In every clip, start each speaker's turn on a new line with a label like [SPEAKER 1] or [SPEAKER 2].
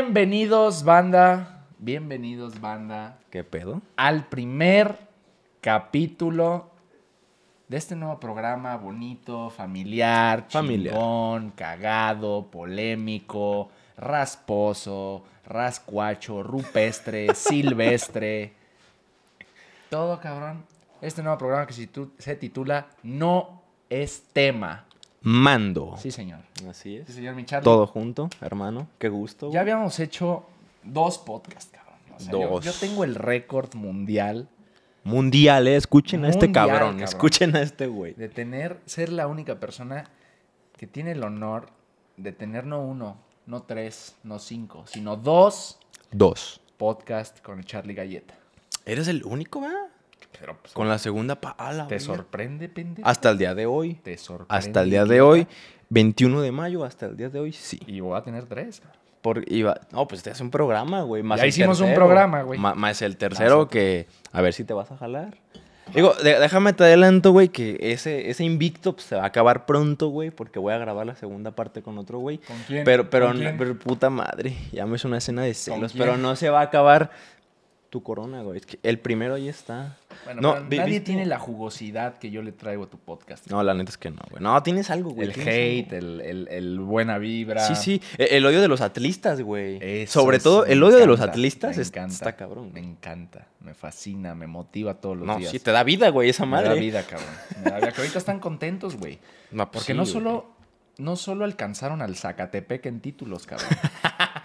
[SPEAKER 1] Bienvenidos, banda. Bienvenidos, banda,
[SPEAKER 2] ¿Qué pedo?
[SPEAKER 1] al primer capítulo de este nuevo programa bonito, familiar,
[SPEAKER 2] Familiar.
[SPEAKER 1] chingón, cagado, polémico, rasposo, rascuacho, rupestre, silvestre. Todo, cabrón. Este nuevo programa que se tu- se titula No es tema.
[SPEAKER 2] Mando.
[SPEAKER 1] Sí, señor.
[SPEAKER 2] Así
[SPEAKER 1] Sí, señor, mi Charlie.
[SPEAKER 2] Todo junto, hermano. Qué gusto. güey.
[SPEAKER 1] Ya habíamos hecho dos podcasts, cabrón. O sea, yo-
[SPEAKER 2] Dos.
[SPEAKER 1] Yo, tengo el récord mundial
[SPEAKER 2] Mundial, eh. Escuchen a este
[SPEAKER 1] Mundial,
[SPEAKER 2] cabrón.
[SPEAKER 1] cabrón.
[SPEAKER 2] Escuchen a este güey.
[SPEAKER 1] de tener, ser la única persona que tiene el honor de tener no uno, no tres, no cinco, sino dos
[SPEAKER 2] Dos.
[SPEAKER 1] podcasts con el Charlie Galleta.
[SPEAKER 2] ¿Eres el único, va?
[SPEAKER 1] Pero pues,
[SPEAKER 2] Con la segunda pala.
[SPEAKER 1] ¿te sorprende, pendejo?
[SPEAKER 2] Hasta el día de hoy.
[SPEAKER 1] ¿Te sorprende?
[SPEAKER 2] Hasta el día de hoy. 21 de mayo, hasta el día de hoy, sí.
[SPEAKER 1] Y voy a tener tres. cabrón.
[SPEAKER 2] Por, iba, no, pues te hace un programa, güey. más
[SPEAKER 1] Ya
[SPEAKER 2] el
[SPEAKER 1] hicimos un programa, güey. Ah,
[SPEAKER 2] Ma- Más el tercero que. A ver si te vas a jalar. Digo, de- déjame te adelanto, güey, que ese, ese invicto pues, se va a acabar pronto, güey, porque voy a grabar la segunda parte con otro, güey.
[SPEAKER 1] ¿Con quién?
[SPEAKER 2] Pero, pero,
[SPEAKER 1] ¿Con
[SPEAKER 2] no-
[SPEAKER 1] quién?
[SPEAKER 2] pero puta madre, ya me hizo una escena de celos,
[SPEAKER 1] quién?
[SPEAKER 2] pero no se va a acabar tu corona, güey. Es que el primero ahí está.
[SPEAKER 1] Bueno,
[SPEAKER 2] no,
[SPEAKER 1] pero
[SPEAKER 2] vi-
[SPEAKER 1] nadie
[SPEAKER 2] viste-
[SPEAKER 1] tiene la jugosidad que yo le traigo a tu podcast.
[SPEAKER 2] No, la neta es que no, güey. No, tienes algo, güey.
[SPEAKER 1] el
[SPEAKER 2] tienes algo.
[SPEAKER 1] hate, el, el- el buena vibra.
[SPEAKER 2] Sí, sí. E- El odio de los atlistas, güey.
[SPEAKER 1] Eso
[SPEAKER 2] Sobre
[SPEAKER 1] es,
[SPEAKER 2] todo,
[SPEAKER 1] me
[SPEAKER 2] el odio de los
[SPEAKER 1] encanta,
[SPEAKER 2] atlistas
[SPEAKER 1] me
[SPEAKER 2] es-
[SPEAKER 1] encanta,
[SPEAKER 2] está cabrón.
[SPEAKER 1] Me
[SPEAKER 2] güey.
[SPEAKER 1] encanta, me fascina, me motiva todos los
[SPEAKER 2] No,
[SPEAKER 1] días.
[SPEAKER 2] sí, te da vida, güey, esa
[SPEAKER 1] Me
[SPEAKER 2] madre.
[SPEAKER 1] da vida, cabrón. Me da vida, que ahorita están contentos, güey.
[SPEAKER 2] No, pues
[SPEAKER 1] Porque
[SPEAKER 2] sí,
[SPEAKER 1] no,
[SPEAKER 2] güey.
[SPEAKER 1] solo, no solo alcanzaron al Zacatepec en títulos, cabrón.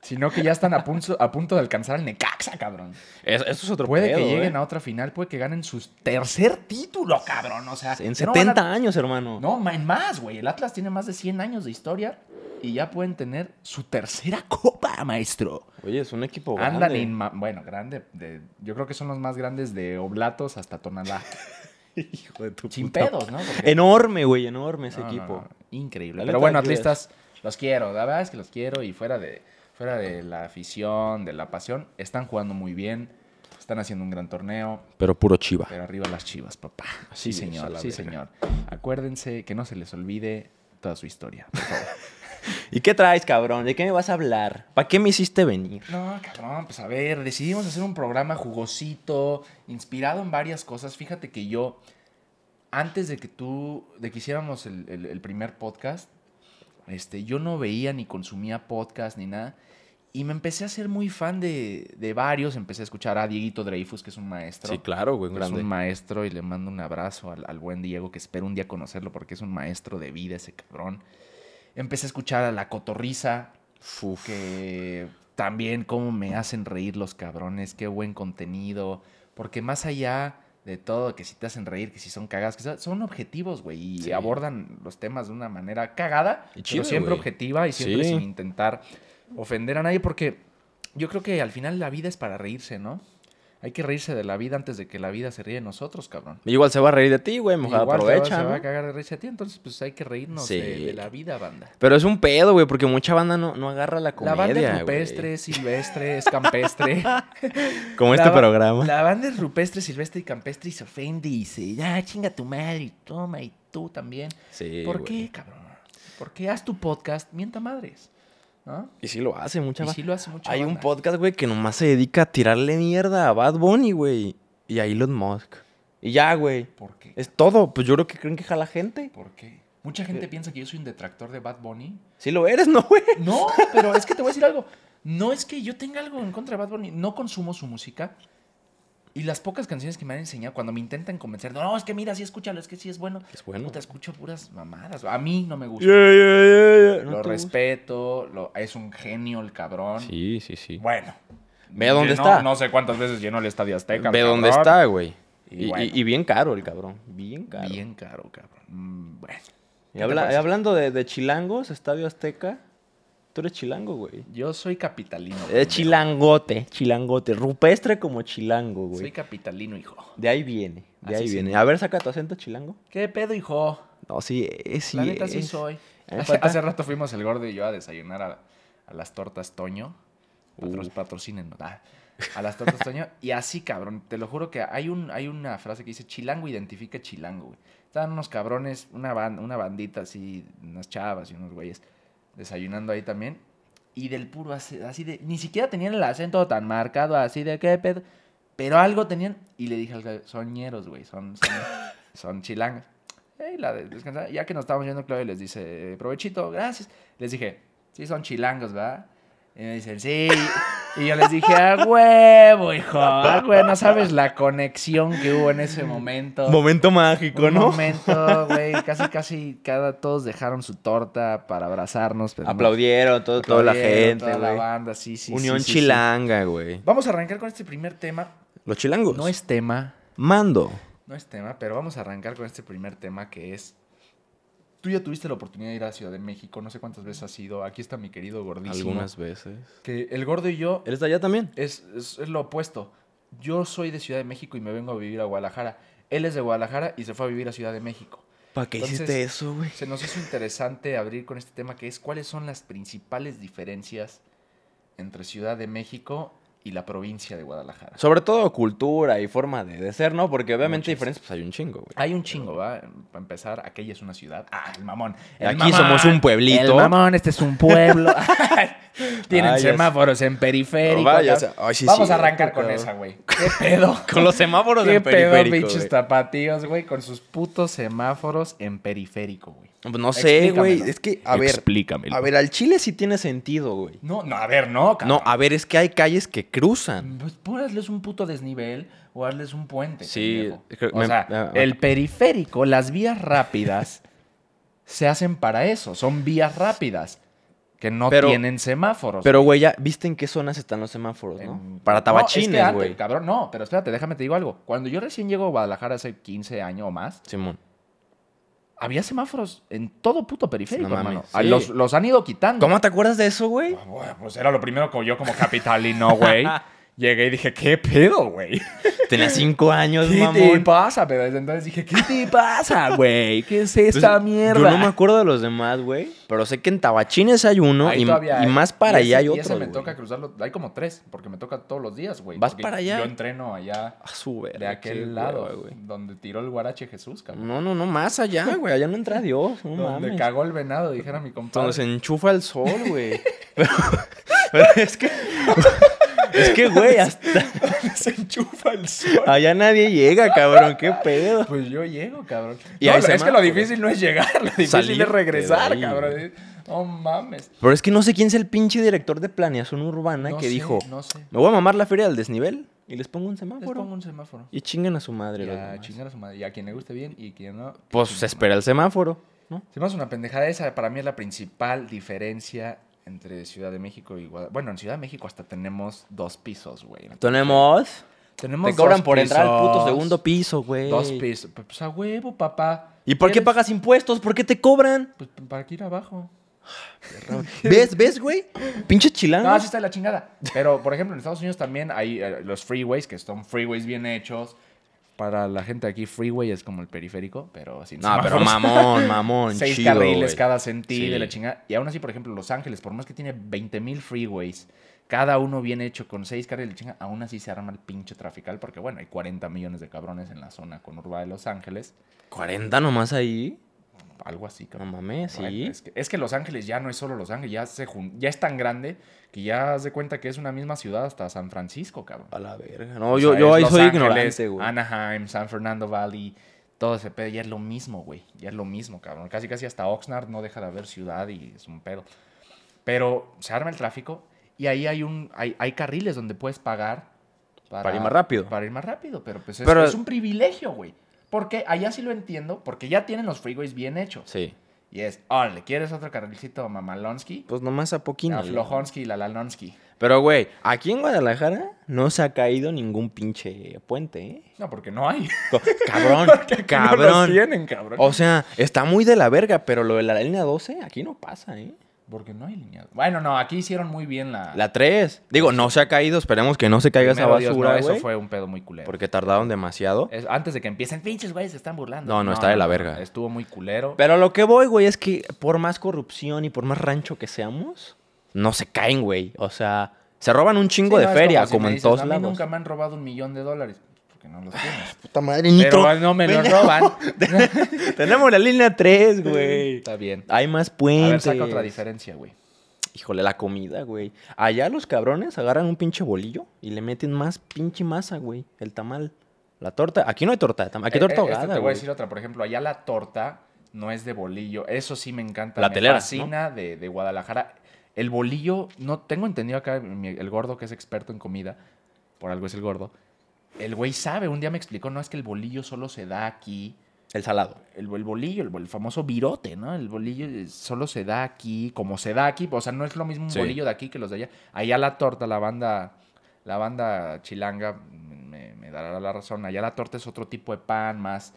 [SPEAKER 1] sino que ya están a punto, a punto de alcanzar al Necaxa, cabrón.
[SPEAKER 2] Es- eso es otro
[SPEAKER 1] Puede que
[SPEAKER 2] pedo,
[SPEAKER 1] lleguen
[SPEAKER 2] ¿eh?
[SPEAKER 1] a otra final, puede que ganen su tercer título, cabrón. O sea,
[SPEAKER 2] En
[SPEAKER 1] que no van a-
[SPEAKER 2] 70 años, hermano.
[SPEAKER 1] no, ma- en más, güey. El Atlas tiene más de 100 años de historia y ya pueden tener su tercera copa, maestro.
[SPEAKER 2] Oye, es un equipo grande.
[SPEAKER 1] Andan en... ma- Bueno, grande. de- yo creo que son los más grandes de Oblatos hasta Tonalá.
[SPEAKER 2] Hijo de tu
[SPEAKER 1] Sin
[SPEAKER 2] puta-
[SPEAKER 1] pedos, ¿no? Porque-
[SPEAKER 2] Enorme, güey, enorme ese
[SPEAKER 1] No, no,
[SPEAKER 2] equipo.
[SPEAKER 1] no, Increíble.
[SPEAKER 2] La
[SPEAKER 1] Pero
[SPEAKER 2] neta,
[SPEAKER 1] bueno,
[SPEAKER 2] ayudas.
[SPEAKER 1] atlistas, los quiero. La verdad es que los quiero y fuera de, fuera de la afición, de la pasión, están jugando muy bien. Están haciendo un gran torneo.
[SPEAKER 2] Pero puro chiva.
[SPEAKER 1] Pero arriba las chivas, papá.
[SPEAKER 2] Así
[SPEAKER 1] sí,
[SPEAKER 2] es, a
[SPEAKER 1] señor.
[SPEAKER 2] la
[SPEAKER 1] Sí,
[SPEAKER 2] verga.
[SPEAKER 1] señor. Acuérdense que no se les olvide toda su historia. por favor.
[SPEAKER 2] ¿Y qué traes, cabrón? ¿De qué me vas a hablar? ¿Para qué me hiciste venir?
[SPEAKER 1] No, cabrón, pues a ver, decidimos hacer un programa jugosito, inspirado en varias cosas. Fíjate que yo, antes de que tú, de que hiciéramos el, el- el primer podcast, este, yo no veía ni consumía podcast ni nada. Y me empecé a ser muy fan de, de varios. Empecé a escuchar a Dieguito Dreyfus, que es un maestro.
[SPEAKER 2] claro, güey,
[SPEAKER 1] Es un maestro y le mando un abrazo al, al buen Diego, que espero un día conocerlo porque es un maestro de vida ese cabrón. Empecé a escuchar a La Cotorriza, que también cómo me hacen reír los cabrones, qué buen contenido, porque más allá de todo, que si te hacen reír, que si son cagadas, que son- son objetivos, güey, y
[SPEAKER 2] Sí.
[SPEAKER 1] abordan los temas de una manera cagada,
[SPEAKER 2] Y chido,
[SPEAKER 1] pero siempre
[SPEAKER 2] güey.
[SPEAKER 1] objetiva y siempre
[SPEAKER 2] Sí.
[SPEAKER 1] sin intentar ofender a nadie, porque yo creo que al final la vida es para reírse, ¿no? Hay que reírse de la vida antes de que la vida se ríe de nosotros, cabrón.
[SPEAKER 2] Igual se va a reír de ti, güey. Mejor
[SPEAKER 1] Igual te va-
[SPEAKER 2] aprovecha.
[SPEAKER 1] se va
[SPEAKER 2] ¿no?
[SPEAKER 1] a cagar de risa a ti, entonces pues hay que reírnos
[SPEAKER 2] Sí.
[SPEAKER 1] de, de la vida, banda.
[SPEAKER 2] Pero es un pedo, güey, porque mucha banda no, no agarra la comedia.
[SPEAKER 1] la banda es
[SPEAKER 2] güey.
[SPEAKER 1] rupestre, es silvestre, es campestre. La
[SPEAKER 2] Como este
[SPEAKER 1] ba-
[SPEAKER 2] programa.
[SPEAKER 1] La banda es rupestre, silvestre y campestre y se ofende y dice, ya, chinga tu madre, y toma, y tú también.
[SPEAKER 2] Sí,
[SPEAKER 1] ¿Por
[SPEAKER 2] güey.
[SPEAKER 1] qué, cabrón? ¿Por qué haz tu podcast mienta madres? ¿No?
[SPEAKER 2] Y sí lo hace, mucha
[SPEAKER 1] Y
[SPEAKER 2] ba-
[SPEAKER 1] sí lo hace mucho.
[SPEAKER 2] Hay un podcast, güey, que nomás se dedica a tirarle mierda a Bad Bunny, güey. Y a Elon Musk. Y ya, güey.
[SPEAKER 1] ¿Por qué?
[SPEAKER 2] Es todo. Pues yo creo que creen que jala gente.
[SPEAKER 1] ¿Por qué? Mucha gente piensa que yo soy un detractor de Bad Bunny.
[SPEAKER 2] Sí lo eres, ¿no, güey?
[SPEAKER 1] No, pero es que te voy a decir algo. No es que yo tenga algo en contra de Bad Bunny. No consumo su música. Y las pocas canciones que me han enseñado, cuando me intentan convencer, no, es que mira, sí, escúchalo, es que sí es bueno.
[SPEAKER 2] Es bueno.
[SPEAKER 1] Puta, escucho puras mamadas. A mí no me gusta. lo respeto, lo, es un genio el cabrón.
[SPEAKER 2] Sí, sí, sí.
[SPEAKER 1] Bueno.
[SPEAKER 2] Ve a dónde
[SPEAKER 1] Llenó-
[SPEAKER 2] está.
[SPEAKER 1] No sé cuántas veces llenó el Estadio Azteca. el
[SPEAKER 2] Ve dónde
[SPEAKER 1] cabrón.
[SPEAKER 2] está, güey.
[SPEAKER 1] Y
[SPEAKER 2] Y, y-
[SPEAKER 1] bueno.
[SPEAKER 2] y bien caro el cabrón. Bien caro.
[SPEAKER 1] Bien caro, cabrón. Mm, Bueno.
[SPEAKER 2] Y
[SPEAKER 1] ¿Qué te
[SPEAKER 2] habla-
[SPEAKER 1] parece?
[SPEAKER 2] hablando de, de chilangos, Estadio Azteca. Tú eres chilango, güey.
[SPEAKER 1] Yo soy capitalino.
[SPEAKER 2] Eres
[SPEAKER 1] pendejo.
[SPEAKER 2] chilangote, chilangote. Rupestre como chilango, güey.
[SPEAKER 1] Soy capitalino, hijo.
[SPEAKER 2] De ahí viene, de
[SPEAKER 1] Así
[SPEAKER 2] ahí
[SPEAKER 1] sí.
[SPEAKER 2] viene. A ver, saca tu acento chilango.
[SPEAKER 1] ¿Qué pedo, hijo?
[SPEAKER 2] No, sí, es, sí.
[SPEAKER 1] La neta sí
[SPEAKER 2] es.
[SPEAKER 1] soy.
[SPEAKER 2] A mí me
[SPEAKER 1] Hace,
[SPEAKER 2] falta-
[SPEAKER 1] hace rato fuimos el gordo y yo a desayunar a, a las tortas Toño. Patros, Patrocinen, ¿no? Ah, A las tortas Toño. Y así, cabrón. Te lo juro que hay, un, hay una frase que dice: Chilango identifica chilango, güey. Estaban unos cabrones, una, ban- una bandita así, unas chavas y unos güeyes, desayunando ahí también. Y del puro, así, así de. Ni siquiera tenían el acento tan marcado, así de qué pedo. Pero algo tenían. Y le dije al Claudio, son ñeros, güey. Son, son, son chilangos. Ey, la de- descansar. Ya que nos estábamos yendo, Claudio les dice, eh, provechito, gracias. Les dije, sí, son chilangos, ¿verdad? Y me dicen, sí. Y yo les dije, a huevo, hijo. A huevo, no sabes la conexión que hubo en ese momento.
[SPEAKER 2] Momento mágico,
[SPEAKER 1] Un
[SPEAKER 2] ¿no?
[SPEAKER 1] momento, güey. Casi, casi, cada, todos dejaron su torta para abrazarnos. pero no.
[SPEAKER 2] Aplaudieron todo, toda la
[SPEAKER 1] Aplaudieron,
[SPEAKER 2] gente,
[SPEAKER 1] toda la
[SPEAKER 2] güey.
[SPEAKER 1] banda, sí, sí.
[SPEAKER 2] Unión
[SPEAKER 1] sí, sí, sí.
[SPEAKER 2] chilanga, güey.
[SPEAKER 1] Vamos a arrancar con este primer tema.
[SPEAKER 2] Los chilangos.
[SPEAKER 1] No es tema,
[SPEAKER 2] Mando.
[SPEAKER 1] no es tema, pero vamos a arrancar con este primer tema que es. Tú ya tuviste la oportunidad de ir a Ciudad de México, no sé cuántas veces has ido. Aquí está mi querido gordísimo.
[SPEAKER 2] Algunas veces.
[SPEAKER 1] Que el gordo y yo
[SPEAKER 2] ¿Eres de allá también?
[SPEAKER 1] es, es- es lo opuesto. Yo soy de Ciudad de México y me vengo a vivir a Guadalajara. Él es de Guadalajara y se fue a vivir a Ciudad de México.
[SPEAKER 2] ¿Para qué
[SPEAKER 1] Entonces-
[SPEAKER 2] hiciste eso, güey?
[SPEAKER 1] Se nos hizo interesante abrir con este tema que es cuáles son las principales diferencias entre Ciudad de México y la provincia de Guadalajara.
[SPEAKER 2] Sobre todo cultura y forma de, de ser, ¿no? Porque obviamente
[SPEAKER 1] Muchas.
[SPEAKER 2] diferencias pues, hay un chingo, güey.
[SPEAKER 1] Hay un chingo, ¿va? Para empezar, aquella es una ciudad. Ah, el mamón. El
[SPEAKER 2] Aquí
[SPEAKER 1] mamón.
[SPEAKER 2] somos un pueblito.
[SPEAKER 1] El mamón, este es un pueblo. Tienen
[SPEAKER 2] Ay, ya
[SPEAKER 1] semáforos en periférico.
[SPEAKER 2] Vaya,
[SPEAKER 1] ya-
[SPEAKER 2] o sea, ay, sí,
[SPEAKER 1] Vamos a
[SPEAKER 2] cierto,
[SPEAKER 1] arrancar con
[SPEAKER 2] cabrón.
[SPEAKER 1] esa, güey. ¿Qué pedo?
[SPEAKER 2] Con los semáforos
[SPEAKER 1] ¿Qué
[SPEAKER 2] en
[SPEAKER 1] pedo,
[SPEAKER 2] periférico,
[SPEAKER 1] pinches
[SPEAKER 2] güey.
[SPEAKER 1] tapatíos, güey? Con sus putos semáforos en periférico, güey.
[SPEAKER 2] Pues No sé, güey.
[SPEAKER 1] Explícamelo.
[SPEAKER 2] Es que, a ver,
[SPEAKER 1] Explícamelo.
[SPEAKER 2] a ver, al Chile sí tiene sentido, güey.
[SPEAKER 1] No, no, a ver, no, cabrón.
[SPEAKER 2] No, a ver, es que hay calles que cruzan.
[SPEAKER 1] Pues pon- hazles un puto desnivel o hazles un puente.
[SPEAKER 2] Sí,
[SPEAKER 1] pendejo.
[SPEAKER 2] es que
[SPEAKER 1] O
[SPEAKER 2] me-
[SPEAKER 1] sea,
[SPEAKER 2] ah, ah.
[SPEAKER 1] el periférico, las vías rápidas, se hacen para eso. Son vías rápidas que no
[SPEAKER 2] Pero-
[SPEAKER 1] tienen semáforos.
[SPEAKER 2] Pero, güey, ya viste en qué zonas están los semáforos,
[SPEAKER 1] En-
[SPEAKER 2] ¿no? Para
[SPEAKER 1] No, es que
[SPEAKER 2] tabachines,
[SPEAKER 1] antes,
[SPEAKER 2] güey.
[SPEAKER 1] cabrón, no, pero espérate, déjame te digo algo. Cuando yo recién llego a Guadalajara hace 15 años o más,
[SPEAKER 2] Simón.
[SPEAKER 1] había semáforos en todo puto periférico,
[SPEAKER 2] No mames,
[SPEAKER 1] hermano.
[SPEAKER 2] sí.
[SPEAKER 1] Los, los han ido quitando.
[SPEAKER 2] ¿Cómo te acuerdas de eso, güey?
[SPEAKER 1] Ah, bueno, Pues era lo primero que yo como capitalino, güey. Llegué y dije, ¿qué pedo, güey?
[SPEAKER 2] Tenía cinco años,
[SPEAKER 1] ¿Qué te
[SPEAKER 2] mamón.
[SPEAKER 1] pasa? Pero desde entonces dije, ¿qué te pasa, güey? ¿Qué es esta
[SPEAKER 2] Entonces,
[SPEAKER 1] mierda?
[SPEAKER 2] Pues, Yo no me acuerdo de los demás, güey. Pero sé que en Tabachines hay uno
[SPEAKER 1] Ahí
[SPEAKER 2] y,
[SPEAKER 1] todavía
[SPEAKER 2] y
[SPEAKER 1] hay.
[SPEAKER 2] más para
[SPEAKER 1] Y ese-
[SPEAKER 2] allá hay
[SPEAKER 1] y
[SPEAKER 2] otro.
[SPEAKER 1] ese me
[SPEAKER 2] güey.
[SPEAKER 1] toca cruzarlo. Hay como tres, porque me toca todos los días, güey.
[SPEAKER 2] ¿Vas
[SPEAKER 1] Porque
[SPEAKER 2] para allá?
[SPEAKER 1] Yo entreno allá
[SPEAKER 2] A Ah, su verga,
[SPEAKER 1] de aquel
[SPEAKER 2] qué
[SPEAKER 1] lado,
[SPEAKER 2] hueva, güey.
[SPEAKER 1] donde tiró el guarache Jesús, cabrón.
[SPEAKER 2] No, no, no, más allá, güey. Allá no entra Dios. No
[SPEAKER 1] donde
[SPEAKER 2] mames.
[SPEAKER 1] cagó el venado, dijera mi compadre.
[SPEAKER 2] Donde se enchufa el sol, güey. pero, pero es que. Es que, güey, hasta
[SPEAKER 1] se enchufa el sol.
[SPEAKER 2] allá nadie llega, cabrón. Qué pedo.
[SPEAKER 1] Pues yo llego, cabrón.
[SPEAKER 2] Y
[SPEAKER 1] No,
[SPEAKER 2] hay
[SPEAKER 1] lo- es que lo
[SPEAKER 2] semáforos.
[SPEAKER 1] difícil no es llegar, lo difícil
[SPEAKER 2] Salirte
[SPEAKER 1] es regresar,
[SPEAKER 2] de ahí, güey.
[SPEAKER 1] cabrón. Oh, mames.
[SPEAKER 2] Pero es que no sé quién es el pinche director de planeación urbana
[SPEAKER 1] No
[SPEAKER 2] que
[SPEAKER 1] sé,
[SPEAKER 2] dijo:
[SPEAKER 1] No sé.
[SPEAKER 2] Me voy a mamar la feria del desnivel y les pongo un
[SPEAKER 1] Les
[SPEAKER 2] semáforo.
[SPEAKER 1] pongo un semáforo.
[SPEAKER 2] Y chingan a su madre, los
[SPEAKER 1] Ya,
[SPEAKER 2] demás.
[SPEAKER 1] chingar a su madre. Y a quien le guste bien y quien no.
[SPEAKER 2] Pues se espera el semáforo, ¿no?
[SPEAKER 1] Se me hace una pendejada esa. Para mí es la principal diferencia entre Ciudad de México y Guadalajara. Bueno, en Ciudad de México hasta tenemos dos pisos, güey.
[SPEAKER 2] Tenemos.
[SPEAKER 1] Tenemos
[SPEAKER 2] Te cobran
[SPEAKER 1] dos
[SPEAKER 2] por entrar al puto
[SPEAKER 1] pisos,
[SPEAKER 2] segundo piso, güey.
[SPEAKER 1] Dos pisos. Pues a huevo, papá.
[SPEAKER 2] ¿Y por qué
[SPEAKER 1] ¿Quieres?
[SPEAKER 2] pagas impuestos? ¿Por qué te cobran?
[SPEAKER 1] Pues para que ir abajo.
[SPEAKER 2] ¿Ves, ves, güey? Pinches
[SPEAKER 1] No, sí
[SPEAKER 2] chilangos.
[SPEAKER 1] está de la chingada. Pero, por ejemplo, en Estados Unidos también hay eh, los freeways, que son freeways bien hechos. Para la gente aquí, freeway es como el periférico, pero sin
[SPEAKER 2] No, pero
[SPEAKER 1] semáforos.
[SPEAKER 2] mamón, mamón,
[SPEAKER 1] seis
[SPEAKER 2] chido,
[SPEAKER 1] carriles
[SPEAKER 2] güey.
[SPEAKER 1] cada sentido
[SPEAKER 2] Sí.
[SPEAKER 1] de la chingada. Y aún así, por ejemplo, Los Ángeles, por más que tiene 20.000 freeways, cada uno bien hecho con seis carriles de la chingada, aún así se arma el pinche trafical porque, bueno, hay 40 millones de cabrones en la zona conurbada de Los Ángeles.
[SPEAKER 2] 40 nomás ahí.
[SPEAKER 1] Algo así,
[SPEAKER 2] No
[SPEAKER 1] cabrón.
[SPEAKER 2] mames,
[SPEAKER 1] Bueno,
[SPEAKER 2] sí.
[SPEAKER 1] es, que, es que Los Ángeles ya no es solo Los Ángeles, ya, se jun- ya es tan grande que ya haz de cuenta que es una misma ciudad hasta San Francisco, cabrón.
[SPEAKER 2] A la verga. No,
[SPEAKER 1] O
[SPEAKER 2] yo,
[SPEAKER 1] sea,
[SPEAKER 2] yo
[SPEAKER 1] es
[SPEAKER 2] ahí
[SPEAKER 1] Los
[SPEAKER 2] soy
[SPEAKER 1] Ángeles, Ah,
[SPEAKER 2] ignorante, güey.
[SPEAKER 1] Anaheim, San Fernando Valley, todo ese pedo, ya es lo mismo, güey. Ya es lo mismo, cabrón. Casi, casi hasta Oxnard no deja de haber ciudad y es un pedo. Pero se arma el tráfico y ahí hay, un, hay, hay carriles donde puedes pagar
[SPEAKER 2] Para ir más rápido.
[SPEAKER 1] Para ir más rápido, pero pues es,
[SPEAKER 2] Pero-
[SPEAKER 1] es un privilegio, güey. Porque allá sí lo entiendo, porque ya tienen los freeways bien hechos.
[SPEAKER 2] Sí.
[SPEAKER 1] Y es, oh, ¿le quieres otro carrilcito mamalonsky?
[SPEAKER 2] Pues nomás a poquito.
[SPEAKER 1] A Flojonsky y la Lalonsky.
[SPEAKER 2] Pero, güey, aquí en Guadalajara no se ha caído ningún pinche puente, ¿eh?
[SPEAKER 1] No, porque no hay.
[SPEAKER 2] Co- Cabrón,
[SPEAKER 1] Porque no los
[SPEAKER 2] cabrón.
[SPEAKER 1] tienen, cabrón.
[SPEAKER 2] O sea, está muy de la verga, pero lo de la línea 12 aquí no pasa, ¿eh?
[SPEAKER 1] Porque no hay lineal. Bueno, no, aquí hicieron muy bien la.
[SPEAKER 2] La 3. Digo, no se ha caído, esperemos que no se caiga esa
[SPEAKER 1] Primero Dios,
[SPEAKER 2] basura,
[SPEAKER 1] no, eso
[SPEAKER 2] güey.
[SPEAKER 1] fue un pedo muy culero.
[SPEAKER 2] Porque tardaron demasiado.
[SPEAKER 1] Es- antes de que empiecen, pinches güey, se están burlando.
[SPEAKER 2] No, no, está de la verga.
[SPEAKER 1] Estuvo muy culero.
[SPEAKER 2] Pero lo que voy, güey, es que por más corrupción y por más rancho que seamos, no se caen, güey. O sea, se roban un
[SPEAKER 1] Sí,
[SPEAKER 2] chingo
[SPEAKER 1] no,
[SPEAKER 2] de
[SPEAKER 1] es
[SPEAKER 2] feria,
[SPEAKER 1] si
[SPEAKER 2] como
[SPEAKER 1] me
[SPEAKER 2] en
[SPEAKER 1] dices,
[SPEAKER 2] todos
[SPEAKER 1] a mí
[SPEAKER 2] lados.
[SPEAKER 1] nunca me han robado un millón de dólares. Porque no los tienes.
[SPEAKER 2] Puta madre,
[SPEAKER 1] Pero no me lo roban.
[SPEAKER 2] Tenemos la línea 3, güey.
[SPEAKER 1] está bien.
[SPEAKER 2] Hay más
[SPEAKER 1] A ver,
[SPEAKER 2] puentes.
[SPEAKER 1] saca otra diferencia, güey.
[SPEAKER 2] Híjole, la comida, güey. Allá los cabrones agarran un pinche bolillo y le meten más pinche masa, güey. El tamal. La torta. Aquí no hay torta. de tamal, Aquí hay
[SPEAKER 1] Eh,
[SPEAKER 2] torta
[SPEAKER 1] eh, esta
[SPEAKER 2] ahogada,
[SPEAKER 1] te voy a
[SPEAKER 2] güey.
[SPEAKER 1] decir otra, por ejemplo, allá la torta no es de bolillo, eso sí me encanta.
[SPEAKER 2] La
[SPEAKER 1] me
[SPEAKER 2] telera, ¿no?
[SPEAKER 1] fascina de, de Guadalajara. El bolillo, no tengo entendido acá, mi- el gordo que es experto en comida, por algo es el gordo. El güey sabe, un día me explicó, no es que el bolillo solo se da aquí.
[SPEAKER 2] El salado.
[SPEAKER 1] El, el bolillo, el, el famoso virote, ¿no? El bolillo eh, solo se da aquí, como se da aquí. O sea, no es lo mismo un
[SPEAKER 2] Sí.
[SPEAKER 1] bolillo de aquí que los de allá. Allá la torta, la banda, la banda chilanga, me, me dará la razón. Allá la torta es otro tipo de pan, más,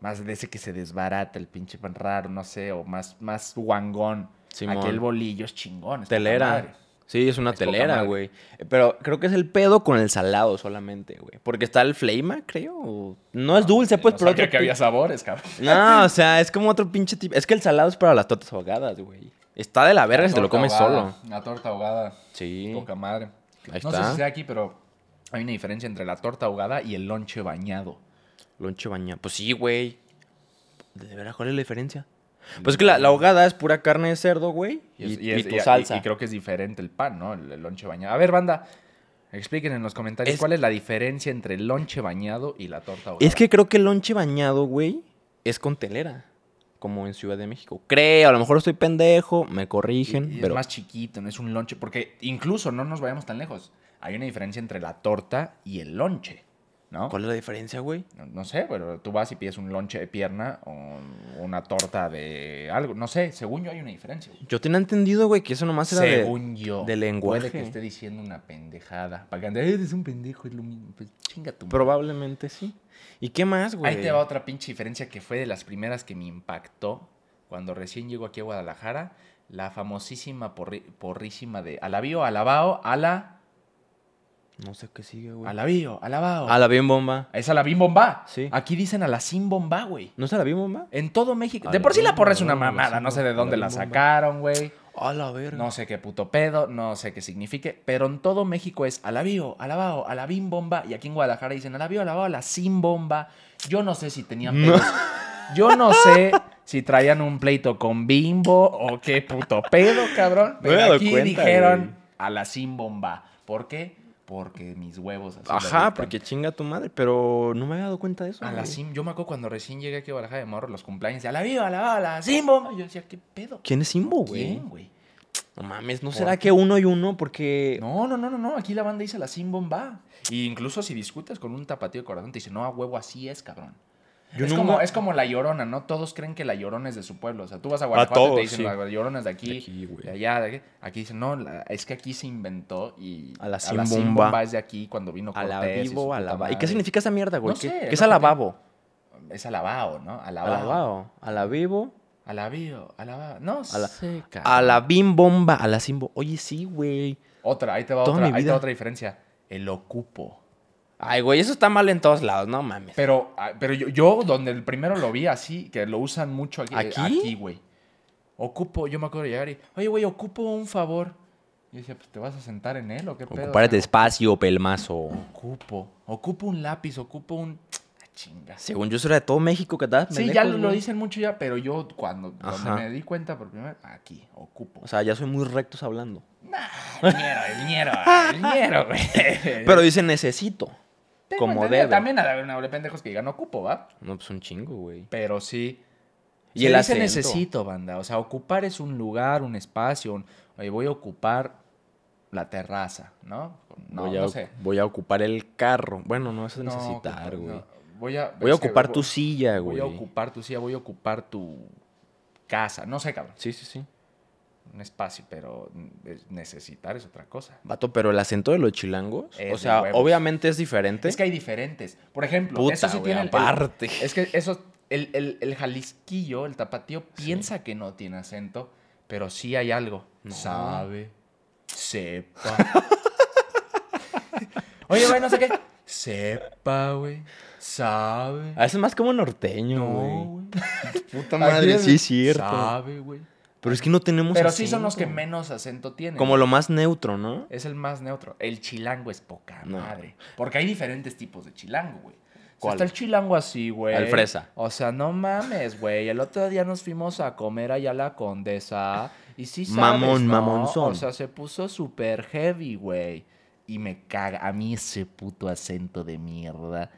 [SPEAKER 1] más de ese que se desbarata, el pinche pan raro, no sé, o más, más guangón.
[SPEAKER 2] Simón.
[SPEAKER 1] Aquí el bolillo es chingón. es poca madre.
[SPEAKER 2] Telera. Sí, es una
[SPEAKER 1] Es poca
[SPEAKER 2] telera,
[SPEAKER 1] madre.
[SPEAKER 2] güey. Pero creo que es el pedo con el salado solamente, güey. Porque está el fleima, creo. o- No es dulce, pues,
[SPEAKER 1] No
[SPEAKER 2] pero
[SPEAKER 1] sabía
[SPEAKER 2] otro
[SPEAKER 1] que había
[SPEAKER 2] pin-
[SPEAKER 1] sabores, cabrón.
[SPEAKER 2] No, o sea, es como otro pinche tipo. Es que el salado es para las tortas ahogadas, güey. Está de la verga si te lo
[SPEAKER 1] Torta
[SPEAKER 2] comes
[SPEAKER 1] ahogada,
[SPEAKER 2] solo.
[SPEAKER 1] Una torta ahogada.
[SPEAKER 2] Sí.
[SPEAKER 1] Poca madre.
[SPEAKER 2] Ahí
[SPEAKER 1] no sé
[SPEAKER 2] está.
[SPEAKER 1] si sea aquí, pero hay una diferencia entre la torta ahogada y el lonche bañado.
[SPEAKER 2] Lonche bañado. Pues sí, güey. ¿De veras cuál es la diferencia? Pues es que la, la ahogada es pura carne de cerdo, güey. Y,
[SPEAKER 1] es-
[SPEAKER 2] y
[SPEAKER 1] es-
[SPEAKER 2] tu salsa.
[SPEAKER 1] y creo que es diferente el pan, ¿no? El, el lonche bañado. A ver, banda, expliquen en los comentarios
[SPEAKER 2] Es-
[SPEAKER 1] cuál es la diferencia entre el lonche bañado y la torta ahogada.
[SPEAKER 2] Es que creo que el lonche bañado, güey, es con telera. Como en Ciudad de México. Creo, a lo mejor estoy pendejo, me
[SPEAKER 1] Y-
[SPEAKER 2] corrigen,
[SPEAKER 1] y es
[SPEAKER 2] pero.
[SPEAKER 1] más chiquito, no es un lonche. Porque incluso no nos vayamos tan lejos. Hay una diferencia entre la torta y el lonche, ¿no?
[SPEAKER 2] ¿Cuál es la diferencia, güey?
[SPEAKER 1] No, no sé, pero tú vas y pides un lonche de pierna o una torta de algo. No sé, según yo hay una diferencia.
[SPEAKER 2] Yo tenía entendido, güey, que eso nomás era de.
[SPEAKER 1] Según yo.
[SPEAKER 2] de lenguaje.
[SPEAKER 1] Puede que esté diciendo una pendejada. Para que ande, eres un pendejo, es lo mismo. Pues chinga tu madre.
[SPEAKER 2] Probablemente sí. ¿Y qué más, güey?
[SPEAKER 1] Ahí te va otra pinche diferencia que fue de las primeras que me impactó cuando recién llegó aquí a Guadalajara. La famosísima porri- porrísima de Alabío, Alabao, Ala,
[SPEAKER 2] No sé qué sigue, güey.
[SPEAKER 1] Alabío, Alabao.
[SPEAKER 2] A la bien bomba.
[SPEAKER 1] Es Alabín Bomba.
[SPEAKER 2] Sí.
[SPEAKER 1] Aquí dicen a la sin bomba, güey.
[SPEAKER 2] ¿No es a la bien bomba?
[SPEAKER 1] En todo México.
[SPEAKER 2] A
[SPEAKER 1] De
[SPEAKER 2] la
[SPEAKER 1] por sí la
[SPEAKER 2] Bim
[SPEAKER 1] porra es una
[SPEAKER 2] Bomba,
[SPEAKER 1] mamada.
[SPEAKER 2] sí,
[SPEAKER 1] No sé de
[SPEAKER 2] no,
[SPEAKER 1] dónde
[SPEAKER 2] a la
[SPEAKER 1] la
[SPEAKER 2] Bim Bomba.
[SPEAKER 1] sacaron, güey.
[SPEAKER 2] A la verga.
[SPEAKER 1] No sé qué puto pedo, no sé qué signifique, pero en todo México es alabío, alabao, alabín bomba, y aquí en Guadalajara dicen alabío, alabao, la sin bomba. Yo no sé si tenían pedos. Yo no sé si traían un pleito con bimbo o qué puto pedo, cabrón.
[SPEAKER 2] me he
[SPEAKER 1] Pero
[SPEAKER 2] dado
[SPEAKER 1] aquí
[SPEAKER 2] cuenta,
[SPEAKER 1] dijeron
[SPEAKER 2] güey.
[SPEAKER 1] a la sin bomba. ¿Por qué? Porque mis huevos así lo
[SPEAKER 2] Ajá,
[SPEAKER 1] dictan.
[SPEAKER 2] porque chinga tu madre, pero no me había dado cuenta de eso.
[SPEAKER 1] A la
[SPEAKER 2] güey.
[SPEAKER 1] sim, yo me acuerdo cuando recién llegué aquí a Guadalajara de Morro, los cumpleaños, de alabío, alabao, a la sin bomba. Yo decía, ¿qué pedo?
[SPEAKER 2] ¿Quién es Simbo, güey?
[SPEAKER 1] ¿Quién, güey?
[SPEAKER 2] No mames, ¿no
[SPEAKER 1] ¿Por
[SPEAKER 2] será
[SPEAKER 1] qué?
[SPEAKER 2] que uno y uno? Porque.
[SPEAKER 1] No, no, no, no, no. Aquí la banda dice la sin bomba. Y incluso si discutes con un tapatío de corazón, te dice, no, a huevo, así es, cabrón.
[SPEAKER 2] Yo
[SPEAKER 1] es,
[SPEAKER 2] nunca-
[SPEAKER 1] como, es como la llorona, ¿no? Todos creen que la llorona es de su pueblo. O sea, tú vas a Guanajuato y
[SPEAKER 2] todos,
[SPEAKER 1] te dicen,
[SPEAKER 2] sí.
[SPEAKER 1] la llorona es de aquí,
[SPEAKER 2] De aquí, güey.
[SPEAKER 1] de allá, de aquí. Aquí dicen, no, la- es que aquí se inventó y
[SPEAKER 2] A la sin
[SPEAKER 1] sin
[SPEAKER 2] bomba.
[SPEAKER 1] es de aquí cuando vino
[SPEAKER 2] A
[SPEAKER 1] Cortés.
[SPEAKER 2] la
[SPEAKER 1] y su
[SPEAKER 2] vivo, a
[SPEAKER 1] puta
[SPEAKER 2] la va- ¿Y
[SPEAKER 1] madre.
[SPEAKER 2] qué significa esa mierda, güey?
[SPEAKER 1] No
[SPEAKER 2] ¿Qué,
[SPEAKER 1] sé,
[SPEAKER 2] qué
[SPEAKER 1] no
[SPEAKER 2] es
[SPEAKER 1] sé
[SPEAKER 2] alababo?
[SPEAKER 1] Es alabao, ¿no? Alabao.
[SPEAKER 2] Alabao. A la vivo.
[SPEAKER 1] Alabío, alabao. No
[SPEAKER 2] la-
[SPEAKER 1] sé, cabrón.
[SPEAKER 2] A la bim bomba. A la simbo. Oye, sí, güey.
[SPEAKER 1] Otra, ahí te va
[SPEAKER 2] Toda
[SPEAKER 1] otra,
[SPEAKER 2] mi
[SPEAKER 1] ahí te
[SPEAKER 2] vida.
[SPEAKER 1] va otra diferencia. El ocupo.
[SPEAKER 2] Ay, güey, eso está mal en todos lados, no mames.
[SPEAKER 1] Pero, ah, pero yo, yo donde el primero lo vi así, que lo usan mucho aquí, eh,
[SPEAKER 2] ¿Aquí?
[SPEAKER 1] aquí, güey. Ocupo, yo me acuerdo de llegar y, oye, güey, ocupo un favor. Y decía, pues, ¿te vas a sentar en él o qué pedo?
[SPEAKER 2] Ocupárate
[SPEAKER 1] O sea,
[SPEAKER 2] espacio, pelmazo.
[SPEAKER 1] ocupo, ocupo un lápiz, ocupo un... Ah, chingas.
[SPEAKER 2] Según yo, eso era de todo México que estabas
[SPEAKER 1] Sí,
[SPEAKER 2] pendejos,
[SPEAKER 1] ya lo, lo
[SPEAKER 2] güey.
[SPEAKER 1] dicen mucho ya, pero yo cuando donde
[SPEAKER 2] Ajá.
[SPEAKER 1] me di cuenta por primera vez, aquí, ocupo.
[SPEAKER 2] O sea, ya soy muy rectos hablando.
[SPEAKER 1] El ñero, el ñero, el ñero, güey.
[SPEAKER 2] Pero dice necesito.
[SPEAKER 1] Tengo
[SPEAKER 2] como
[SPEAKER 1] entendido,
[SPEAKER 2] debe.
[SPEAKER 1] También ha de haber una bola de pendejos que digan ocupo, ¿va?
[SPEAKER 2] No, pues un chingo, güey.
[SPEAKER 1] Pero sí.
[SPEAKER 2] Y
[SPEAKER 1] se
[SPEAKER 2] el
[SPEAKER 1] dice
[SPEAKER 2] acento.
[SPEAKER 1] necesito, banda. O sea, ocupar es un lugar, un espacio. un- Oye, voy a ocupar la terraza, ¿no? No,
[SPEAKER 2] voy, a,
[SPEAKER 1] no
[SPEAKER 2] oc-
[SPEAKER 1] sé.
[SPEAKER 2] voy a ocupar el carro. Bueno, no, eso es
[SPEAKER 1] No,
[SPEAKER 2] necesitar,
[SPEAKER 1] ocupar,
[SPEAKER 2] güey.
[SPEAKER 1] no. Voy a,
[SPEAKER 2] Voy a
[SPEAKER 1] es que
[SPEAKER 2] ocupar
[SPEAKER 1] vo-
[SPEAKER 2] tu silla,
[SPEAKER 1] Voy
[SPEAKER 2] güey.
[SPEAKER 1] a ocupar tu silla, voy a ocupar tu casa. No sé, cabrón.
[SPEAKER 2] Sí, sí, sí.
[SPEAKER 1] Un espacio, pero es- necesitar es otra cosa.
[SPEAKER 2] Vato, pero el acento de los chilangos,
[SPEAKER 1] Es
[SPEAKER 2] o
[SPEAKER 1] de
[SPEAKER 2] sea,
[SPEAKER 1] huevos.
[SPEAKER 2] obviamente es diferente.
[SPEAKER 1] Es que hay diferentes. Por ejemplo,
[SPEAKER 2] Puta,
[SPEAKER 1] eso sí
[SPEAKER 2] güey,
[SPEAKER 1] tiene el- el-
[SPEAKER 2] aparte.
[SPEAKER 1] es que eso, el, el- el jalisquillo, el tapatío, piensa que no tiene acento, pero sí hay algo. Sabe, sepa. Oye, güey, no sé qué. Sepa, güey. Sabe.
[SPEAKER 2] A veces es más como norteño, güey.
[SPEAKER 1] Puta
[SPEAKER 2] madre, sí es cierto.
[SPEAKER 1] Sabe, güey.
[SPEAKER 2] Pero es que no tenemos
[SPEAKER 1] Pero sí son los que
[SPEAKER 2] acento.
[SPEAKER 1] menos acento tienen.
[SPEAKER 2] Como lo más neutro, ¿no?
[SPEAKER 1] Es el más neutro. El chilango es poca
[SPEAKER 2] No.
[SPEAKER 1] madre. Porque hay diferentes tipos de chilango, güey. O sea,
[SPEAKER 2] ¿Cuál?
[SPEAKER 1] está el chilango así, güey.
[SPEAKER 2] Al fresa.
[SPEAKER 1] O sea, no mames, güey. El otro día nos fuimos a comer allá a la condesa. Y sí sabes,
[SPEAKER 2] Mamón,
[SPEAKER 1] ¿no?
[SPEAKER 2] mamonzón.
[SPEAKER 1] O sea, se puso súper heavy, güey. Y me caga. A mí ese puto acento de mierda.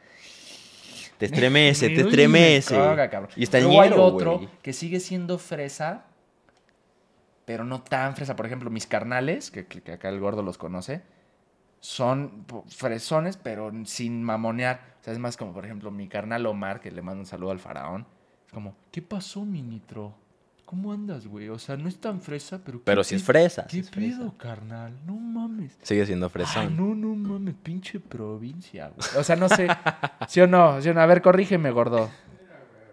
[SPEAKER 2] Te estremece,
[SPEAKER 1] Uy,
[SPEAKER 2] te
[SPEAKER 1] me
[SPEAKER 2] estremece.
[SPEAKER 1] caga, cabrón.
[SPEAKER 2] y está
[SPEAKER 1] Luego hay
[SPEAKER 2] ñero,
[SPEAKER 1] otro
[SPEAKER 2] güey.
[SPEAKER 1] que sigue siendo fresa, pero no tan fresa. Por ejemplo, mis carnales, que, que- que acá el gordo los conoce, son po- fresones, pero sin mamonear. O sea, es más como, por ejemplo, mi carnal Omar, que le manda un saludo al faraón. Es como, ¿qué pasó, mi nitro? ¿Cómo andas, güey? O sea, no es tan fresa, pero... ¿qué
[SPEAKER 2] Pero si es
[SPEAKER 1] pi-
[SPEAKER 2] fresa.
[SPEAKER 1] ¿Qué
[SPEAKER 2] sí es fresa.
[SPEAKER 1] pedo, carnal? No mames.
[SPEAKER 2] Sigue siendo
[SPEAKER 1] Ay,
[SPEAKER 2] fresón.
[SPEAKER 1] no, no mames, pinche provincia, güey. O sea, no sé. ¿Sí o no? ¿Sí o no? A ver, corrígeme, gordo.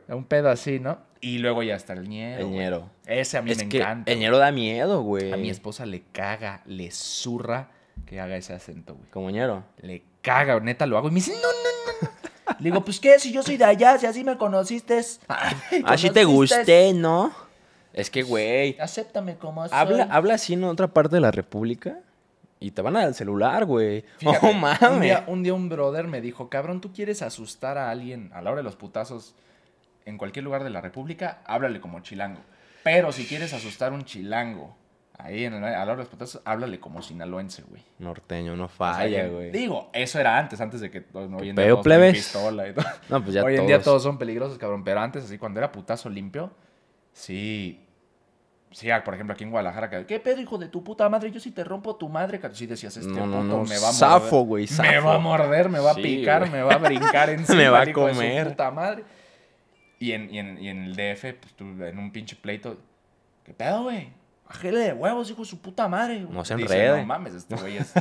[SPEAKER 1] Un pedo así, ¿no? Y luego ya está el ñero.
[SPEAKER 2] El
[SPEAKER 1] güey.
[SPEAKER 2] ñero.
[SPEAKER 1] Ese a mí
[SPEAKER 2] Es
[SPEAKER 1] me
[SPEAKER 2] que
[SPEAKER 1] encanta.
[SPEAKER 2] el ñero da miedo, güey.
[SPEAKER 1] güey. A mi esposa le caga, le zurra que haga ese acento, güey.
[SPEAKER 2] Como ñero.
[SPEAKER 1] Le caga, neta lo hago. Y me dice, no, no, no. no". Le digo, pues qué, si yo soy de allá, si así me conociste.
[SPEAKER 2] Así Ah, te
[SPEAKER 1] Conociste.
[SPEAKER 2] gusté, ¿no? Es que, güey.
[SPEAKER 1] Acéptame como soy.
[SPEAKER 2] Habla, habla así en otra parte de la república y te van al celular, güey.
[SPEAKER 1] Fíjate,
[SPEAKER 2] oh,
[SPEAKER 1] Un
[SPEAKER 2] mames.
[SPEAKER 1] día, un día un brother me dijo, cabrón, ¿tú quieres asustar a alguien a la hora de los putazos en cualquier lugar de la república? Háblale como chilango. Pero si quieres asustar a un chilango ahí en el- a la hora de los putazos, háblale como sinaloense, güey.
[SPEAKER 2] Norteño, no
[SPEAKER 1] O sea,
[SPEAKER 2] falla,
[SPEAKER 1] que-
[SPEAKER 2] güey.
[SPEAKER 1] Digo, eso era antes, antes de que hoy en día
[SPEAKER 2] Peo,
[SPEAKER 1] todos tienen
[SPEAKER 2] plebes.
[SPEAKER 1] pistola y todo.
[SPEAKER 2] No, pues ya
[SPEAKER 1] Hoy en
[SPEAKER 2] todos.
[SPEAKER 1] día todos son peligrosos, cabrón. Pero antes, así, cuando era putazo limpio, sí. Sí, ah, por ejemplo, aquí en Guadalajara, que, ¿qué pedo, hijo de tu puta madre? Yo si te rompo tu madre, cabrón". Sí decías, este
[SPEAKER 2] No, no,
[SPEAKER 1] puto
[SPEAKER 2] no,
[SPEAKER 1] me va a
[SPEAKER 2] zafo,
[SPEAKER 1] morder.
[SPEAKER 2] güey,
[SPEAKER 1] Me
[SPEAKER 2] zafo.
[SPEAKER 1] va a morder, me va a
[SPEAKER 2] Sí,
[SPEAKER 1] picar,
[SPEAKER 2] güey.
[SPEAKER 1] me va a brincar encima.
[SPEAKER 2] Me va a
[SPEAKER 1] el hijo de su
[SPEAKER 2] comer.
[SPEAKER 1] puta madre. Y en, y en- y en el DF, pues, tú, en un pinche pleito, ¿qué pedo, güey? Bájele de huevos, hijo de su puta madre. güey".
[SPEAKER 2] No se
[SPEAKER 1] Dice,
[SPEAKER 2] enrede.
[SPEAKER 1] No mames, este güey es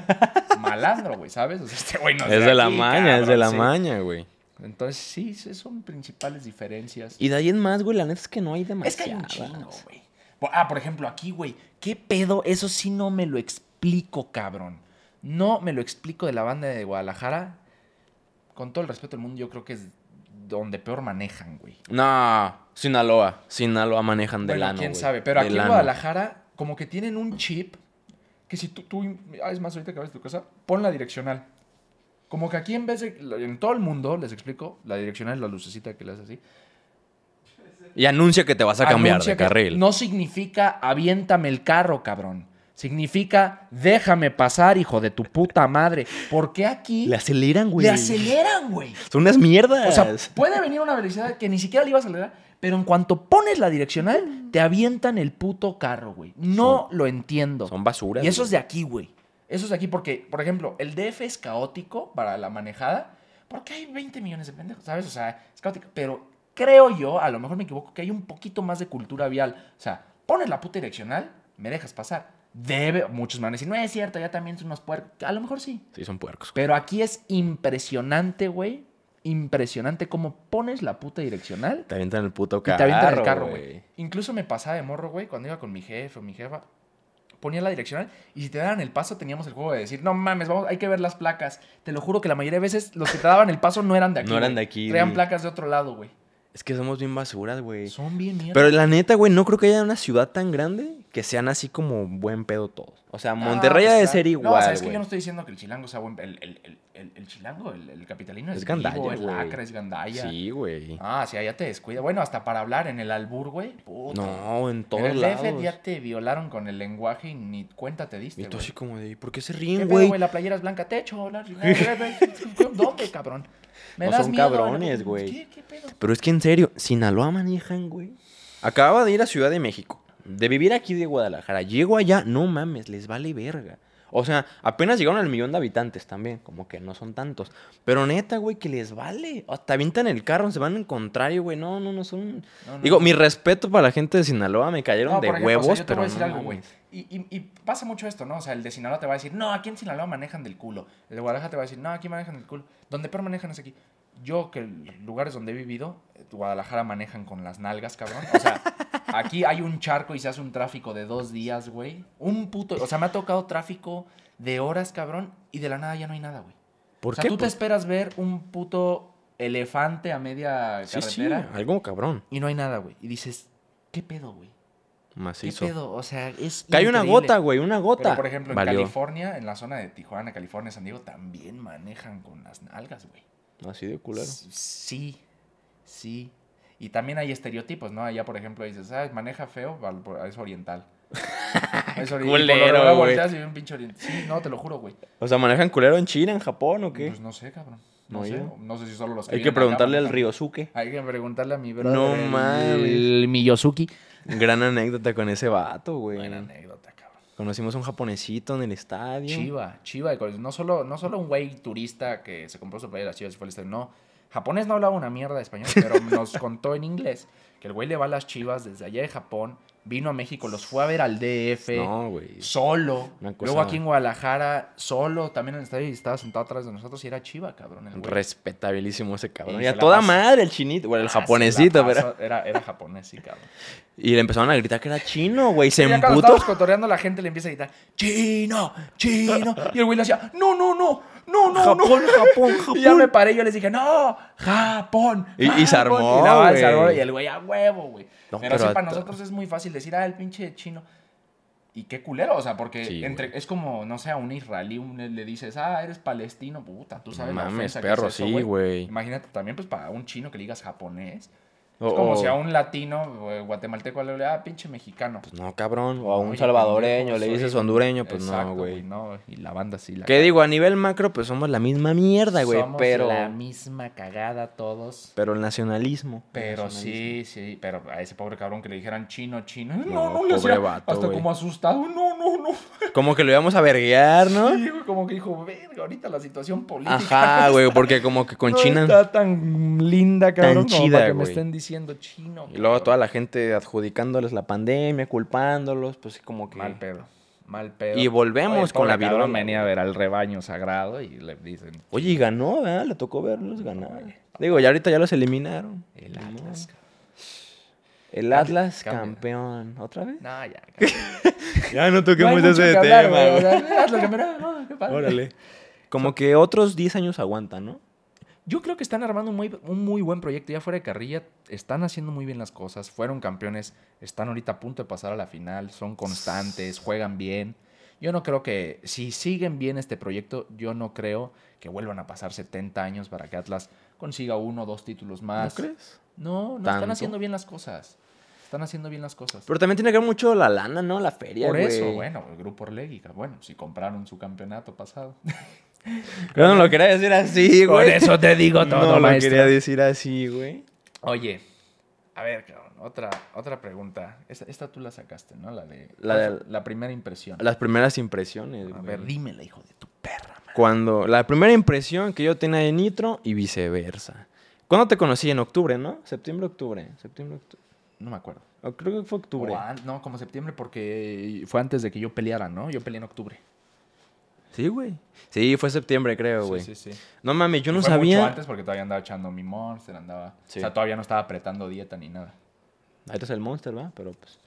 [SPEAKER 1] malandro, güey, ¿sabes? O sea, este güey no
[SPEAKER 2] Es de la
[SPEAKER 1] aquí,
[SPEAKER 2] maña, es de
[SPEAKER 1] cabrón,
[SPEAKER 2] la
[SPEAKER 1] sí.
[SPEAKER 2] maña, güey.
[SPEAKER 1] Entonces, sí, sí, son principales diferencias.
[SPEAKER 2] Y de ahí en más, güey, la neta es que no hay demasiadas.
[SPEAKER 1] es que hay un chingo, güey. Por- Ah, por ejemplo, aquí, güey. ¿Qué pedo? Eso sí no me lo explico, cabrón. No me lo explico de la banda de Guadalajara. Con todo el respeto del mundo, yo creo que es donde peor manejan, güey.
[SPEAKER 2] No, Sinaloa. Sinaloa manejan de
[SPEAKER 1] Bueno,
[SPEAKER 2] lano,
[SPEAKER 1] quién
[SPEAKER 2] güey.
[SPEAKER 1] sabe. Pero
[SPEAKER 2] De
[SPEAKER 1] aquí en
[SPEAKER 2] lano.
[SPEAKER 1] Guadalajara, como que tienen un chip que si tú, tú ah, es más, ahorita que vas a tu casa, pon la direccional. Como que aquí en vez de, en todo el mundo, les explico, la direccional es la lucecita que le hace así.
[SPEAKER 2] Y anuncia que te vas a cambiar
[SPEAKER 1] Anuncia
[SPEAKER 2] de
[SPEAKER 1] que
[SPEAKER 2] carril.
[SPEAKER 1] No significa aviéntame el carro, cabrón. Significa déjame pasar, hijo de tu puta madre. Porque aquí
[SPEAKER 2] Le aceleran, güey.
[SPEAKER 1] le aceleran, güey.
[SPEAKER 2] Son unas mierdas.
[SPEAKER 1] O sea, puede venir una velocidad que ni siquiera le iba a acelerar, pero en cuanto pones la direccional, te avientan el puto carro, güey. No lo entiendo.
[SPEAKER 2] son basuras.
[SPEAKER 1] Y eso es
[SPEAKER 2] güey.
[SPEAKER 1] de aquí, güey. Eso es de aquí porque, por ejemplo, el DF es caótico para la manejada porque hay 20 millones de pendejos, ¿sabes? O sea, es caótico. Pero creo yo, a lo mejor me equivoco, que hay un poquito más de cultura vial. O sea, pones la puta direccional, me dejas pasar. Debe, muchos me van a decir, no es cierto, ya también son unos puercos. A lo mejor sí.
[SPEAKER 2] Sí, son puercos.
[SPEAKER 1] Pero aquí es impresionante, güey. Impresionante cómo pones la puta direccional
[SPEAKER 2] Te avientan el puto
[SPEAKER 1] y
[SPEAKER 2] carro.
[SPEAKER 1] te avientan el carro, güey. Incluso me pasaba de morro, güey, cuando iba con mi jefe o mi jefa. Ponía la direccional y si te daban el paso teníamos el juego de decir, no mames, vamos, hay que ver las placas. Te lo juro que la mayoría de veces los que te daban el paso no eran de aquí.
[SPEAKER 2] No eran
[SPEAKER 1] güey.
[SPEAKER 2] de aquí,
[SPEAKER 1] Traían
[SPEAKER 2] güey.
[SPEAKER 1] placas de otro lado, güey.
[SPEAKER 2] Es que somos bien basuras, güey.
[SPEAKER 1] Son bien mierda.
[SPEAKER 2] Pero la neta, güey, no creo que haya una ciudad tan grande que sean así como buen pedo todos. O sea, Monterrey
[SPEAKER 1] Ah,
[SPEAKER 2] ha de
[SPEAKER 1] está-
[SPEAKER 2] ser igual,
[SPEAKER 1] No, o sea, es que
[SPEAKER 2] güey.
[SPEAKER 1] yo no estoy diciendo que el chilango sea buen... El, el- el- el- el chilango, el, el capitalino es,
[SPEAKER 2] Es gandalla,
[SPEAKER 1] vivo, es
[SPEAKER 2] güey.
[SPEAKER 1] lacra, es gandalla.
[SPEAKER 2] Sí, güey.
[SPEAKER 1] Ah, sí, allá te descuida. Bueno, hasta para hablar en el albur, güey. puta.
[SPEAKER 2] no, en
[SPEAKER 1] En
[SPEAKER 2] todos
[SPEAKER 1] el
[SPEAKER 2] lados.
[SPEAKER 1] DF ya te violaron con el lenguaje y ni cuenta te diste,
[SPEAKER 2] Y tú
[SPEAKER 1] güey.
[SPEAKER 2] así como de, ¿por qué se
[SPEAKER 1] ¿Qué
[SPEAKER 2] ríen,
[SPEAKER 1] pedo, güey?
[SPEAKER 2] güey?
[SPEAKER 1] La playera es blanca, techo. la- la- ¿Dónde, cabrón?
[SPEAKER 2] No son cabrones, güey.
[SPEAKER 1] pues, ¿Qué, qué pedo?
[SPEAKER 2] Pero es que en serio, Sinaloa manejan, güey. Acababa de ir a Ciudad de México. De vivir aquí de Guadalajara. Llego allá, no mames, les vale verga. O sea, apenas llegaron al millón de habitantes también, como que no son tantos. Pero neta, güey, que les vale. Hasta avientan el carro, se van en contrario, güey. No, no, no son.
[SPEAKER 1] No, no,
[SPEAKER 2] Digo,
[SPEAKER 1] no.
[SPEAKER 2] mi respeto para la gente de Sinaloa, me cayeron
[SPEAKER 1] No,
[SPEAKER 2] de
[SPEAKER 1] por ejemplo,
[SPEAKER 2] huevos,
[SPEAKER 1] o sea, yo te
[SPEAKER 2] pero.
[SPEAKER 1] voy a decir
[SPEAKER 2] no
[SPEAKER 1] algo, güey.
[SPEAKER 2] mames.
[SPEAKER 1] Y, y- y pasa mucho esto, ¿no? O sea, el de Sinaloa te va a decir, no, aquí en Sinaloa manejan del culo. El de Guadalajara te va a decir, no, aquí manejan del culo. Donde peor manejan es aquí. Yo, que el- lugares donde he vivido, eh, Guadalajara manejan con las nalgas, cabrón. O sea, aquí hay un charco y se hace un tráfico de dos días, güey. Un puto. O sea, me ha tocado tráfico de horas, cabrón, y de la nada ya no hay nada, güey.
[SPEAKER 2] ¿Por
[SPEAKER 1] o sea,
[SPEAKER 2] qué?
[SPEAKER 1] tú te
[SPEAKER 2] Pues,
[SPEAKER 1] esperas ver un puto elefante a media
[SPEAKER 2] sí, sí,
[SPEAKER 1] carretera
[SPEAKER 2] algo cabrón.
[SPEAKER 1] y no hay nada, güey. Y dices, ¿qué pedo, güey? ¿Qué
[SPEAKER 2] Macizo.
[SPEAKER 1] pedo? O sea, es.
[SPEAKER 2] Cae una
[SPEAKER 1] increíble.
[SPEAKER 2] gota, güey, una gota.
[SPEAKER 1] Pero, por ejemplo, en
[SPEAKER 2] Valió.
[SPEAKER 1] California, en la zona de Tijuana, California, San Diego, también manejan con las nalgas, güey.
[SPEAKER 2] Así de culero.
[SPEAKER 1] S- Sí, sí. Y también hay estereotipos, ¿no? Allá, por ejemplo, dices, ah, maneja feo, val- por- es oriental. es ori- y por lo
[SPEAKER 2] culero,
[SPEAKER 1] regular
[SPEAKER 2] güey.
[SPEAKER 1] volteas y ve un pinche oriental. Sí, no, te lo juro, güey.
[SPEAKER 2] O sea, ¿manejan culero en China, en Japón o qué?
[SPEAKER 1] Pues no sé, cabrón. No,
[SPEAKER 2] No,
[SPEAKER 1] sé.
[SPEAKER 2] yo.
[SPEAKER 1] No sé si solo los
[SPEAKER 2] Hay que
[SPEAKER 1] vienen acá
[SPEAKER 2] preguntarle al
[SPEAKER 1] manejan.
[SPEAKER 2] Ryosuke.
[SPEAKER 1] Hay que preguntarle a mi brother.
[SPEAKER 2] No
[SPEAKER 1] el-
[SPEAKER 2] mames.
[SPEAKER 1] El Miyosuki.
[SPEAKER 2] Gran anécdota con ese vato, güey.
[SPEAKER 1] Buena anécdota, cabrón.
[SPEAKER 2] Conocimos a un japonesito en el estadio.
[SPEAKER 1] Chiva, chiva. de corazón. No solo, no solo un güey turista que se compró su playera de las chivas y fue al estadio, no. Japonés no hablaba una mierda de español, pero nos contó en inglés que el güey le va a las chivas desde allá de Japón, vino a México, los fue a ver al DF
[SPEAKER 2] No, güey.
[SPEAKER 1] solo.
[SPEAKER 2] Una
[SPEAKER 1] Luego
[SPEAKER 2] cosa-
[SPEAKER 1] aquí en Guadalajara, solo, también en el estadio y estaba sentado atrás de nosotros y era chiva, cabrón. El güey.
[SPEAKER 2] Respetabilísimo ese cabrón.
[SPEAKER 1] Y
[SPEAKER 2] Y,
[SPEAKER 1] se
[SPEAKER 2] a
[SPEAKER 1] la
[SPEAKER 2] toda
[SPEAKER 1] pasó.
[SPEAKER 2] madre el chinito, güey, el
[SPEAKER 1] Ah, se la
[SPEAKER 2] japonesito, pero.
[SPEAKER 1] pasó. Era, era japonés, sí, cabrón.
[SPEAKER 2] Y le empezaron a gritar que era chino, güey. Se
[SPEAKER 1] Y ya cuando
[SPEAKER 2] emputó.
[SPEAKER 1] estábamos cotorreando, la gente le empieza a gritar, chino, chino. Y el güey le hacía, no, no, no, no, no, no.
[SPEAKER 2] Japón, Japón,
[SPEAKER 1] Y ya me
[SPEAKER 2] Japón.
[SPEAKER 1] paré y yo les dije, no, Japón.
[SPEAKER 2] Y- y se
[SPEAKER 1] Japón".
[SPEAKER 2] armó,
[SPEAKER 1] Y, la banda se
[SPEAKER 2] güey.
[SPEAKER 1] armó, y el güey, a huevo, güey.
[SPEAKER 2] No,
[SPEAKER 1] pero,
[SPEAKER 2] pero
[SPEAKER 1] sí, para
[SPEAKER 2] a-
[SPEAKER 1] nosotros es muy fácil decir, ah, el pinche chino. Y qué culero, o sea, porque
[SPEAKER 2] Sí,
[SPEAKER 1] entre, es como, no sé, a un israelí un- le, le dices, ah, eres palestino, puta, tú sabes la
[SPEAKER 2] Mames,
[SPEAKER 1] ofensa que
[SPEAKER 2] perro,
[SPEAKER 1] es eso,
[SPEAKER 2] sí, güey.
[SPEAKER 1] Imagínate también, pues, para un chino que le digas japonés.
[SPEAKER 2] O-
[SPEAKER 1] es como
[SPEAKER 2] o-
[SPEAKER 1] si a un latino güey, guatemalteco le digas, ah, pinche mexicano.
[SPEAKER 2] oh. Pues no, cabrón. O a un
[SPEAKER 1] Oye,
[SPEAKER 2] salvadoreño,
[SPEAKER 1] pendejo,
[SPEAKER 2] le
[SPEAKER 1] soy-
[SPEAKER 2] dices hondureño, pues
[SPEAKER 1] Exacto,
[SPEAKER 2] no, güey.
[SPEAKER 1] no, y la banda sí la
[SPEAKER 2] ¿Qué
[SPEAKER 1] caga.
[SPEAKER 2] digo? A nivel macro, pues somos la misma mierda, güey.
[SPEAKER 1] Somos
[SPEAKER 2] Pero.
[SPEAKER 1] la misma cagada todos.
[SPEAKER 2] Pero el nacionalismo. el
[SPEAKER 1] Pero
[SPEAKER 2] nacionalismo.
[SPEAKER 1] sí, sí, pero a ese pobre cabrón que le dijeran chino, chino. No,
[SPEAKER 2] No,
[SPEAKER 1] no, le
[SPEAKER 2] pobre
[SPEAKER 1] hacía
[SPEAKER 2] vato,
[SPEAKER 1] hasta
[SPEAKER 2] güey.
[SPEAKER 1] como asustado. No, no, no.
[SPEAKER 2] Como que lo íbamos a verguear, ¿no?
[SPEAKER 1] Sí, güey, como que dijo, verga, ahorita la situación política.
[SPEAKER 2] Ajá, güey, porque como que con
[SPEAKER 1] no
[SPEAKER 2] China.
[SPEAKER 1] Está tan linda, cabrón, como
[SPEAKER 2] chida,
[SPEAKER 1] para que me
[SPEAKER 2] güey.
[SPEAKER 1] estén diciendo chino.
[SPEAKER 2] Y luego toda
[SPEAKER 1] cabrón.
[SPEAKER 2] la gente adjudicándoles la pandemia, culpándolos, pues sí, como que.
[SPEAKER 1] Mal pedo, mal pedo.
[SPEAKER 2] Y volvemos
[SPEAKER 1] Oye,
[SPEAKER 2] con
[SPEAKER 1] pobre
[SPEAKER 2] la viruela,
[SPEAKER 1] cabrón venía a
[SPEAKER 2] güey.
[SPEAKER 1] ver al rebaño sagrado y le dicen.
[SPEAKER 2] Oye, y ganó, ¿verdad? Le tocó verlos ganar. Digo, ya ahorita ya los eliminaron.
[SPEAKER 1] El
[SPEAKER 2] Ni
[SPEAKER 1] Atlas,
[SPEAKER 2] modo.
[SPEAKER 1] cabrón.
[SPEAKER 2] El
[SPEAKER 1] Cambia-
[SPEAKER 2] Atlas
[SPEAKER 1] cambia.
[SPEAKER 2] campeón. ¿Otra vez?
[SPEAKER 1] No, ya, cabrón.
[SPEAKER 2] Ya no
[SPEAKER 1] No hay mucho que hablar, güey, o sea, hazlo que me da, no, qué padre.
[SPEAKER 2] Como que otros 10 años aguantan, ¿no?
[SPEAKER 1] Yo creo que están armando un muy, un muy buen proyecto ya fuera de carrilla. Están haciendo muy bien las cosas. Fueron campeones. Están ahorita a punto de pasar a la final. Son constantes. Juegan bien. Yo no creo que, si siguen bien este proyecto, yo no creo que vuelvan a pasar 70 años para que Atlas consiga uno o dos títulos
[SPEAKER 2] ¿No
[SPEAKER 1] más.
[SPEAKER 2] crees?
[SPEAKER 1] No, no están
[SPEAKER 2] ¿Tanto?
[SPEAKER 1] haciendo bien las cosas. Están haciendo bien las cosas.
[SPEAKER 2] Pero también tiene que ver mucho la lana, ¿no? La feria,
[SPEAKER 1] Por
[SPEAKER 2] güey.
[SPEAKER 1] eso, bueno, el grupo Orlegui, bueno, si compraron su campeonato pasado.
[SPEAKER 2] Yo no lo quería decir así,
[SPEAKER 1] Por
[SPEAKER 2] güey.
[SPEAKER 1] eso te digo todo,
[SPEAKER 2] No lo
[SPEAKER 1] maestro.
[SPEAKER 2] quería decir así, güey.
[SPEAKER 1] Oye, a ver, cabrón, otra, otra pregunta. Esta, esta tú la sacaste, ¿no? La de
[SPEAKER 2] La
[SPEAKER 1] ¿cuál
[SPEAKER 2] de-
[SPEAKER 1] fue la primera impresión.
[SPEAKER 2] Las primeras impresiones,
[SPEAKER 1] a
[SPEAKER 2] güey.
[SPEAKER 1] ver, dímela, hijo de tu perra. man.
[SPEAKER 2] Cuando la primera impresión que yo tenía de Nitro y viceversa. ¿Cuándo te conocí? En octubre, ¿no? Septiembre, octubre. Septiembre, octubre.
[SPEAKER 1] No me acuerdo.
[SPEAKER 2] O creo que fue octubre.
[SPEAKER 1] O an- no, como septiembre porque fue antes de que yo peleara, ¿no? Yo peleé en octubre.
[SPEAKER 2] Sí, güey. Sí, fue septiembre, creo, güey.
[SPEAKER 1] Sí, sí, sí.
[SPEAKER 2] No mames, yo no
[SPEAKER 1] Fue
[SPEAKER 2] sabía.
[SPEAKER 1] mucho antes porque todavía andaba echando mi monster, andaba...
[SPEAKER 2] Sí.
[SPEAKER 1] O sea, todavía no estaba apretando dieta ni nada.
[SPEAKER 2] Ahí es el Monster, ¿verdad? Pero pues.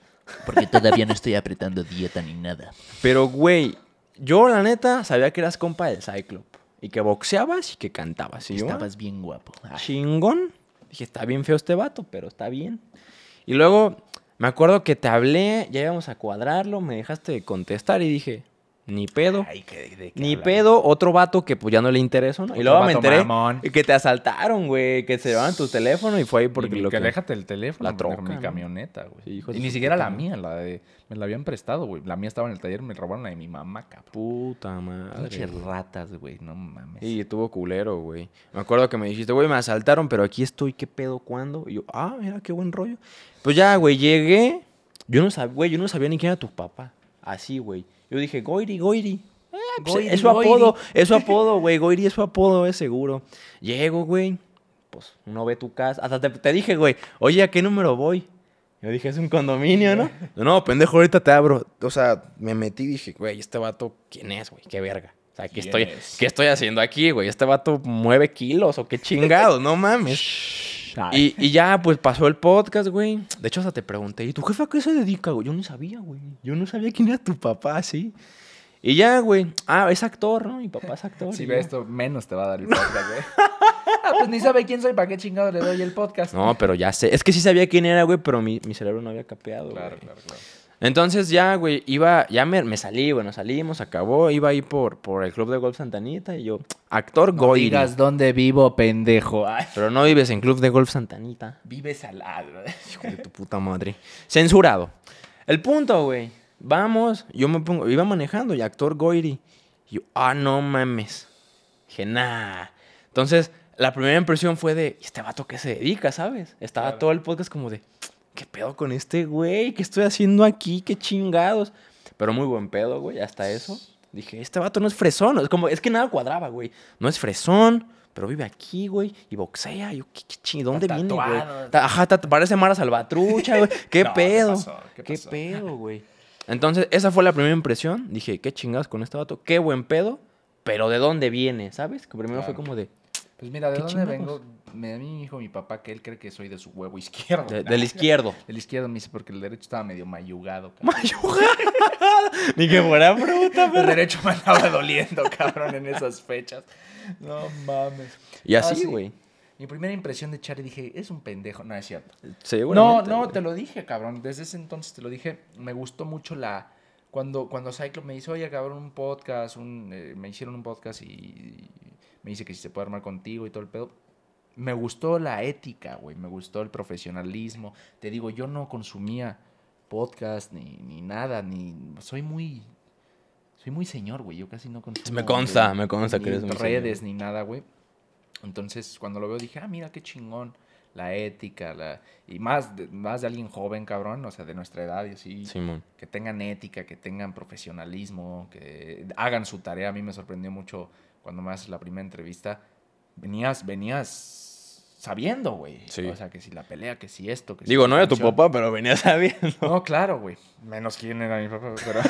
[SPEAKER 3] Porque todavía no estoy apretando dieta ni nada.
[SPEAKER 2] Pero, güey, yo la neta sabía que eras compa del Cyclop. Y que boxeabas y que cantabas. Y yo,
[SPEAKER 3] Estabas bien guapo.
[SPEAKER 2] ah, chingón. Dije, está bien feo este vato, pero está bien. Y luego me acuerdo que te hablé, ya íbamos a cuadrarlo, me dejaste de contestar y dije, ni pedo.
[SPEAKER 1] Ay, qué, de qué
[SPEAKER 2] Ni
[SPEAKER 1] hablan.
[SPEAKER 2] pedo, otro vato que pues ya no le interesó, ¿no? Y
[SPEAKER 1] Otro
[SPEAKER 2] luego me
[SPEAKER 1] vato
[SPEAKER 2] enteré
[SPEAKER 1] mamón.
[SPEAKER 2] que te asaltaron, güey, que se llevaron tu teléfono y fue ahí
[SPEAKER 1] Porque
[SPEAKER 2] porque lo que...
[SPEAKER 1] déjate el teléfono,
[SPEAKER 2] La
[SPEAKER 1] pendejo,
[SPEAKER 2] troca,
[SPEAKER 1] mi
[SPEAKER 2] ¿no?
[SPEAKER 1] camioneta, güey.
[SPEAKER 2] Sí, hijo
[SPEAKER 1] y
[SPEAKER 2] de
[SPEAKER 1] ni
[SPEAKER 2] su
[SPEAKER 1] siquiera
[SPEAKER 2] puta
[SPEAKER 1] la
[SPEAKER 2] madre.
[SPEAKER 1] mía, la de... Me la habían prestado, güey. La mía estaba en el taller, me robaron la de mi mamá, cabrón.
[SPEAKER 2] Puta madre.
[SPEAKER 1] Pinches ratas, güey, no mames.
[SPEAKER 2] Y tuvo culero, güey. Me acuerdo que me dijiste, güey, me asaltaron, pero aquí estoy, ¿qué pedo? ¿Cuándo? Y yo, ah, mira, qué buen rollo. Pues ya, güey, llegué. Yo no sabía, güey, yo no sabía ni quién era tu papá. Así, güey. Yo dije, Goiri, Goiri. Ah, pues,
[SPEAKER 1] Goiri,
[SPEAKER 2] es su
[SPEAKER 1] Goiri.
[SPEAKER 2] apodo, es su apodo, güey. Goiri es su apodo, es seguro. Llego, güey. Pues uno ve tu casa. Hasta te, te dije, güey, oye, ¿a qué número voy? Yo dije, es un condominio, ¿no? No, pendejo, ahorita te abro. O sea, me metí y dije, güey, este vato, ¿quién es, güey? Qué verga. O sea, ¿qué
[SPEAKER 1] ¿Quién
[SPEAKER 2] estoy,
[SPEAKER 1] es?
[SPEAKER 2] ¿qué estoy haciendo aquí, güey? Este vato mueve kilos o qué chingado, no mames. Y, y ya, pues pasó el podcast, güey. De hecho, hasta te pregunté, ¿y tu jefe a qué se dedica, güey? Yo no sabía, güey. Yo no sabía quién era tu papá, sí. Y ya, güey. Ah, es actor, ¿no? Mi papá es actor.
[SPEAKER 1] si
[SPEAKER 2] y
[SPEAKER 1] ve
[SPEAKER 2] ya.
[SPEAKER 1] esto, menos te va a dar el podcast, güey. ah, pues ni sabe quién soy, ¿para qué chingado le doy el podcast?
[SPEAKER 2] No, pero ya sé. Es que sí sabía quién era, güey, pero mi, mi cerebro no había capeado,
[SPEAKER 1] Claro,
[SPEAKER 2] güey.
[SPEAKER 1] claro, claro.
[SPEAKER 2] Entonces ya, güey, iba, ya me, me salí, bueno, salimos, acabó, iba ahí por, por el club de golf Santanita y yo, actor
[SPEAKER 1] No
[SPEAKER 2] Goiri.
[SPEAKER 1] digas dónde vivo, pendejo. Ay,
[SPEAKER 2] Pero no vives en club de golf Santanita.
[SPEAKER 1] vives al lado.
[SPEAKER 2] Hijo de tu puta madre. Censurado. El punto, güey. Vamos, yo me pongo, iba manejando y actor Goiri. Y yo, ah, no mames. Dije, nah. Entonces, la primera impresión fue de, "¿Y este vato que se dedica, ¿sabes? Estaba
[SPEAKER 1] Claro.
[SPEAKER 2] todo el podcast como de, ¿qué pedo con este güey? ¿Qué estoy haciendo aquí? ¿Qué chingados? Pero muy buen pedo, güey, hasta eso. Dije, este vato no es fresón. Es como, es que nada cuadraba, güey. No es fresón, pero vive aquí, güey. Y boxea. Yo, ¿qué, qué ching- ¿Dónde
[SPEAKER 1] Está
[SPEAKER 2] viene,
[SPEAKER 1] tatuado.
[SPEAKER 2] güey? Ta- Ajá, ta- parece Mara Salvatrucha, güey. ¿Qué
[SPEAKER 1] No, ¿qué
[SPEAKER 2] pedo?
[SPEAKER 1] pasó? ¿Qué
[SPEAKER 2] ¿Qué,
[SPEAKER 1] pasó?
[SPEAKER 2] pedo, güey? Entonces, esa fue la primera impresión. Dije, qué chingados con este vato. Qué buen pedo, pero ¿de dónde viene? ¿Sabes? Que primero fue
[SPEAKER 1] Claro.
[SPEAKER 2] como de,
[SPEAKER 1] Pues mira, ¿de
[SPEAKER 2] ¿Qué
[SPEAKER 1] dónde
[SPEAKER 2] chingados?
[SPEAKER 1] vengo? Me da mi hijo, mi papá, que él cree que soy de su huevo izquierdo.
[SPEAKER 2] de- del izquierdo.
[SPEAKER 1] Del izquierdo me dice porque el derecho estaba medio mayugado, cabrón.
[SPEAKER 2] Ni que fuera fruta,
[SPEAKER 1] El derecho me andaba doliendo, cabrón, en esas fechas. No mames.
[SPEAKER 2] Y
[SPEAKER 1] Ah,
[SPEAKER 2] así,
[SPEAKER 1] sí.
[SPEAKER 2] güey.
[SPEAKER 1] Mi primera impresión de Charlie dije, es un pendejo. No, es cierto. No,
[SPEAKER 2] Seguramente,
[SPEAKER 1] no,
[SPEAKER 2] güey.
[SPEAKER 1] te lo dije, cabrón. Desde ese entonces te lo dije. Me gustó mucho la... Cuando, cuando Cyclo me dice, oye, cabrón, un podcast, un, eh, me hicieron un podcast y me dice que si se puede armar contigo y todo el pedo. Me gustó la ética, güey. Me gustó el profesionalismo. Te digo, yo no consumía podcast ni, ni nada, ni... Soy muy... Soy muy señor, güey. Yo casi no consumo...
[SPEAKER 2] Me consta,
[SPEAKER 1] eh,
[SPEAKER 2] me consta que
[SPEAKER 1] ni
[SPEAKER 2] eres muy señor.
[SPEAKER 1] redes ni nada, güey. Entonces, cuando lo veo dije, ah, mira qué chingón. La ética, la... Y más de, más de alguien joven, cabrón, o sea, de nuestra edad y así.
[SPEAKER 2] Simón.
[SPEAKER 1] Que tengan ética, que tengan profesionalismo, que hagan su tarea. A mí me sorprendió mucho cuando me haces la primera entrevista. Venías, venías sabiendo, güey.
[SPEAKER 2] Sí.
[SPEAKER 1] O sea, que si la pelea, que si esto, que si
[SPEAKER 2] Digo,
[SPEAKER 1] la
[SPEAKER 2] no era tu
[SPEAKER 1] canción.
[SPEAKER 2] papá, pero venía sabiendo.
[SPEAKER 1] No, claro, güey. Menos quién era mi papá, pero.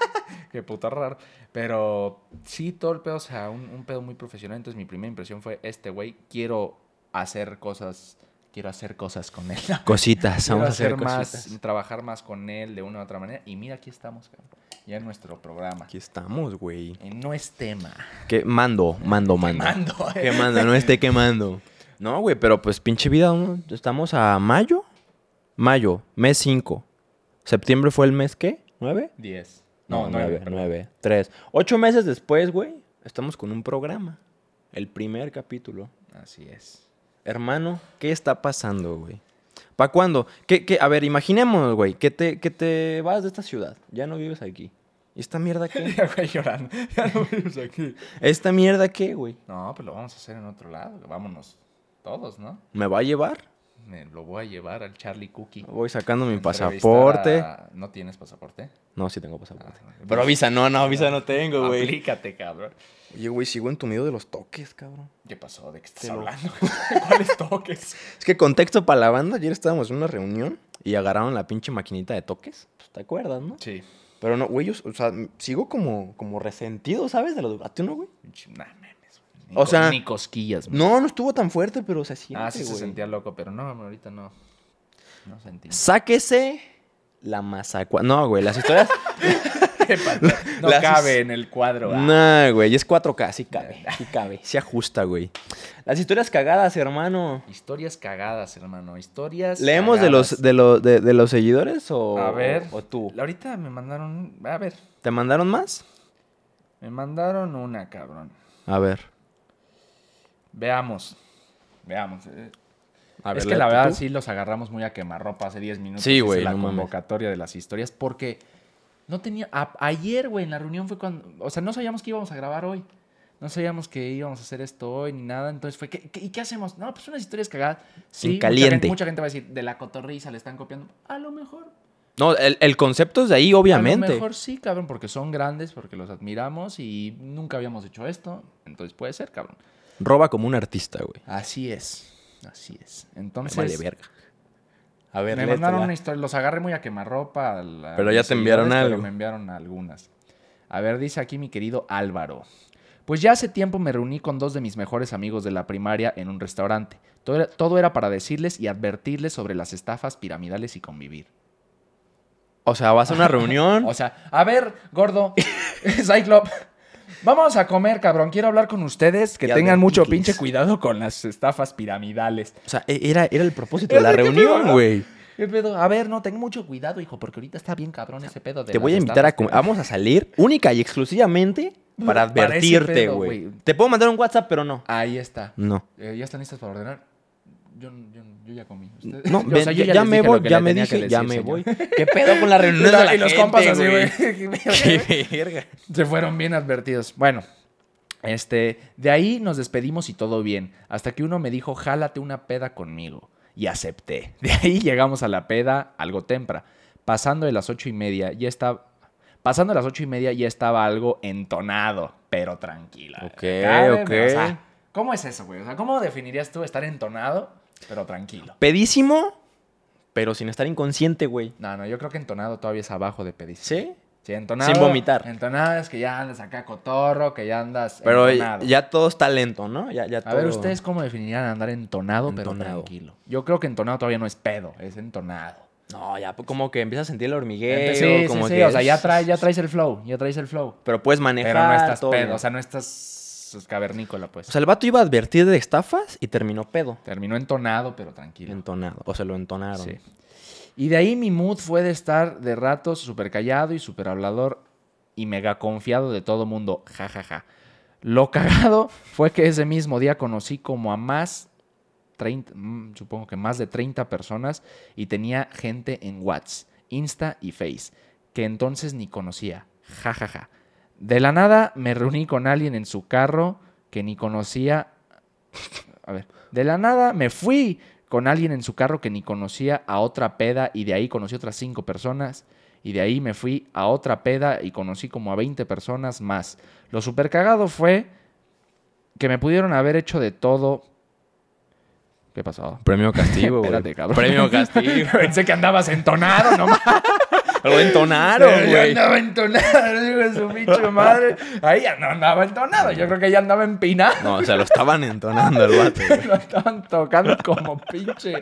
[SPEAKER 1] Qué puta raro. Pero sí, todo el pedo, o sea, un, un pedo muy profesional. Entonces, mi primera impresión fue: este güey, quiero hacer cosas. Quiero hacer cosas con él.
[SPEAKER 2] Cositas,
[SPEAKER 1] quiero
[SPEAKER 2] vamos a hacer,
[SPEAKER 1] más,
[SPEAKER 2] cositas.
[SPEAKER 1] trabajar más con él de una u otra manera. Y mira, aquí estamos, cabrón. Ya en nuestro programa.
[SPEAKER 2] Aquí estamos, güey.
[SPEAKER 1] Eh, No es tema.
[SPEAKER 2] Que mando, mando, mando.
[SPEAKER 1] Mando. eh.
[SPEAKER 2] Quemando, no esté quemando. No, güey, pero pues pinche vida, ¿no? estamos a mayo. Mayo, mes 5. Septiembre fue el mes qué? ¿9?
[SPEAKER 1] Diez. No, nueve. perdón.
[SPEAKER 2] 9, 3. Ocho meses después, güey, estamos con un programa. El primer capítulo.
[SPEAKER 1] Así es.
[SPEAKER 2] Hermano, ¿qué está pasando, güey? ¿Para cuándo? ¿Qué, qué? A ver, imaginemos, güey, que te, que te vas de esta ciudad. Ya no vives aquí. ¿Y esta mierda qué?
[SPEAKER 1] Ya, güey, llorando. Ya no vivimos aquí.
[SPEAKER 2] ¿Esta mierda qué, güey?
[SPEAKER 1] No, pues lo vamos a hacer en otro lado. Vámonos todos, ¿no?
[SPEAKER 2] ¿Me va a llevar?
[SPEAKER 1] Me lo voy a llevar al Charlie Cookie.
[SPEAKER 2] Voy sacando mi
[SPEAKER 1] Entrevistar
[SPEAKER 2] pasaporte.
[SPEAKER 1] a- ¿No tienes pasaporte?
[SPEAKER 2] No, sí tengo pasaporte.
[SPEAKER 1] Ah,
[SPEAKER 2] Pero visa no, no, visa no tengo, güey.
[SPEAKER 1] Aplícate, cabrón.
[SPEAKER 2] Oye, güey, sigo entumido de los toques, cabrón.
[SPEAKER 1] ¿Qué pasó? ¿De qué estás
[SPEAKER 2] Te lo-
[SPEAKER 1] hablando? ¿Cuáles toques?
[SPEAKER 2] Es que contexto para la banda, ayer estábamos en una reunión y agarraron la pinche maquinita de toques. Pues, ¿Te acuerdas, no?
[SPEAKER 1] Sí.
[SPEAKER 2] Pero no, güey, yo, o sea, m- sigo como, como resentido, ¿sabes? De lo de... ¿A ti no, güey?
[SPEAKER 1] Nah, mames, güey. Ni
[SPEAKER 2] O
[SPEAKER 1] cos-
[SPEAKER 2] sea-
[SPEAKER 1] Ni cosquillas, güey.
[SPEAKER 2] No, no estuvo tan fuerte, pero se siente,
[SPEAKER 1] ah, sí se
[SPEAKER 2] güey.
[SPEAKER 1] sentía loco, pero no, ahorita no. No sentí.
[SPEAKER 2] Sáquese la masacua... No, güey, las historias...
[SPEAKER 1] no
[SPEAKER 2] las-
[SPEAKER 1] cabe en el cuadro. ah.
[SPEAKER 2] no, güey, y es 4K, sí cabe, sí cabe, se ajusta, güey. Las historias cagadas, hermano.
[SPEAKER 1] Historias cagadas, hermano. Historias.
[SPEAKER 2] ¿Leemos de
[SPEAKER 1] cagadas.
[SPEAKER 2] los, de, los, de, de los seguidores o,
[SPEAKER 1] A ver.
[SPEAKER 2] o tú?
[SPEAKER 1] Ahorita me mandaron. A ver.
[SPEAKER 2] ¿Te mandaron más?
[SPEAKER 1] Me mandaron una, cabrón.
[SPEAKER 2] A ver.
[SPEAKER 1] Veamos. Veamos. eh.
[SPEAKER 2] A ver
[SPEAKER 1] es que la
[SPEAKER 2] léete
[SPEAKER 1] verdad
[SPEAKER 2] tú.
[SPEAKER 1] sí los agarramos muy a quemarropa hace 10 minutos.
[SPEAKER 2] Sí,
[SPEAKER 1] hice
[SPEAKER 2] güey,
[SPEAKER 1] La
[SPEAKER 2] no mames.
[SPEAKER 1] convocatoria de las historias porque no tenía... a- ayer, güey, en la reunión fue cuando... O sea, no sabíamos que íbamos a grabar hoy. No sabíamos que íbamos a hacer esto hoy ni nada. Entonces fue, ¿qué, qué- y qué hacemos? No, pues unas historias cagadas. Sí, mucha
[SPEAKER 2] caliente.
[SPEAKER 1] gente- Mucha gente, va a decir, de la cotorriza le están copiando. A lo mejor.
[SPEAKER 2] No, el, el concepto es de ahí,
[SPEAKER 1] A
[SPEAKER 2] obviamente.
[SPEAKER 1] lo mejor sí, cabrón, porque son grandes, porque los admiramos y nunca habíamos hecho esto. Entonces puede ser, cabrón.
[SPEAKER 2] Roba como un artista, güey.
[SPEAKER 1] Así es. Así es.
[SPEAKER 2] Me
[SPEAKER 1] Entonces...
[SPEAKER 2] Vale verga. A ver,
[SPEAKER 1] me
[SPEAKER 2] léetela.
[SPEAKER 1] mandaron una historia, los agarré muy a quemarropa. a la-
[SPEAKER 2] Pero ya
[SPEAKER 1] mis
[SPEAKER 2] te enviaron
[SPEAKER 1] seguidores, pero
[SPEAKER 2] algo.
[SPEAKER 1] Me enviaron algunas. A ver, dice aquí mi querido Álvaro. Pues ya hace tiempo me reuní con dos de mis mejores amigos de la primaria en un restaurante. Todo era, todo era para decirles y advertirles sobre las estafas piramidales y convivir.
[SPEAKER 2] O sea, vas a una reunión.
[SPEAKER 1] O sea, a ver, gordo, Cyclop, vamos a comer, cabrón. Quiero hablar con ustedes, que
[SPEAKER 2] Y
[SPEAKER 1] tengan mucho
[SPEAKER 2] advertirles.
[SPEAKER 1] pinche cuidado con las estafas piramidales.
[SPEAKER 2] O sea, e- era, era el propósito de la
[SPEAKER 1] Así que,
[SPEAKER 2] reunión,
[SPEAKER 1] pero-
[SPEAKER 2] güey.
[SPEAKER 1] ¿Qué pedo? A ver, no, ten mucho cuidado, hijo, porque ahorita está bien cabrón ese pedo. De
[SPEAKER 2] Te
[SPEAKER 1] las
[SPEAKER 2] voy a invitar a
[SPEAKER 1] estafas.
[SPEAKER 2] comer. pues, Vamos a salir única y exclusivamente para
[SPEAKER 1] Para ese
[SPEAKER 2] advertirte,
[SPEAKER 1] pedo,
[SPEAKER 2] güey.
[SPEAKER 1] güey.
[SPEAKER 2] Te puedo mandar un WhatsApp, pero no.
[SPEAKER 1] Ahí está.
[SPEAKER 2] No.
[SPEAKER 1] Eh, ¿Ya están listas para ordenar? Yo, yo, yo ya comí. Ustedes-
[SPEAKER 2] No,
[SPEAKER 1] O
[SPEAKER 2] ven,
[SPEAKER 1] sea, yo
[SPEAKER 2] ya,
[SPEAKER 1] les
[SPEAKER 2] ya me
[SPEAKER 1] dije
[SPEAKER 2] voy,
[SPEAKER 1] lo que
[SPEAKER 2] ya
[SPEAKER 1] le
[SPEAKER 2] me
[SPEAKER 1] tenía que
[SPEAKER 2] dije, ya
[SPEAKER 1] decir,
[SPEAKER 2] me
[SPEAKER 1] señor.
[SPEAKER 2] voy. ¿Qué pedo con la reunión de la
[SPEAKER 1] y los compas así, güey.
[SPEAKER 2] Qué verga.
[SPEAKER 1] Se fueron bien advertidos. Bueno, este, de ahí nos despedimos y todo bien. Hasta que uno me dijo, jálate una peda conmigo. Y acepté. De ahí llegamos a la peda algo temprano. Pasando de las ocho y media, ya estaba. Pasando de las ocho y media ya estaba algo entonado, pero tranquila.
[SPEAKER 2] Ok,
[SPEAKER 1] Cabe-
[SPEAKER 2] ok.
[SPEAKER 1] O sea, ¿cómo es eso, güey? O sea, ¿cómo definirías tú estar entonado, pero tranquilo?
[SPEAKER 2] Pedísimo, pero sin estar inconsciente, güey.
[SPEAKER 1] No, no, yo creo que entonado todavía es abajo de pedísimo.
[SPEAKER 2] ¿Sí?
[SPEAKER 1] Sí, entonado.
[SPEAKER 2] Sin vomitar.
[SPEAKER 1] Entonado es que ya andas acá cotorro, que ya andas
[SPEAKER 2] Pero
[SPEAKER 1] entonado.
[SPEAKER 2] ya todo está lento, ¿no? Ya, ya
[SPEAKER 1] A ver,
[SPEAKER 2] todo-
[SPEAKER 1] ¿ustedes cómo definirían andar entonado, pero
[SPEAKER 2] Entonado.
[SPEAKER 1] tranquilo? Yo creo que entonado todavía no es pedo, es entonado.
[SPEAKER 2] No, ya pues, como que empiezas a sentir el hormigueo.
[SPEAKER 1] Ente- sí,
[SPEAKER 2] Eh, como
[SPEAKER 1] sí, sí,
[SPEAKER 2] que-
[SPEAKER 1] o sea, ya, trae- ya traes el flow, ya traes el flow.
[SPEAKER 2] Pero puedes manejar.
[SPEAKER 1] Pero no estás
[SPEAKER 2] todo
[SPEAKER 1] pedo,
[SPEAKER 2] bien.
[SPEAKER 1] o sea, no estás cavernícola, pues.
[SPEAKER 2] el vato iba a advertir de estafas y terminó pedo.
[SPEAKER 1] Terminó entonado, pero tranquilo.
[SPEAKER 2] Entonado. O se lo entonaron.
[SPEAKER 1] Sí. Y de ahí mi mood fue de estar de ratos súper callado y súper hablador y mega confiado de todo mundo. Ja, ja, ja. Lo cagado fue que ese mismo día conocí como a más, 30, mm, supongo que más de 30 personas y tenía gente en WhatsApp, Insta y Face, que entonces ni conocía. Ja, ja, ja. De la nada me reuní con alguien en su carro que ni conocía a ver. De la nada me fui con alguien en su carro que ni conocía a otra peda y de ahí conocí otras cinco personas. Y de ahí me fui a otra peda y conocí como a 20 personas más. Lo super cagado fue que me pudieron haber hecho de todo. ¿Qué pasó?
[SPEAKER 2] Premio castigo, güey.
[SPEAKER 1] Espérate, cabrón.
[SPEAKER 2] Premio castigo.
[SPEAKER 1] Pensé que andabas entonado, nomás.
[SPEAKER 2] lo entonaron,
[SPEAKER 1] Yo
[SPEAKER 2] güey.
[SPEAKER 1] andaba entonado, hijo de su bicho madre. Ahí ya no andaba entonado. Yo creo que ya andaba empinado.
[SPEAKER 2] No, o sea, lo estaban entonando el vato. güey.
[SPEAKER 1] Lo estaban tocando como pinche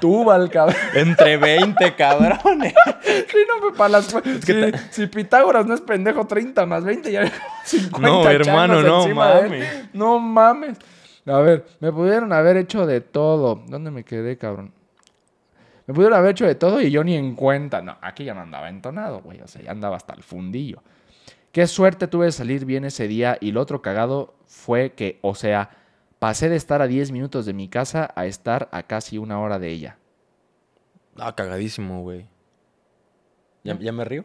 [SPEAKER 1] tuba al cabrón.
[SPEAKER 2] Entre 20 cabrones.
[SPEAKER 1] Sí, no, pues, para las- si, si Pitágoras no es pendejo, 30 más 20 ya 50
[SPEAKER 2] No, hermano,
[SPEAKER 1] changos
[SPEAKER 2] no
[SPEAKER 1] encima de él.
[SPEAKER 2] mames.
[SPEAKER 1] No mames. A ver, me pudieron haber hecho de todo. ¿Dónde me quedé, cabrón? Me pudieron haber hecho de todo y yo ni en cuenta. No, aquí ya no andaba entonado, güey. O sea, ya andaba hasta el fundillo. Qué suerte tuve de salir bien ese día y lo otro cagado fue que, o sea, pasé de estar a 10 minutos de mi casa a estar a casi una hora de ella.
[SPEAKER 2] Ah, cagadísimo, güey. ¿Ya, ya me río?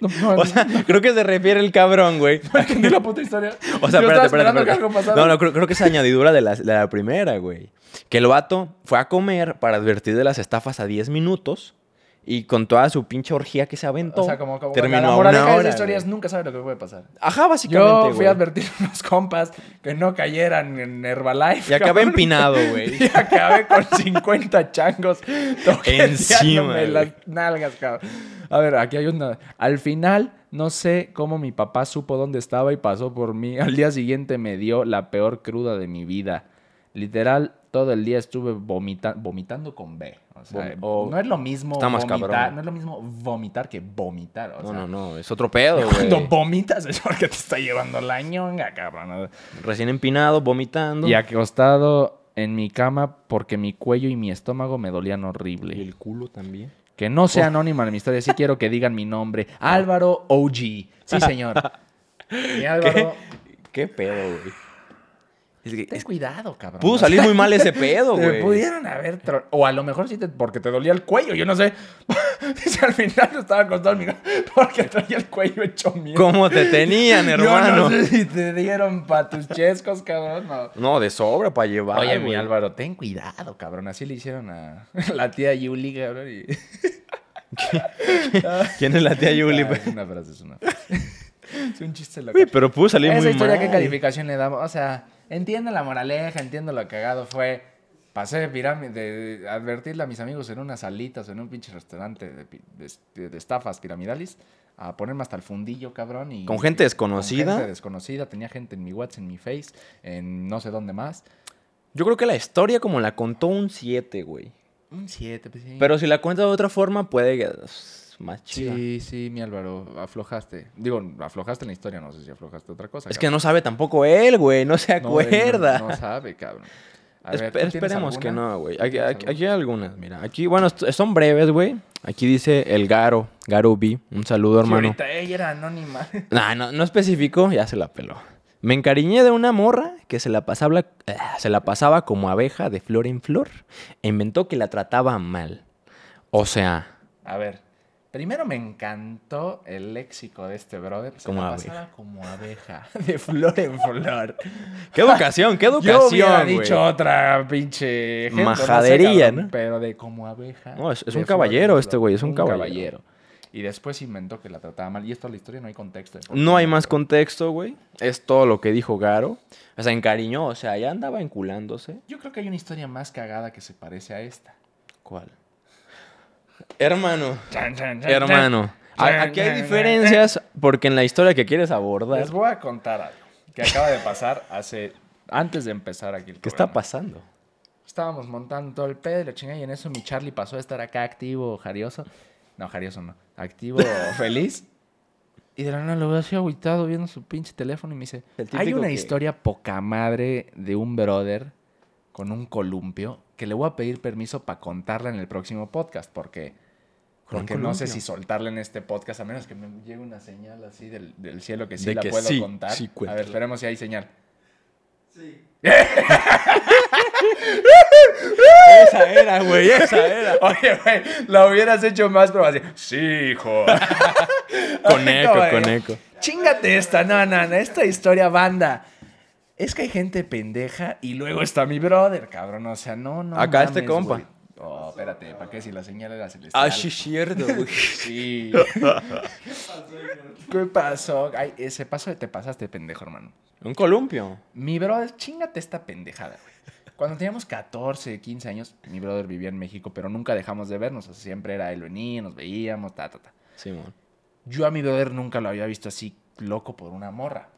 [SPEAKER 1] No, no,
[SPEAKER 2] O sea, creo que se refiere el cabrón, güey.
[SPEAKER 1] no entendí la puta historia.
[SPEAKER 2] O sea,
[SPEAKER 1] Yo estaba
[SPEAKER 2] espérate, espérate,
[SPEAKER 1] esperando que
[SPEAKER 2] espérate.
[SPEAKER 1] algo pasara.
[SPEAKER 2] No, no, creo, creo que es añadidura de la, de la primera, güey. Que el vato fue a comer para advertir de las estafas a 10 minutos y con toda su pinche orgía que se aventó,
[SPEAKER 1] O sea, como, como
[SPEAKER 2] terminó
[SPEAKER 1] la
[SPEAKER 2] a
[SPEAKER 1] moraleja
[SPEAKER 2] una
[SPEAKER 1] de
[SPEAKER 2] hora.
[SPEAKER 1] esa historia
[SPEAKER 2] güey.
[SPEAKER 1] es nunca sabes lo que puede pasar.
[SPEAKER 2] Ajá, básicamente,
[SPEAKER 1] Yo fui
[SPEAKER 2] güey.
[SPEAKER 1] a advertir a unos compas que no cayeran en Herbalife.
[SPEAKER 2] Y acabé
[SPEAKER 1] cabrón.
[SPEAKER 2] empinado, güey.
[SPEAKER 1] Y acabé con 50 changos
[SPEAKER 2] Encima,
[SPEAKER 1] toqueteándome
[SPEAKER 2] güey.
[SPEAKER 1] las nalgas, cabrón. A ver, aquí hay una. Al final, no sé cómo mi papá supo dónde estaba y pasó por mí. Al día siguiente me dio la peor cruda de mi vida. Literal, todo el día estuve vomita- vomitando con B. O sea,
[SPEAKER 2] Vom- o-
[SPEAKER 1] no es lo mismo
[SPEAKER 2] Está más
[SPEAKER 1] vomitar-
[SPEAKER 2] cabrón.
[SPEAKER 1] no es lo mismo vomitar que vomitar. O
[SPEAKER 2] No,
[SPEAKER 1] sea,
[SPEAKER 2] no, no, es otro pedo,
[SPEAKER 1] cuando
[SPEAKER 2] güey.
[SPEAKER 1] vomitas es porque te está llevando la ñonga, cabrón.
[SPEAKER 2] Recién empinado, vomitando.
[SPEAKER 1] Y acostado en mi cama porque mi cuello y mi estómago me dolían
[SPEAKER 2] Y
[SPEAKER 1] horrible.
[SPEAKER 2] el culo también.
[SPEAKER 1] Que no
[SPEAKER 2] Oh.
[SPEAKER 1] sea anónima en mi historia, sí quiero que digan mi nombre. Álvaro OG. Sí, señor. Mi Álvaro,
[SPEAKER 2] ¿Qué pedo, güey? Es que-
[SPEAKER 1] ten
[SPEAKER 2] es-
[SPEAKER 1] cuidado, cabrón.
[SPEAKER 2] pudo salir muy mal ese pedo,
[SPEAKER 1] Te
[SPEAKER 2] güey.
[SPEAKER 1] pudieron haber... tro- O a lo mejor sí te- porque te dolía el cuello, yo no sé. si al final no estaba acostado en mi cama porque traía el cuello hecho mierda.
[SPEAKER 2] ¿Cómo te tenían,
[SPEAKER 1] Yo no
[SPEAKER 2] hermano?
[SPEAKER 1] sé si te dieron pa' tus chescos, cabrón. no.
[SPEAKER 2] No, de sobra para llevar.
[SPEAKER 1] Oye, mi
[SPEAKER 2] güey.
[SPEAKER 1] Álvaro, ten cuidado, cabrón. Así le hicieron a la tía Yuli, cabrón. y-
[SPEAKER 2] ¿Quién es la tía Yuli? pues.
[SPEAKER 1] Ah, es una frase, es una frase. es un chiste loco.
[SPEAKER 2] Güey, pero pudo salir
[SPEAKER 1] Esa
[SPEAKER 2] muy
[SPEAKER 1] historia,
[SPEAKER 2] mal.
[SPEAKER 1] ¿qué calificación le damos? O sea, entiendo la moraleja, entiendo lo cagado fue. Pasé de pirámide, de de advertirle a mis amigos en unas salitas, en un pinche restaurante de, pi- de est- de estafas piramidales, a ponerme hasta el fundillo, cabrón. Y,
[SPEAKER 2] Con gente desconocida.
[SPEAKER 1] Con gente desconocida, tenía gente en mi WhatsApp, en mi Face, en no sé dónde más.
[SPEAKER 2] Yo creo que la historia como la contó un 7, güey.
[SPEAKER 1] Un 7, pues sí.
[SPEAKER 2] Pero si la cuenta de otra forma puede que es más chida.
[SPEAKER 1] Sí, sí, mi Álvaro, aflojaste. Digo, aflojaste en la historia, no sé si aflojaste otra cosa.
[SPEAKER 2] Es que no sabe tampoco él, güey. No se
[SPEAKER 1] cabrón. No, él no-
[SPEAKER 2] acuerda.
[SPEAKER 1] No, sabe, cabrón. A ver, ¿tú
[SPEAKER 2] Espe-
[SPEAKER 1] tienes
[SPEAKER 2] esperemos
[SPEAKER 1] alguna?
[SPEAKER 2] que no, güey.
[SPEAKER 1] ¿Tú
[SPEAKER 2] Aquí,
[SPEAKER 1] tienes
[SPEAKER 2] aquí-
[SPEAKER 1] alguna?
[SPEAKER 2] aquí hay algunas, mira. Aquí, bueno, est- son breves, güey. Aquí dice el Garo, Garo B. Un saludo,
[SPEAKER 1] Sí,
[SPEAKER 2] hermano.
[SPEAKER 1] ahorita ella era anónima.
[SPEAKER 2] Nah, no, no especifico, ya se la peló. Me encariñé de una morra que se la, pasaba, eh, se la pasaba como abeja de flor en flor. E inventó que la trataba mal. O sea,
[SPEAKER 1] A ver. Primero me encantó el léxico de este brother. Se
[SPEAKER 2] Como
[SPEAKER 1] la
[SPEAKER 2] abeja.
[SPEAKER 1] pasaba como abeja. De flor en flor.
[SPEAKER 2] qué educación, qué
[SPEAKER 1] Yo hubiera
[SPEAKER 2] educación, güey.
[SPEAKER 1] dicho otra pinche... gente, no sé,
[SPEAKER 2] Majadería,
[SPEAKER 1] cabrón,
[SPEAKER 2] ¿no?
[SPEAKER 1] Pero de como abeja.
[SPEAKER 2] No, es- es
[SPEAKER 1] de
[SPEAKER 2] un
[SPEAKER 1] flor
[SPEAKER 2] caballero
[SPEAKER 1] en flor.
[SPEAKER 2] este güey, es un caballero.
[SPEAKER 1] Y después inventó que la trataba mal. Y esto la historia no hay contexto. de por qué
[SPEAKER 2] No hay más
[SPEAKER 1] inventó.
[SPEAKER 2] contexto, güey. Es todo lo que dijo Garo. O sea, encariñó, o sea, ya andaba enculándose.
[SPEAKER 1] Yo creo que hay una historia más cagada que se parece a esta.
[SPEAKER 2] ¿Cuál? Hermano.
[SPEAKER 1] Chan, chan, chan,
[SPEAKER 2] Hermano. a-
[SPEAKER 1] chan,
[SPEAKER 2] Aquí hay
[SPEAKER 1] chan,
[SPEAKER 2] diferencias porque en la historia que quieres
[SPEAKER 1] chan.
[SPEAKER 2] abordar.
[SPEAKER 1] Les voy a contar algo que acaba de pasar hace... Antes de empezar aquí el
[SPEAKER 2] ¿Qué está
[SPEAKER 1] programa.
[SPEAKER 2] pasando?
[SPEAKER 1] Estábamos montando todo el pedo y la chingada, y en eso mi Charlie pasó a estar acá activo, jarioso. No, jarioso no. Activo, feliz. Y de la nada lo veo así agüitado viendo su pinche teléfono y me dice:
[SPEAKER 2] El típico
[SPEAKER 1] Hay una
[SPEAKER 2] que-
[SPEAKER 1] historia poca madre de un brother con un columpio que le voy a pedir permiso para contarla en el próximo podcast, porque.
[SPEAKER 2] ¿Con un
[SPEAKER 1] Porque no sé
[SPEAKER 2] columpio?
[SPEAKER 1] si soltarla en este podcast, a menos que me llegue una señal así del, del cielo que sí
[SPEAKER 2] De
[SPEAKER 1] la
[SPEAKER 2] que
[SPEAKER 1] puedo
[SPEAKER 2] sí,
[SPEAKER 1] contar.
[SPEAKER 2] sí,
[SPEAKER 1] a
[SPEAKER 2] cuéntala.
[SPEAKER 1] ver, esperemos si hay señal.
[SPEAKER 2] Esa era, güey, esa era.
[SPEAKER 1] Oye, güey, la hubieras hecho más, pero así, sí, hijo.
[SPEAKER 2] Con eco,
[SPEAKER 1] Como
[SPEAKER 2] con
[SPEAKER 1] digo,
[SPEAKER 2] eco.
[SPEAKER 1] Chingate esta, no, no, no, esta historia banda. Es que hay gente pendeja y luego está mi brother, cabrón, o sea, no, no.
[SPEAKER 2] Acá este compa.
[SPEAKER 1] güey. Oh, espérate, ¿para qué si la señal era celestial?
[SPEAKER 2] Ah, sí, cierto, güey.
[SPEAKER 1] Sí. ¿Qué pasó? Ay, ese paso te pasaste, pendejo, hermano.
[SPEAKER 2] Un columpio.
[SPEAKER 1] Mi brother, chingate esta pendejada, güey. Cuando teníamos 14, 15 años, mi brother vivía en México, pero nunca dejamos de vernos. O sea, siempre era él venía, nos veíamos, ta, ta, ta.
[SPEAKER 2] Simón.
[SPEAKER 1] Yo a mi brother nunca lo había visto así loco por una morra.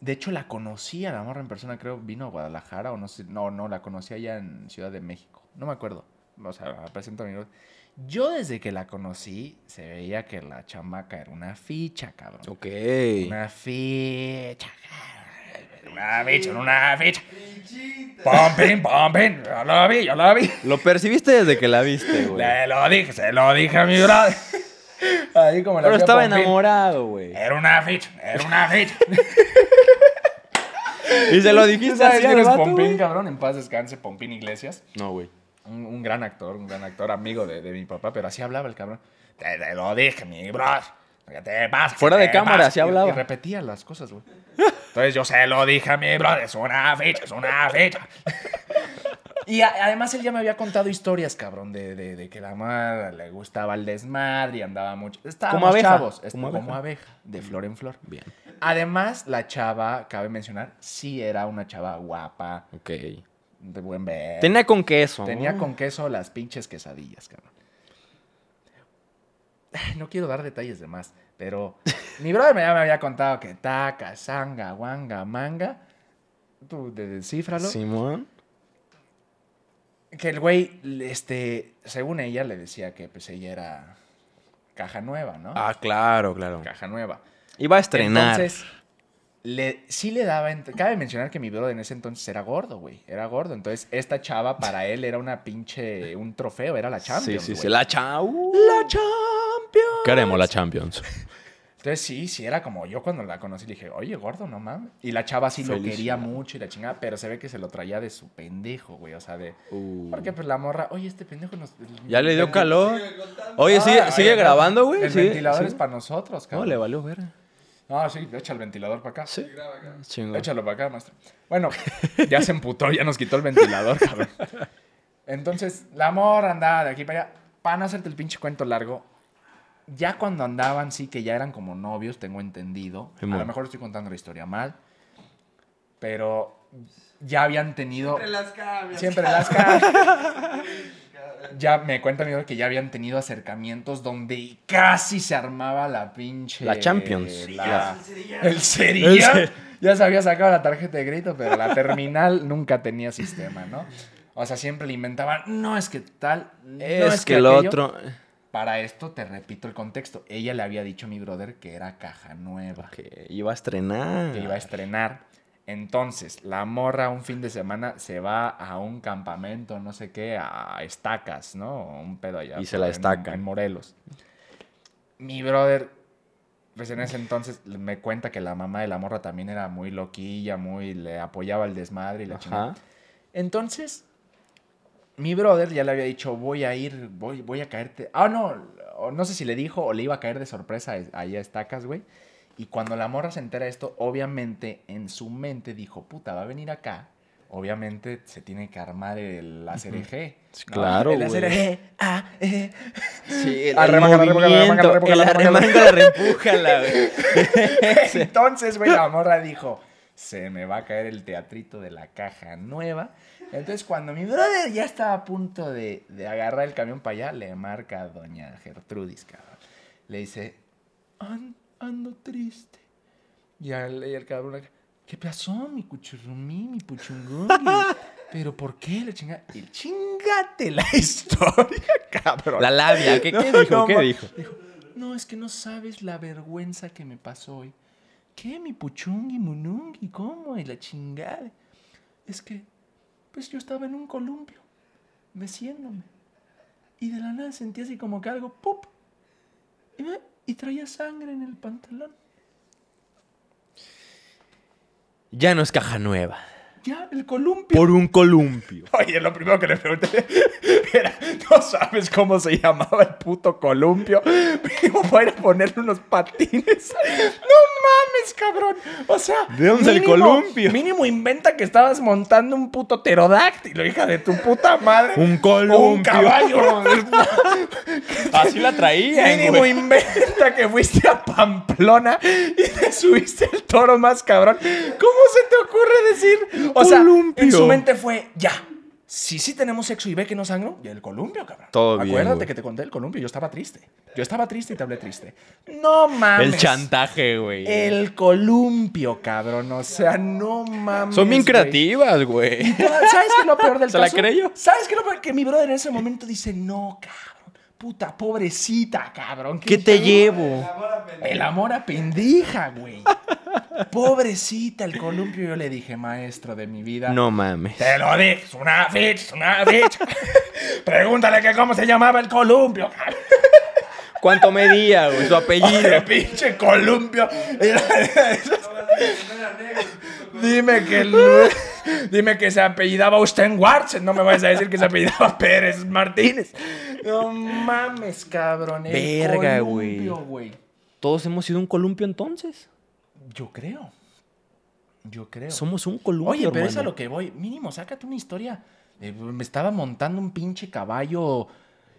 [SPEAKER 1] De hecho, la conocía, la morra en persona, creo, vino a Guadalajara o no sé. No, no, la conocía allá en Ciudad de México. No me acuerdo. O sea, la presento a mi brother. Yo desde que la conocí, se veía que la chamaca era una ficha, cabrón.
[SPEAKER 2] Ok.
[SPEAKER 1] Una ficha. Una ficha, una ficha. Pom, pim, pom, pim. Yo lo vi, yo lo vi.
[SPEAKER 2] Lo percibiste desde que la viste, güey.
[SPEAKER 1] Le lo dije, se lo dije a mi brother. Ahí como la hacía
[SPEAKER 2] Pero
[SPEAKER 1] Eh,
[SPEAKER 2] estaba
[SPEAKER 1] Pom Pim.
[SPEAKER 2] enamorado, güey.
[SPEAKER 1] Era una ficha, era una ficha.
[SPEAKER 2] Y se lo dijiste
[SPEAKER 1] ¿Sabes
[SPEAKER 2] así
[SPEAKER 1] quién
[SPEAKER 2] al
[SPEAKER 1] es
[SPEAKER 2] vato,
[SPEAKER 1] Pompín,
[SPEAKER 2] güey.
[SPEAKER 1] cabrón? En paz descanse, Pompín Iglesias.
[SPEAKER 2] No, güey.
[SPEAKER 1] Un, un gran actor, un gran actor, amigo de, de mi papá, pero así hablaba el cabrón. Te, te lo dije, mi brother. ¿Qué te pasa?
[SPEAKER 2] Fuera
[SPEAKER 1] ¿Qué
[SPEAKER 2] de
[SPEAKER 1] te
[SPEAKER 2] cámara,
[SPEAKER 1] pasa?
[SPEAKER 2] así
[SPEAKER 1] Y-
[SPEAKER 2] hablaba.
[SPEAKER 1] Y repetía las cosas, güey. Entonces yo se lo dije a mi brother, es una ficha, es una ficha. Y a- además él ya me había contado historias, cabrón, de, de- de que la madre le gustaba el desmadre y andaba mucho. Estábamos
[SPEAKER 2] Como abeja,
[SPEAKER 1] chavos, est-
[SPEAKER 2] como abeja.
[SPEAKER 1] como abeja, de flor en flor.
[SPEAKER 2] Bien.
[SPEAKER 1] Además, la chava, cabe mencionar, sí era una chava guapa,
[SPEAKER 2] Ok.
[SPEAKER 1] de buen ver.
[SPEAKER 2] Tenía con queso.
[SPEAKER 1] Eh, Tenía
[SPEAKER 2] ¿no?
[SPEAKER 1] con queso las pinches quesadillas, cabrón. Ay, No quiero dar detalles de más, pero mi brother ya me había contado que taca, sanga, guanga, manga. Tú de- descífralo.
[SPEAKER 2] Simón.
[SPEAKER 1] Que el güey, este, según ella, le decía que pues ella era caja nueva, ¿no?
[SPEAKER 2] Ah, claro, claro.
[SPEAKER 1] Caja nueva.
[SPEAKER 2] Iba a estrenar.
[SPEAKER 1] Entonces, le, sí le daba. ent- Cabe mencionar que mi brother en ese entonces era gordo, güey. Era gordo. Entonces, esta chava para él era una pinche. Un trofeo, era la Champions.
[SPEAKER 2] sí, sí, sí.
[SPEAKER 1] güey.
[SPEAKER 2] La chau. La Champions. Queremos la Champions.
[SPEAKER 1] Entonces, sí, sí, era como yo cuando la conocí le dije, oye, gordo, no mames. Y la chava sí lo quería
[SPEAKER 2] Felicidad.
[SPEAKER 1] mucho y la chingada, pero se ve que se lo traía de su pendejo, güey. O sea, de. Porque pues la morra, oye, este pendejo nos.
[SPEAKER 2] Uh. Ya le dio
[SPEAKER 1] el-
[SPEAKER 2] calor. Oye, sigue,
[SPEAKER 1] Ah,
[SPEAKER 2] sigue
[SPEAKER 1] oye, no,
[SPEAKER 2] grabando, güey.
[SPEAKER 1] El
[SPEAKER 2] Sigue-
[SPEAKER 1] ventilador
[SPEAKER 2] sigue.
[SPEAKER 1] es para nosotros,
[SPEAKER 2] No,
[SPEAKER 1] cabrón.
[SPEAKER 2] le valió verga.
[SPEAKER 1] Ah, sí, echa el ventilador para acá.
[SPEAKER 2] Sí. Chingón.
[SPEAKER 1] Échalo para acá, maestro. Bueno, ya se emputó, ya nos quitó el ventilador, cabrón. Entonces, la morra andaba de aquí para allá. Para no hacerte el pinche cuento largo, ya cuando andaban, sí que ya eran como novios, tengo entendido. A
[SPEAKER 2] Simón.
[SPEAKER 1] lo mejor estoy contando la historia mal, pero ya habían tenido.
[SPEAKER 4] las cambias.
[SPEAKER 1] Siempre las caras. Ya me cuentan amigo, que ya habían tenido acercamientos donde casi se armaba la pinche.
[SPEAKER 2] La Champions.
[SPEAKER 1] la-
[SPEAKER 2] La-
[SPEAKER 1] el cerilla.
[SPEAKER 2] El cer-
[SPEAKER 1] Ya se había sacado la tarjeta de grito, pero la terminal nunca tenía sistema, ¿no? O sea, siempre le inventaban, no es que tal, no
[SPEAKER 2] Es, que, el
[SPEAKER 1] aquello".
[SPEAKER 2] otro.
[SPEAKER 1] Para esto te repito el contexto. Ella le había dicho a mi brother que era caja nueva
[SPEAKER 2] Que iba a estrenar.
[SPEAKER 1] que iba a estrenar. Entonces, la morra un fin de semana se va a un campamento, no sé qué, a estacas, ¿no? O Un pedo allá.
[SPEAKER 2] Y se
[SPEAKER 1] por-
[SPEAKER 2] la
[SPEAKER 1] en-
[SPEAKER 2] estacan.
[SPEAKER 1] En Morelos. Mi brother, pues en ese entonces me cuenta que la mamá de la morra también era muy loquilla, muy le apoyaba el desmadre y la chingada.
[SPEAKER 2] Ajá.
[SPEAKER 1] Entonces, mi brother ya le había dicho, voy a ir, voy, voy a caerte. Ah, no, o no sé si le dijo o le iba a caer de sorpresa es- ahí a Estacas, güey. Y cuando la morra se entera de esto, obviamente en su mente dijo, puta, va a venir acá. Obviamente se tiene que armar el ACRG.
[SPEAKER 2] Sí, claro,
[SPEAKER 1] El
[SPEAKER 2] güey.
[SPEAKER 1] ACRG, ah, eh.
[SPEAKER 2] Sí, el,
[SPEAKER 1] Arremanga,
[SPEAKER 2] el
[SPEAKER 1] arremanga,
[SPEAKER 2] movimiento,
[SPEAKER 1] arremanga,
[SPEAKER 2] el
[SPEAKER 1] arremanga,
[SPEAKER 2] arremanga, repújala, güey.
[SPEAKER 1] Entonces, güey, la morra dijo, se me va a caer el teatrito de la caja nueva. Entonces, cuando mi brother ya estaba a punto de, de agarrar el camión para allá, le marca a doña Gertrudis, cabrón. Le dice, "An- ando triste. Y al- y el cabrón acá, ¿qué pasó, mi cuchurrumí, mi puchunguri? ¿Pero por qué? La chinga... Y chingate la historia, cabrón.
[SPEAKER 2] La labia, ¿qué, qué
[SPEAKER 1] No,
[SPEAKER 2] dijo?
[SPEAKER 1] no,
[SPEAKER 2] ¿Qué
[SPEAKER 1] ma-
[SPEAKER 2] dijo?
[SPEAKER 1] No, es que no sabes la vergüenza que me pasó hoy. ¿Qué, mi puchungi, munungi? ¿Cómo? Y la chingada. Es que, pues yo estaba en un columpio, meciéndome. Y de la nada sentí así como que algo, ¡pup! Y, me- y traía sangre en el pantalón.
[SPEAKER 2] Ya no es caja nueva.
[SPEAKER 1] Ya, el columpio.
[SPEAKER 2] Por un columpio.
[SPEAKER 1] Oye, lo primero que le pregunté era, ¿no sabes cómo se llamaba el puto columpio? Digo, voy a ir a ponerle unos patines. No mames, cabrón. O sea,
[SPEAKER 2] ¿De dónde el columpio?
[SPEAKER 1] Mínimo inventa que estabas montando un puto pterodáctilo, hija de tu puta madre.
[SPEAKER 2] Un
[SPEAKER 1] O un
[SPEAKER 2] columpio.
[SPEAKER 1] caballo.
[SPEAKER 2] Así la traían,
[SPEAKER 1] Mínimo
[SPEAKER 2] güey.
[SPEAKER 1] inventa que fuiste a Pamplona y te subiste el toro más cabrón. ¿Cómo se te ocurre decir? O sea,
[SPEAKER 2] Columpio.
[SPEAKER 1] en su mente fue ya. Si sí tenemos sexo y ve que no sangro, y el columpio, cabrón.
[SPEAKER 2] Todo bien,
[SPEAKER 1] Acuérdate
[SPEAKER 2] güey.
[SPEAKER 1] que te conté el columpio, yo estaba triste. Yo estaba triste y te hablé triste. No mames.
[SPEAKER 2] El chantaje, güey.
[SPEAKER 1] El columpio, cabrón. O sea, no mames.
[SPEAKER 2] Son bien
[SPEAKER 1] güey.
[SPEAKER 2] creativas, güey.
[SPEAKER 1] Toda- ¿Sabes qué es lo peor del
[SPEAKER 2] ¿Se la
[SPEAKER 1] caso?
[SPEAKER 2] creyó?
[SPEAKER 1] ¿Sabes qué es lo peor? Que mi brother en ese momento dice, no, cabrón. Puta, pobrecita, cabrón.
[SPEAKER 2] ¿Qué te llevo?
[SPEAKER 1] El amor a pendija, güey. Pobrecita, el columpio. Yo le dije, maestro de mi vida.
[SPEAKER 2] No mames.
[SPEAKER 1] Te lo dije, es una bitch, es una bitch. Pregúntale que cómo se llamaba el columpio, cabrón.
[SPEAKER 2] ¿Cuánto medía, güey? Su
[SPEAKER 1] Oye,
[SPEAKER 2] apellido.
[SPEAKER 1] pinche columpio. dime que el- dime que se apellidaba usted en Warsen. No me vayas a decir que se apellidaba Pérez Martínez. No mames, cabrón. el
[SPEAKER 2] Verga, güey.
[SPEAKER 1] columpio, güey.
[SPEAKER 2] Todos hemos sido un columpio entonces.
[SPEAKER 1] Yo creo. Yo creo.
[SPEAKER 2] Somos un columpio.
[SPEAKER 1] Oye, pero es a
[SPEAKER 2] hermano.
[SPEAKER 1] lo que voy. Mínimo, sácate una historia. Eh, me estaba montando un pinche caballo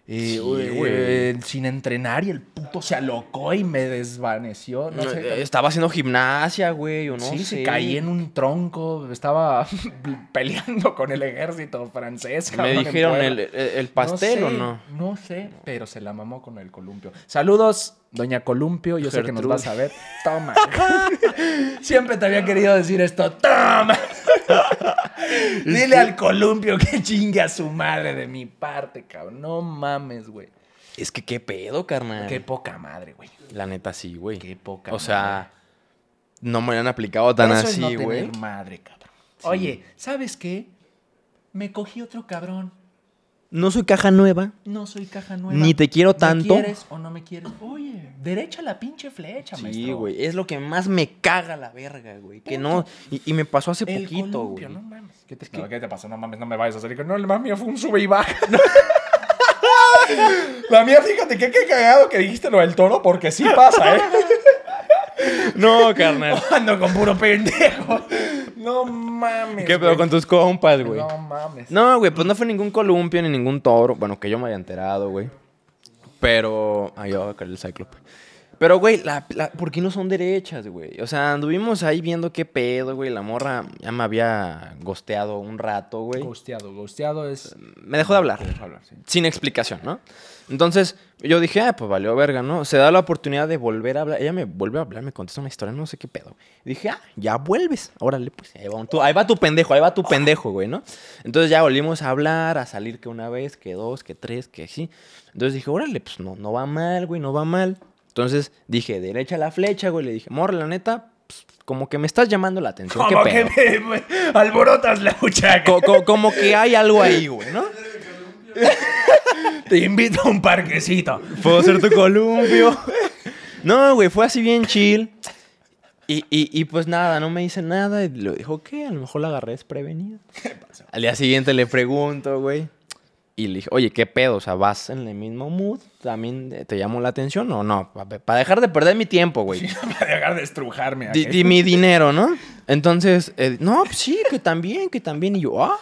[SPEAKER 1] eh,
[SPEAKER 2] Sí,
[SPEAKER 1] eh,
[SPEAKER 2] güey.
[SPEAKER 1] eh, sin entrenar y el puto se alocó y me desvaneció. No sé,
[SPEAKER 2] Eh, Estaba haciendo gimnasia, güey, o no
[SPEAKER 1] sí,
[SPEAKER 2] sé.
[SPEAKER 1] sí, caí en un tronco, estaba peleando con el ejército francés.
[SPEAKER 2] Me
[SPEAKER 1] cabrón, en
[SPEAKER 2] dijeron
[SPEAKER 1] Puebla.
[SPEAKER 2] el, el- el pastel
[SPEAKER 1] No
[SPEAKER 2] o
[SPEAKER 1] sé,
[SPEAKER 2] no.
[SPEAKER 1] No sé, pero se la mamó con el columpio. Saludos, doña Columpio, yo sé que nos
[SPEAKER 2] Gertrude.
[SPEAKER 1] vas a ver. Toma. Siempre te había querido decir esto. Toma. Dile al columpio que chingue a su madre de mi parte, cabrón. No mames, güey.
[SPEAKER 2] Es que qué pedo, carnal.
[SPEAKER 1] Qué poca madre, güey.
[SPEAKER 2] La neta sí, güey.
[SPEAKER 1] Qué poca
[SPEAKER 2] O sea, no me la han aplicado tan
[SPEAKER 1] Eso es no
[SPEAKER 2] así,
[SPEAKER 1] tener
[SPEAKER 2] güey.
[SPEAKER 1] madre, cabrón. Oye, ¿sabes qué? Me cogí otro cabrón.
[SPEAKER 2] No soy caja nueva.
[SPEAKER 1] No soy caja nueva.
[SPEAKER 2] Ni te quiero
[SPEAKER 1] ¿Me
[SPEAKER 2] tanto.
[SPEAKER 1] quieres o no me quieres? Oye, derecha la pinche flecha,
[SPEAKER 2] Sí,
[SPEAKER 1] maestro.
[SPEAKER 2] güey. Es lo que más me caga la verga, güey. Que no. Y, y me pasó hace
[SPEAKER 1] El
[SPEAKER 2] poquito,
[SPEAKER 1] columpio,
[SPEAKER 2] güey.
[SPEAKER 1] no mames. ¿Qué te, no, ¿qué te pasó? No mames, no me vayas a salir con... No, la mía fue un sube y baja. la mía, fíjate que qué cagado que dijiste lo del toro, porque sí pasa, ¿eh?
[SPEAKER 2] No, carnal.
[SPEAKER 1] Ando con puro pendejo. No mames,
[SPEAKER 2] ¿Qué pedo
[SPEAKER 1] güey.
[SPEAKER 2] con tus compas, güey?
[SPEAKER 1] No mames.
[SPEAKER 2] No, güey, pues no fue ningún columpio ni ningún toro. Bueno, que yo me había enterado, güey. Pero. Ay, yo voy a caer el cíclope. Pero, güey, la, la- ¿por qué no son derechas, güey? O sea, anduvimos ahí viendo qué pedo, güey. La morra ya me había gosteado un rato, güey.
[SPEAKER 1] Gosteado, gosteado es...
[SPEAKER 2] Me dejó de hablar.
[SPEAKER 1] Te dejo hablar, sí.
[SPEAKER 2] Sin explicación, ¿no? Entonces, yo dije, ah, pues valió verga, ¿no? Se da la oportunidad de volver a hablar. Ella me vuelve a hablar, me contesta una historia, no sé qué pedo. Dije, ah, ya vuelves. Órale, pues ahí va, un- tú- ahí va tu pendejo, ahí va tu pendejo, güey, ¿no? Entonces ya volvimos a hablar, a salir que una vez, que dos, que tres, que sí. Entonces dije, órale, pues no, no va mal, güey, no va mal. Entonces dije, derecha la flecha, güey. Le dije, morra, la neta, pues, pues, como que me estás llamando la atención. ¿Qué
[SPEAKER 1] Como que
[SPEAKER 2] pedo?
[SPEAKER 1] me, me alborotas la buchaca.
[SPEAKER 2] Co- co- como que hay algo ahí, güey, ¿no?
[SPEAKER 1] Te invito a un parquecito.
[SPEAKER 2] Puedo ser tu columpio. No, güey, fue así bien chill. Y, y- y, pues nada, no me dice nada. Y lo dijo, ¿qué? A lo mejor la agarré desprevenida. Al día siguiente le pregunto, güey. Y le dije, oye, ¿qué pedo? O sea, ¿vas en el mismo mood? ¿También te- te llamó la atención o no? Para dejar de perder mi tiempo, güey.
[SPEAKER 1] Para dejar de estrujarme. ¿ok?
[SPEAKER 2] Di- di mi dinero, ¿no? Entonces, eh, no, pues sí, que también, que también. Y yo, ah,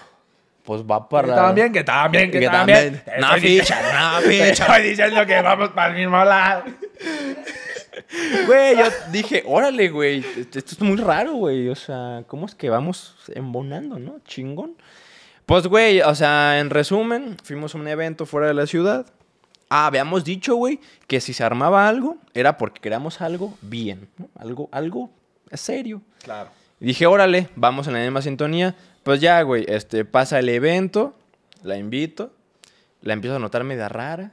[SPEAKER 2] pues va para...
[SPEAKER 1] Que también, que también, que,
[SPEAKER 2] Que
[SPEAKER 1] también.
[SPEAKER 2] también.
[SPEAKER 1] Te
[SPEAKER 2] No
[SPEAKER 1] estoy
[SPEAKER 2] ficha,
[SPEAKER 1] diciendo-
[SPEAKER 2] no
[SPEAKER 1] Te
[SPEAKER 2] ficha.
[SPEAKER 1] estoy diciendo que vamos para el mismo lado.
[SPEAKER 2] Güey, yo dije, órale, güey, esto esto es muy raro, güey. O sea, ¿cómo es que vamos embonando, no? Chingón. Pues, güey, o sea, en resumen, fuimos a un evento fuera de la ciudad. Ah, habíamos dicho, güey, que si se armaba algo, era porque queríamos algo bien, ¿no? Algo, algo serio.
[SPEAKER 1] Claro.
[SPEAKER 2] Y dije, órale, vamos en la misma sintonía. Pues ya, güey, este, pasa el evento, la invito, la empiezo a notar media rara.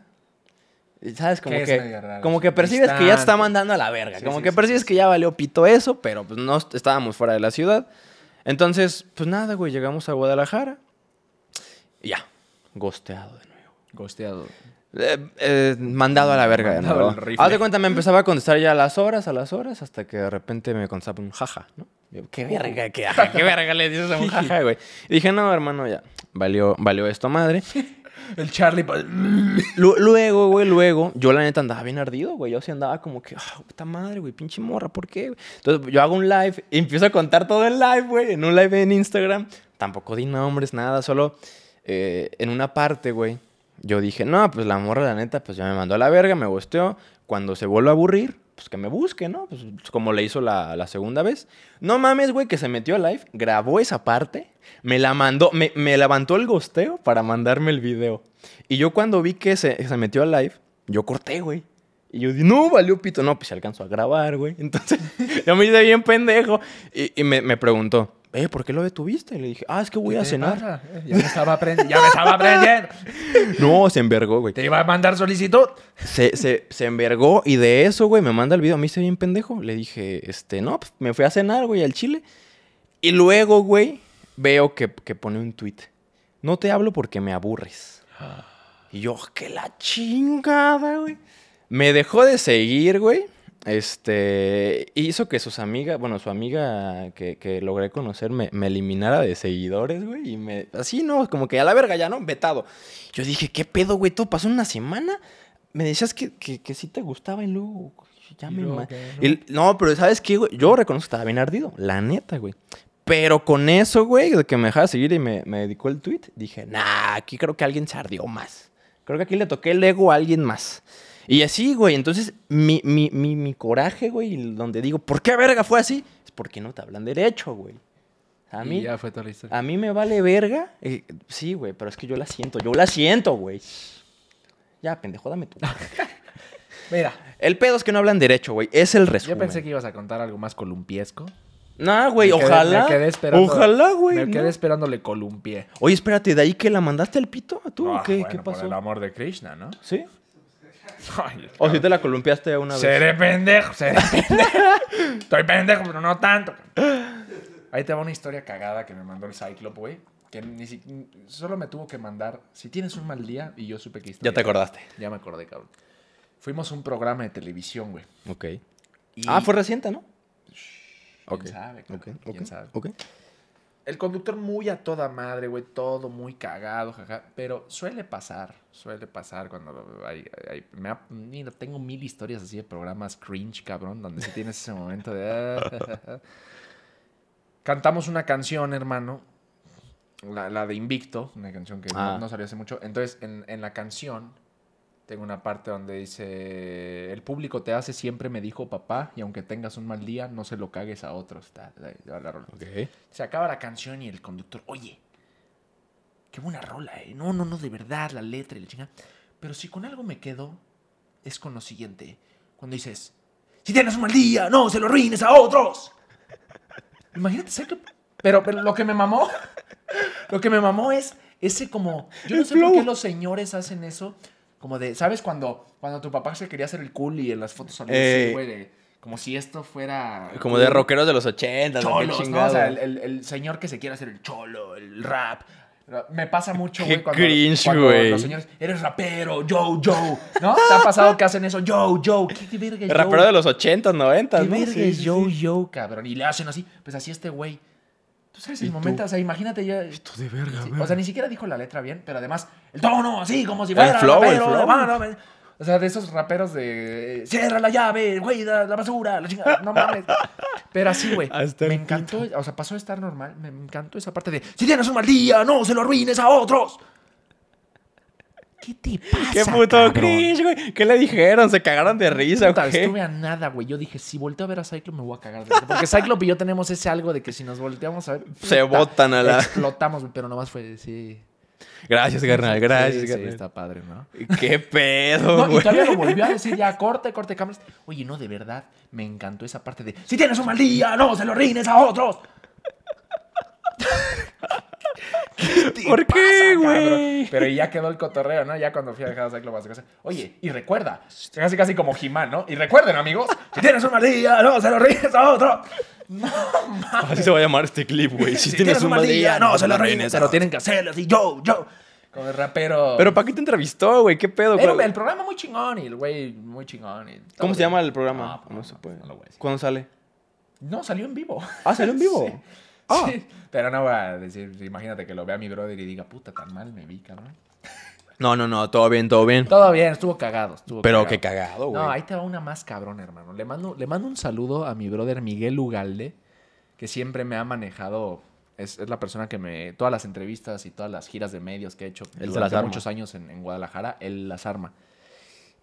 [SPEAKER 2] Y, ¿Sabes? Como
[SPEAKER 1] ¿Qué es
[SPEAKER 2] que,
[SPEAKER 1] media rara?
[SPEAKER 2] como
[SPEAKER 1] Es
[SPEAKER 2] que percibes que ya te está
[SPEAKER 1] distante.
[SPEAKER 2] mandando a la verga.
[SPEAKER 1] Sí,
[SPEAKER 2] como
[SPEAKER 1] sí,
[SPEAKER 2] que
[SPEAKER 1] sí,
[SPEAKER 2] percibes
[SPEAKER 1] sí,
[SPEAKER 2] que ya valió pito eso, pero pues no est- estábamos fuera de la ciudad. Entonces, pues nada, güey, llegamos a Guadalajara. Y ya, gosteado de nuevo.
[SPEAKER 1] Gosteado.
[SPEAKER 2] Eh, eh, mandado a la verga de
[SPEAKER 1] Mandado
[SPEAKER 2] nuevo.
[SPEAKER 1] al rifle.
[SPEAKER 2] Haz de cuenta, me empezaba a contestar ya a las horas, a las horas, hasta que de repente me contestaba un jaja, ¿no? Yo, qué verga, qué jaja, qué verga le dices a un jaja, güey. Y dije, no, hermano, ya, valió, valió esto madre.
[SPEAKER 1] El Charlie. pa-
[SPEAKER 2] Lu- luego, güey, luego, yo la neta andaba bien ardido, güey. Yo sí andaba como que, ah, puta madre, güey, pinche morra, ¿por qué? güey? Entonces yo hago un live y empiezo a contar todo el live, güey, en un live en Instagram. Tampoco di nombres, nada, solo eh, en una parte, güey. Yo dije, no, pues la morra, la neta, pues ya me mandó a la verga, me gusteó. Cuando se vuelva a aburrir, pues que me busque, ¿no? Pues como le hizo la, la segunda vez. No mames, güey, que se metió al live, grabó esa parte, me la mandó, me, me levantó el gosteo para mandarme el video. Y yo cuando vi que se, se metió al live, yo corté, güey. Y yo dije, no, valió pito. No, pues se alcanzó a grabar, güey. Entonces, yo me hice bien pendejo. Y, y me, me preguntó, eh, ¿por qué lo detuviste? Y le dije, ah, es que voy a
[SPEAKER 1] ¿Qué te
[SPEAKER 2] cenar.
[SPEAKER 1] pasa? Eh, Ya me estaba aprendiendo. Ya me estaba aprendiendo.
[SPEAKER 2] No, se envergó, güey.
[SPEAKER 1] Te iba a mandar solicitud.
[SPEAKER 2] Se, se, se envergó y de eso, güey, me manda el video. Me hice bien pendejo. Le dije, este, no, pues, me fui a cenar, güey, al chile. Y luego, güey, veo que, que pone un tweet. No te hablo porque me aburres.
[SPEAKER 1] Ah.
[SPEAKER 2] Y yo, "Ah, que la chingada, güey. Me dejó de seguir, güey. Este, hizo que sus amigas, bueno, su amiga que, que logré conocer me, me eliminara de seguidores, güey. Y me, así, no, como que a la verga ya, ¿no? Vetado. Yo dije, ¿qué pedo, güey? Todo pasó en una semana. Me decías que, que, que sí te gustaba y luego ya
[SPEAKER 1] Y
[SPEAKER 2] me
[SPEAKER 1] luego
[SPEAKER 2] ma-
[SPEAKER 1] que
[SPEAKER 2] y- No, pero ¿sabes qué, güey? Yo reconozco que estaba bien ardido, la neta, güey. Pero con eso, güey, de que me dejaba seguir y me, me dedicó el tweet, dije, nah, aquí creo que alguien se ardió más. Creo que aquí le toqué el ego a alguien más. Y así, güey, entonces mi, mi, mi, mi coraje, güey, donde digo, ¿por qué verga fue así? Es porque no te hablan derecho, güey. A mí,
[SPEAKER 1] Y ya fue toda la historia.
[SPEAKER 2] a mí me vale verga. eh, sí, güey, pero es que yo la siento, yo la siento, güey. Ya, pendejo, dame tú.
[SPEAKER 1] Mira,
[SPEAKER 2] El pedo es que no hablan derecho, güey. Es el
[SPEAKER 1] yo
[SPEAKER 2] resumen.
[SPEAKER 1] pensé que ibas a contar algo más columpiesco.
[SPEAKER 2] No, güey,
[SPEAKER 1] Me quedé-
[SPEAKER 2] ojalá.
[SPEAKER 1] Me quedé esperando.
[SPEAKER 2] Ojalá, güey.
[SPEAKER 1] Me quedé
[SPEAKER 2] ¿no?
[SPEAKER 1] esperando le columpié.
[SPEAKER 2] Oye, espérate, ¿de ahí que la mandaste al pito? ¿Tú o
[SPEAKER 1] Ah,
[SPEAKER 2] qué,
[SPEAKER 1] bueno,
[SPEAKER 2] ¿Qué
[SPEAKER 1] Por el
[SPEAKER 2] pasó?
[SPEAKER 1] amor de Krishna, ¿no?
[SPEAKER 2] ¿Sí?
[SPEAKER 1] Ay,
[SPEAKER 2] ¿O si te la columpiaste una vez?
[SPEAKER 1] Seré pendejo, seré pendejo. Estoy pendejo, pero no tanto. Ahí te va una historia cagada que me mandó el Cyclop, güey. Que ni si- solo me tuvo que mandar. Si tienes un mal día y yo supe que historia.
[SPEAKER 2] Ya te acordaste.
[SPEAKER 1] Ya me acordé, cabrón. Fuimos a un programa de televisión, güey.
[SPEAKER 2] Ok.
[SPEAKER 1] Y-
[SPEAKER 2] Ah, fue reciente, ¿no?
[SPEAKER 1] ¿Quién
[SPEAKER 2] Ok.
[SPEAKER 1] sabe?
[SPEAKER 2] Ok,
[SPEAKER 1] cabrón?
[SPEAKER 2] ok.
[SPEAKER 1] ¿Quién sabe?
[SPEAKER 2] Ok.
[SPEAKER 1] El conductor muy a toda madre, güey, todo muy cagado, jaja. Pero suele pasar, suele pasar cuando hay... hay- me ha- mira, tengo mil historias así de programas cringe, cabrón, donde sí tienes ese momento de... ah. Cantamos una canción, hermano. La, la de Invicto, una canción que no-
[SPEAKER 2] Ah.
[SPEAKER 1] no, salió hace mucho. Entonces, en, en la canción, tengo una parte donde dice: El público te hace, siempre me dijo papá, y aunque tengas un mal día, no se lo cagues a otros. Ta- ta- ta- la rola.
[SPEAKER 2] Ok.
[SPEAKER 1] Se acaba la canción y el conductor, oye, qué buena rola, ¿eh? No, no, no, de verdad, la letra y la chingada. Pero si con algo me quedo, es con lo siguiente. Cuando dices, si tienes un mal día, no se lo ruines a otros. Imagínate, ser que- pero, pero lo que me mamó, lo que me mamó es ese como, yo no sé por qué los señores hacen eso, como de, ¿sabes cuando, cuando tu papá se quería hacer el cool y en las fotos salía así,
[SPEAKER 2] Eh,
[SPEAKER 1] güey, de, Como si esto fuera.
[SPEAKER 2] Como de rockeros de los 80, ¿no? Qué
[SPEAKER 1] Cholos, ¿no?
[SPEAKER 2] chingado.
[SPEAKER 1] O sea, el, el- el señor que se quiere hacer el cholo, el rap. Me pasa mucho,
[SPEAKER 2] Qué
[SPEAKER 1] güey, cuando,
[SPEAKER 2] cringe,
[SPEAKER 1] cuando
[SPEAKER 2] güey.
[SPEAKER 1] los señores, eres rapero, yo, yo, ¿no? ¿Te ha pasado que hacen eso? Yo, yo, ¿qué, qué verga es
[SPEAKER 2] El rapero
[SPEAKER 1] yo?
[SPEAKER 2] de los 80, 90,
[SPEAKER 1] ¿Qué
[SPEAKER 2] ¿no?
[SPEAKER 1] verga
[SPEAKER 2] Sí,
[SPEAKER 1] es
[SPEAKER 2] sí,
[SPEAKER 1] yo,
[SPEAKER 2] sí.
[SPEAKER 1] yo, cabrón? Y le hacen así, pues así este güey. Tú sabes el
[SPEAKER 2] tú?
[SPEAKER 1] momento, o sea, imagínate ya...
[SPEAKER 2] Tú de verga,
[SPEAKER 1] Sí,
[SPEAKER 2] güey.
[SPEAKER 1] o sea, ni siquiera dijo la letra bien, pero además, el tono, así, como si
[SPEAKER 2] El
[SPEAKER 1] fuera
[SPEAKER 2] flow, el
[SPEAKER 1] rapero,
[SPEAKER 2] flow.
[SPEAKER 1] hermano, me- O sea, de esos raperos de. eh, Cierra la llave, güey, da la basura, la chingada, no mames. Pero así, güey.
[SPEAKER 2] Hasta
[SPEAKER 1] Me
[SPEAKER 2] el
[SPEAKER 1] encantó, o sea, pasó de estar normal, me encantó esa parte de. Si tienes un mal día, no se lo arruines a otros. ¿Qué te pasa?
[SPEAKER 2] Qué puto
[SPEAKER 1] cabrón?
[SPEAKER 2] cringe, güey. ¿Qué le dijeron? Se cagaron de risa,
[SPEAKER 1] Puta,
[SPEAKER 2] güey.
[SPEAKER 1] estuve a nada, güey. Yo dije, si volteo a ver a Cyclope, me voy a cagar. de risa. Porque Cyclope y yo tenemos ese algo de que si nos volteamos a ver.
[SPEAKER 2] Se
[SPEAKER 1] puta,
[SPEAKER 2] botan a la-
[SPEAKER 1] Explotamos, pero nomás fue. Sí.
[SPEAKER 2] Gracias, carnal. Ah, Gracias,
[SPEAKER 1] Sí, sí,
[SPEAKER 2] carnal.
[SPEAKER 1] está padre, ¿no?
[SPEAKER 2] Qué pedo,
[SPEAKER 1] No, y
[SPEAKER 2] güey.
[SPEAKER 1] todavía lo volvió a decir ya, corte, corte cámaras. Oye, no, de verdad, me encantó esa parte de si tienes un mal día, no se lo rines a otros. ¿Qué te
[SPEAKER 2] ¿Por qué,
[SPEAKER 1] pasa, cabrón?
[SPEAKER 2] güey?
[SPEAKER 1] Pero ya quedó el cotorreo, ¿no? Ya cuando fui a dejar a Cyclops a su casa. Oye, y recuerda, casi casi como Jimán, ¿no? Y recuerden, amigos, si tienes un mal día, no se lo rines a otros. No, mames.
[SPEAKER 2] Así se va a llamar este clip, güey. Si, tienes un mal día, no se lo arruines.
[SPEAKER 1] Pero tienen que hacerlo así, yo, yo. Como el rapero.
[SPEAKER 2] Pero ¿para qué te entrevistó, güey? ¿Qué pedo?
[SPEAKER 1] Era un-
[SPEAKER 2] güey?
[SPEAKER 1] el programa muy chingón y el güey muy chingón. y todo
[SPEAKER 2] ¿Cómo se
[SPEAKER 1] bien.
[SPEAKER 2] llama el programa?
[SPEAKER 1] No, no,
[SPEAKER 2] No
[SPEAKER 1] Ah, pues,
[SPEAKER 2] se
[SPEAKER 1] no,
[SPEAKER 2] puede.
[SPEAKER 1] no lo voy a decir.
[SPEAKER 2] ¿Cuándo sale?
[SPEAKER 1] No, salió en vivo.
[SPEAKER 2] Ah, salió en vivo.
[SPEAKER 1] Sí.
[SPEAKER 2] Ah.
[SPEAKER 1] Sí, Pero no voy a decir, imagínate que lo vea mi brother y diga, puta, tan mal me vi, cabrón.
[SPEAKER 2] No, no, no, todo bien, todo bien.
[SPEAKER 1] Todo bien, estuvo cagado. Estuvo
[SPEAKER 2] Pero
[SPEAKER 1] cagado.
[SPEAKER 2] qué cagado, Oh, güey.
[SPEAKER 1] No, ahí te va una más cabrón, hermano. Le mando, le mando un saludo a mi brother Miguel Ugalde, que siempre me ha manejado. Es, es la persona que me. Todas las entrevistas y todas las giras de medios que he hecho
[SPEAKER 2] te las
[SPEAKER 1] durante
[SPEAKER 2] arma.
[SPEAKER 1] muchos años en, en Guadalajara, él las arma.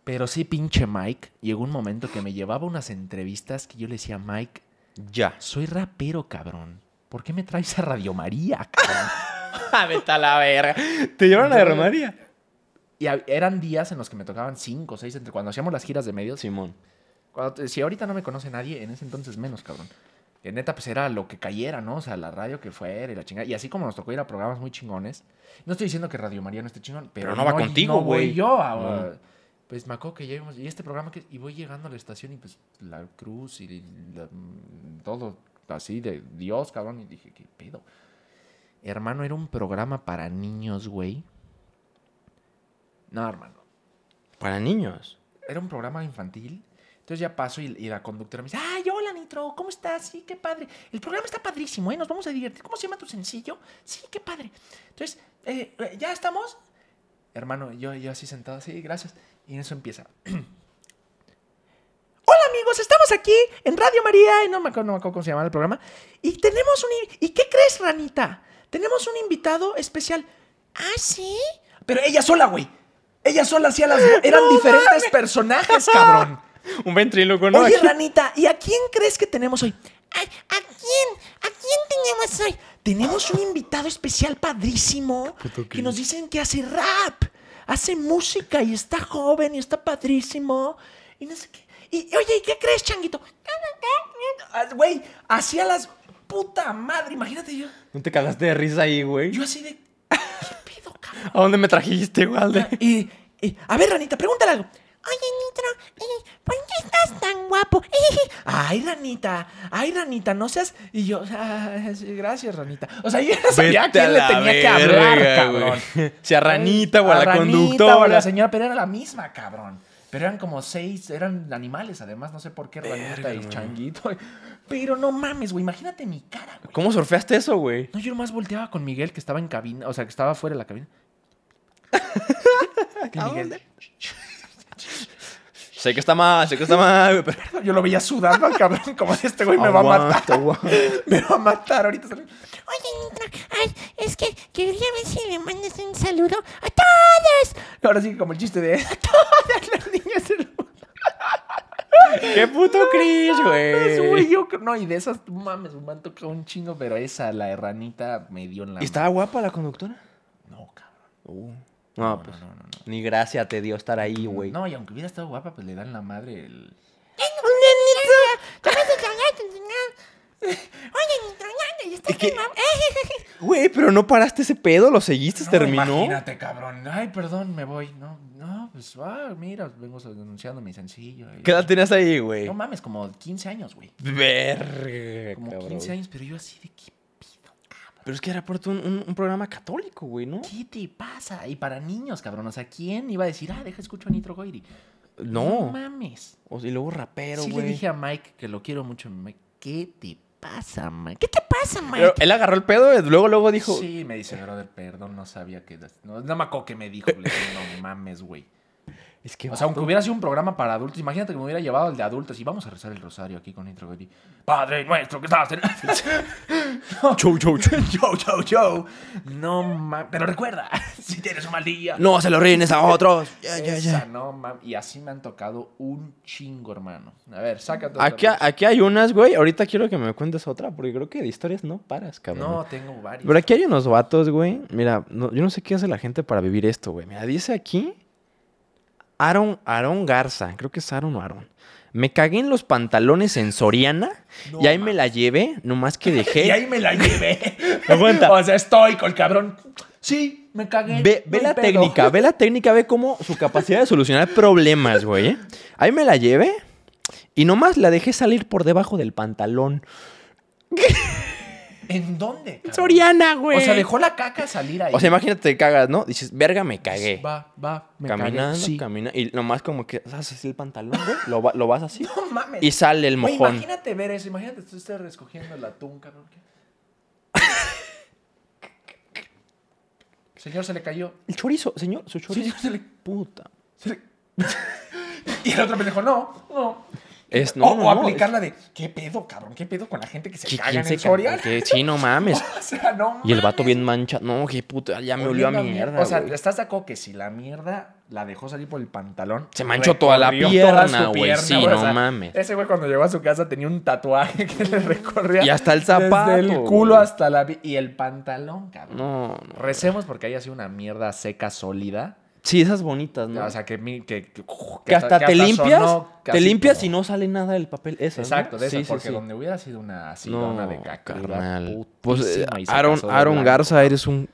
[SPEAKER 1] Pero sí, pinche Mike, llegó un momento que me llevaba unas entrevistas que yo le decía, Mike,
[SPEAKER 2] Ya.
[SPEAKER 1] soy rapero, cabrón. ¿Por qué me traes a Radio María, cabrón?
[SPEAKER 2] Vete a la verga. ¿Te llevaron a Romaría?
[SPEAKER 1] y hab- eran días en los que me tocaban cinco o seis entre cuando hacíamos las giras de medios.
[SPEAKER 2] Simón.
[SPEAKER 1] Cuando te- si ahorita no me conoce nadie, en ese entonces menos, cabrón. Que neta, pues era lo que cayera, ¿no? O sea, la radio que fuera y la chingada. Y así como nos tocó ir a programas muy chingones. No estoy diciendo que Radio María no esté chingón, pero,
[SPEAKER 2] Pero no va contigo,
[SPEAKER 1] no voy
[SPEAKER 2] güey.
[SPEAKER 1] yo a-
[SPEAKER 2] No.
[SPEAKER 1] Pues me acuerdo que llegamos. Y este programa que. Y voy llegando a la estación y pues la cruz y la- todo así de Dios, cabrón. Y dije, ¿qué pedo? Hermano, era un programa para niños, güey. No, hermano
[SPEAKER 2] Para niños.
[SPEAKER 1] era un programa infantil. Entonces ya paso y, y la conductora me dice, ay, hola Nitro, ¿cómo estás? Sí, qué padre. El programa está padrísimo, ¿eh? Nos vamos a divertir. ¿Cómo se llama tu sencillo? Sí, qué padre. Entonces, eh, eh, ¿ya estamos? Hermano, yo, yo así sentado, sí, gracias. Y en eso empieza. Hola amigos, estamos aquí en Radio María, y no me acuerdo, no me acuerdo cómo se llama el programa. Y tenemos un... in- ¿Y qué crees, Ranita? Tenemos un invitado especial. ¿Ah, sí? Pero ella sola, güey. Ella sola hacía las... Eran diferentes personajes, cabrón.
[SPEAKER 2] Un ventríloco, ¿no?
[SPEAKER 1] Oye,
[SPEAKER 2] Aquí.
[SPEAKER 1] Ranita, ¿y a quién crees que tenemos hoy? ¿A, a quién? ¿A quién tenemos hoy? Tenemos un invitado especial padrísimo que nos dicen que hace rap, hace música y está joven y está padrísimo. Y no sé qué. Y, oye, ¿y qué crees, changuito? Ah, Güey, hacía las... Puta madre, imagínate yo.
[SPEAKER 2] ¿No te cagaste de risa ahí, güey?
[SPEAKER 1] Yo así de... ¿Qué pedo, cabrón?
[SPEAKER 2] ¿A dónde me trajiste, Walde?
[SPEAKER 1] Y, y- a ver, Ranita, pregúntale algo.
[SPEAKER 4] Oye, Nitro, eh, ¿por qué estás tan guapo?
[SPEAKER 1] Ay, Ranita, ay, Ranita, no seas. Y yo, "Ah, sí, gracias, Ranita. O sea, yo ya sabía a
[SPEAKER 2] Vete
[SPEAKER 1] quién le
[SPEAKER 2] la
[SPEAKER 1] tenía que
[SPEAKER 2] verga,
[SPEAKER 1] hablar,
[SPEAKER 2] güey.
[SPEAKER 1] cabrón.
[SPEAKER 2] Si a Ranita o a la
[SPEAKER 1] Ranita
[SPEAKER 2] conductora.
[SPEAKER 1] o a la señora, pero era la misma, cabrón. Pero eran como seis, eran animales, además, no sé por qué Ranita
[SPEAKER 2] Verga,
[SPEAKER 1] y
[SPEAKER 2] güey.
[SPEAKER 1] Changuito. Pero no mames, güey, imagínate mi cara, güey.
[SPEAKER 2] ¿Cómo surfeaste eso, güey?
[SPEAKER 1] No, yo nomás volteaba con Miguel, que estaba en cabina, o sea, que estaba fuera de la cabina. Y Miguel,
[SPEAKER 2] Sé que está mal, sé que está mal, güey, pero...
[SPEAKER 1] yo lo veía sudando al cabrón, como si este güey me va a matar.
[SPEAKER 2] Aguanta, aguanta.
[SPEAKER 1] Me va a matar ahorita. sale-
[SPEAKER 4] Oye, Nitro, ay, es que quería ver si le mandas un saludo a todos.
[SPEAKER 1] Ahora sí, como el chiste de todas las niñas del mundo.
[SPEAKER 2] ¡Qué puto cringe,
[SPEAKER 1] Güey,
[SPEAKER 2] güey!
[SPEAKER 1] yo creo- no, y de esas, mames, me han tocado un chingo, pero esa, la herranita, me dio en la.
[SPEAKER 2] ¿Y estaba guapa la conductora?
[SPEAKER 1] No, cabrón.
[SPEAKER 2] No, pues.
[SPEAKER 1] No, no, no.
[SPEAKER 2] Ni gracia te dio estar ahí, güey.
[SPEAKER 1] No, y aunque hubiera estado guapa, pues le dan la madre el.
[SPEAKER 4] Oye, Nitro, te vas a cagar, tu chingada. Oye, Nitro, ya, ya estás bien guapo.
[SPEAKER 2] Güey, pero no paraste ese pedo, lo seguiste,
[SPEAKER 1] No,
[SPEAKER 2] ¿Este terminó.
[SPEAKER 1] Imagínate, cabrón. Ay, perdón, me voy. No, no. pues, ah, mira, vengo denunciando mi sencillo. Y-
[SPEAKER 2] ¿Qué edad tenías ahí, güey?
[SPEAKER 1] No mames, como 15 años, güey.
[SPEAKER 2] Verga,
[SPEAKER 1] Como
[SPEAKER 2] cabrón.
[SPEAKER 1] 15 años, pero yo así de qué pido, cabrón.
[SPEAKER 2] Pero es que era aparte un, un- un programa católico, güey, ¿no?
[SPEAKER 1] ¿Qué te pasa? Y para niños, cabrón. O sea, ¿quién iba a decir, ah, deja escucho a Nitro Goiri?
[SPEAKER 2] No.
[SPEAKER 1] mames.
[SPEAKER 2] O- y luego rapero,
[SPEAKER 1] sí
[SPEAKER 2] güey.
[SPEAKER 1] le dije "Ah, a Mike que lo quiero mucho, mi Mike. ¿Qué te pasa, Mike?
[SPEAKER 4] ¿Qué te pasa, Mike?
[SPEAKER 2] Pero él agarró el pedo y luego, luego dijo...
[SPEAKER 1] Sí, me dice, brother, perdón, no sabía que. No, no me acuerdo que me dijo. Le dije, no mames, güey.
[SPEAKER 2] Es que...
[SPEAKER 1] O sea, aunque hubiera sido un programa para adultos, imagínate que me hubiera llevado el de adultos y vamos a rezar el rosario aquí con Nitro Goiri. Padre nuestro, ¿qué estás en.
[SPEAKER 2] Chau, chau, chau.
[SPEAKER 1] Yo, yo, yo. No mames. Pero recuerda, si tienes un mal día.
[SPEAKER 2] No se lo rines a otros. Ya, ya,
[SPEAKER 1] Esa,
[SPEAKER 2] ya.
[SPEAKER 1] no mames. Y así me han tocado un chingo, hermano. A ver, saca todo.
[SPEAKER 2] Aquí, aquí hay unas, güey. Ahorita quiero que me cuentes otra, porque creo que de historias no paras, cabrón.
[SPEAKER 1] No, tengo varios.
[SPEAKER 2] Pero aquí hay unos vatos, güey. Mira, no- yo no sé qué hace la gente para vivir esto, güey. Mira, dice aquí Aaron, Aaron Garza. Creo que es Aaron o Aaron. Me cagué en los pantalones en Soriana
[SPEAKER 1] No
[SPEAKER 2] y ahí me
[SPEAKER 1] mames.
[SPEAKER 2] la llevé, nomás que dejé.
[SPEAKER 1] Y ahí me la llevé.
[SPEAKER 2] Aguanta.
[SPEAKER 1] O sea, estoico el cabrón. Sí, me cagué.
[SPEAKER 2] Ve,
[SPEAKER 1] no
[SPEAKER 2] ve
[SPEAKER 1] hay
[SPEAKER 2] la
[SPEAKER 1] pedo.
[SPEAKER 2] técnica, ve la técnica, ve cómo su capacidad de solucionar problemas, güey. ¿eh? Ahí me la llevé y nomás la dejé salir por debajo del pantalón.
[SPEAKER 1] ¿En dónde? cabrón?
[SPEAKER 2] Soriana, güey.
[SPEAKER 1] O sea, dejó la caca salir ahí.
[SPEAKER 2] O sea, imagínate, te cagas, ¿no? Dices, verga, me cagué.
[SPEAKER 1] Pues Va, va, me
[SPEAKER 2] caminando,
[SPEAKER 1] cagué. Sí.
[SPEAKER 2] camina y nomás como que haces así el pantalón, güey, lo, va- lo vas así
[SPEAKER 1] No mames.
[SPEAKER 2] y sale el
[SPEAKER 1] Güey,
[SPEAKER 2] mojón.
[SPEAKER 1] imagínate ver eso. Imagínate tú estés recogiendo el atún, cabrón. Señor, se le cayó.
[SPEAKER 2] El chorizo, señor, su chorizo.
[SPEAKER 1] Señor, se le...
[SPEAKER 2] Puta.
[SPEAKER 1] se le- y el otro pendejo, no, no.
[SPEAKER 2] Es
[SPEAKER 1] o
[SPEAKER 2] no, no,
[SPEAKER 1] Oh, o
[SPEAKER 2] no,
[SPEAKER 1] aplicar la de, ¿qué pedo, cabrón, qué pedo con la gente que se
[SPEAKER 2] es- ¿Qui-
[SPEAKER 1] caga
[SPEAKER 2] ¿Quién
[SPEAKER 1] en
[SPEAKER 2] se
[SPEAKER 1] el
[SPEAKER 2] caga?
[SPEAKER 1] Soriana.
[SPEAKER 2] Que- Sí, no mames.
[SPEAKER 1] O sea, no
[SPEAKER 2] Y el vato
[SPEAKER 1] mames.
[SPEAKER 2] bien mancha. No, qué puta, ya me olió a
[SPEAKER 1] Oliendo
[SPEAKER 2] mierda.
[SPEAKER 1] O sea,
[SPEAKER 2] güey.
[SPEAKER 1] ¿estás de acuerdo que si la mierda la dejó salir por el pantalón?
[SPEAKER 2] Se manchó toda la
[SPEAKER 1] recorrió
[SPEAKER 2] pierna,
[SPEAKER 1] toda su
[SPEAKER 2] güey.
[SPEAKER 1] pierna,
[SPEAKER 2] Sí, no mames.
[SPEAKER 1] Ese güey cuando llegó a su casa tenía un tatuaje que le recorría.
[SPEAKER 2] Y hasta el zapato,
[SPEAKER 1] Desde el culo
[SPEAKER 2] güey.
[SPEAKER 1] hasta la. vi- Y el pantalón, cabrón.
[SPEAKER 2] No, no.
[SPEAKER 1] Recemos porque haya sido una mierda seca, sólida.
[SPEAKER 2] Sí, esas bonitas, ¿no?
[SPEAKER 1] O sea, que. mi- Que, que-
[SPEAKER 2] que hasta, te limpias,
[SPEAKER 1] sonó
[SPEAKER 2] te
[SPEAKER 1] casi
[SPEAKER 2] limpias
[SPEAKER 1] como-
[SPEAKER 2] y no sale nada del papel. Esas, ¿no?
[SPEAKER 1] Exacto, de eso,
[SPEAKER 2] Sí, sí,
[SPEAKER 1] porque
[SPEAKER 2] sí.
[SPEAKER 1] donde hubiera sido una
[SPEAKER 2] No,
[SPEAKER 1] acidona de caca. iba
[SPEAKER 2] carnal. Pues, eh,
[SPEAKER 1] putísima y se
[SPEAKER 2] Aaron,
[SPEAKER 1] casó de
[SPEAKER 2] Aaron
[SPEAKER 1] blanco.
[SPEAKER 2] Garza, eres un,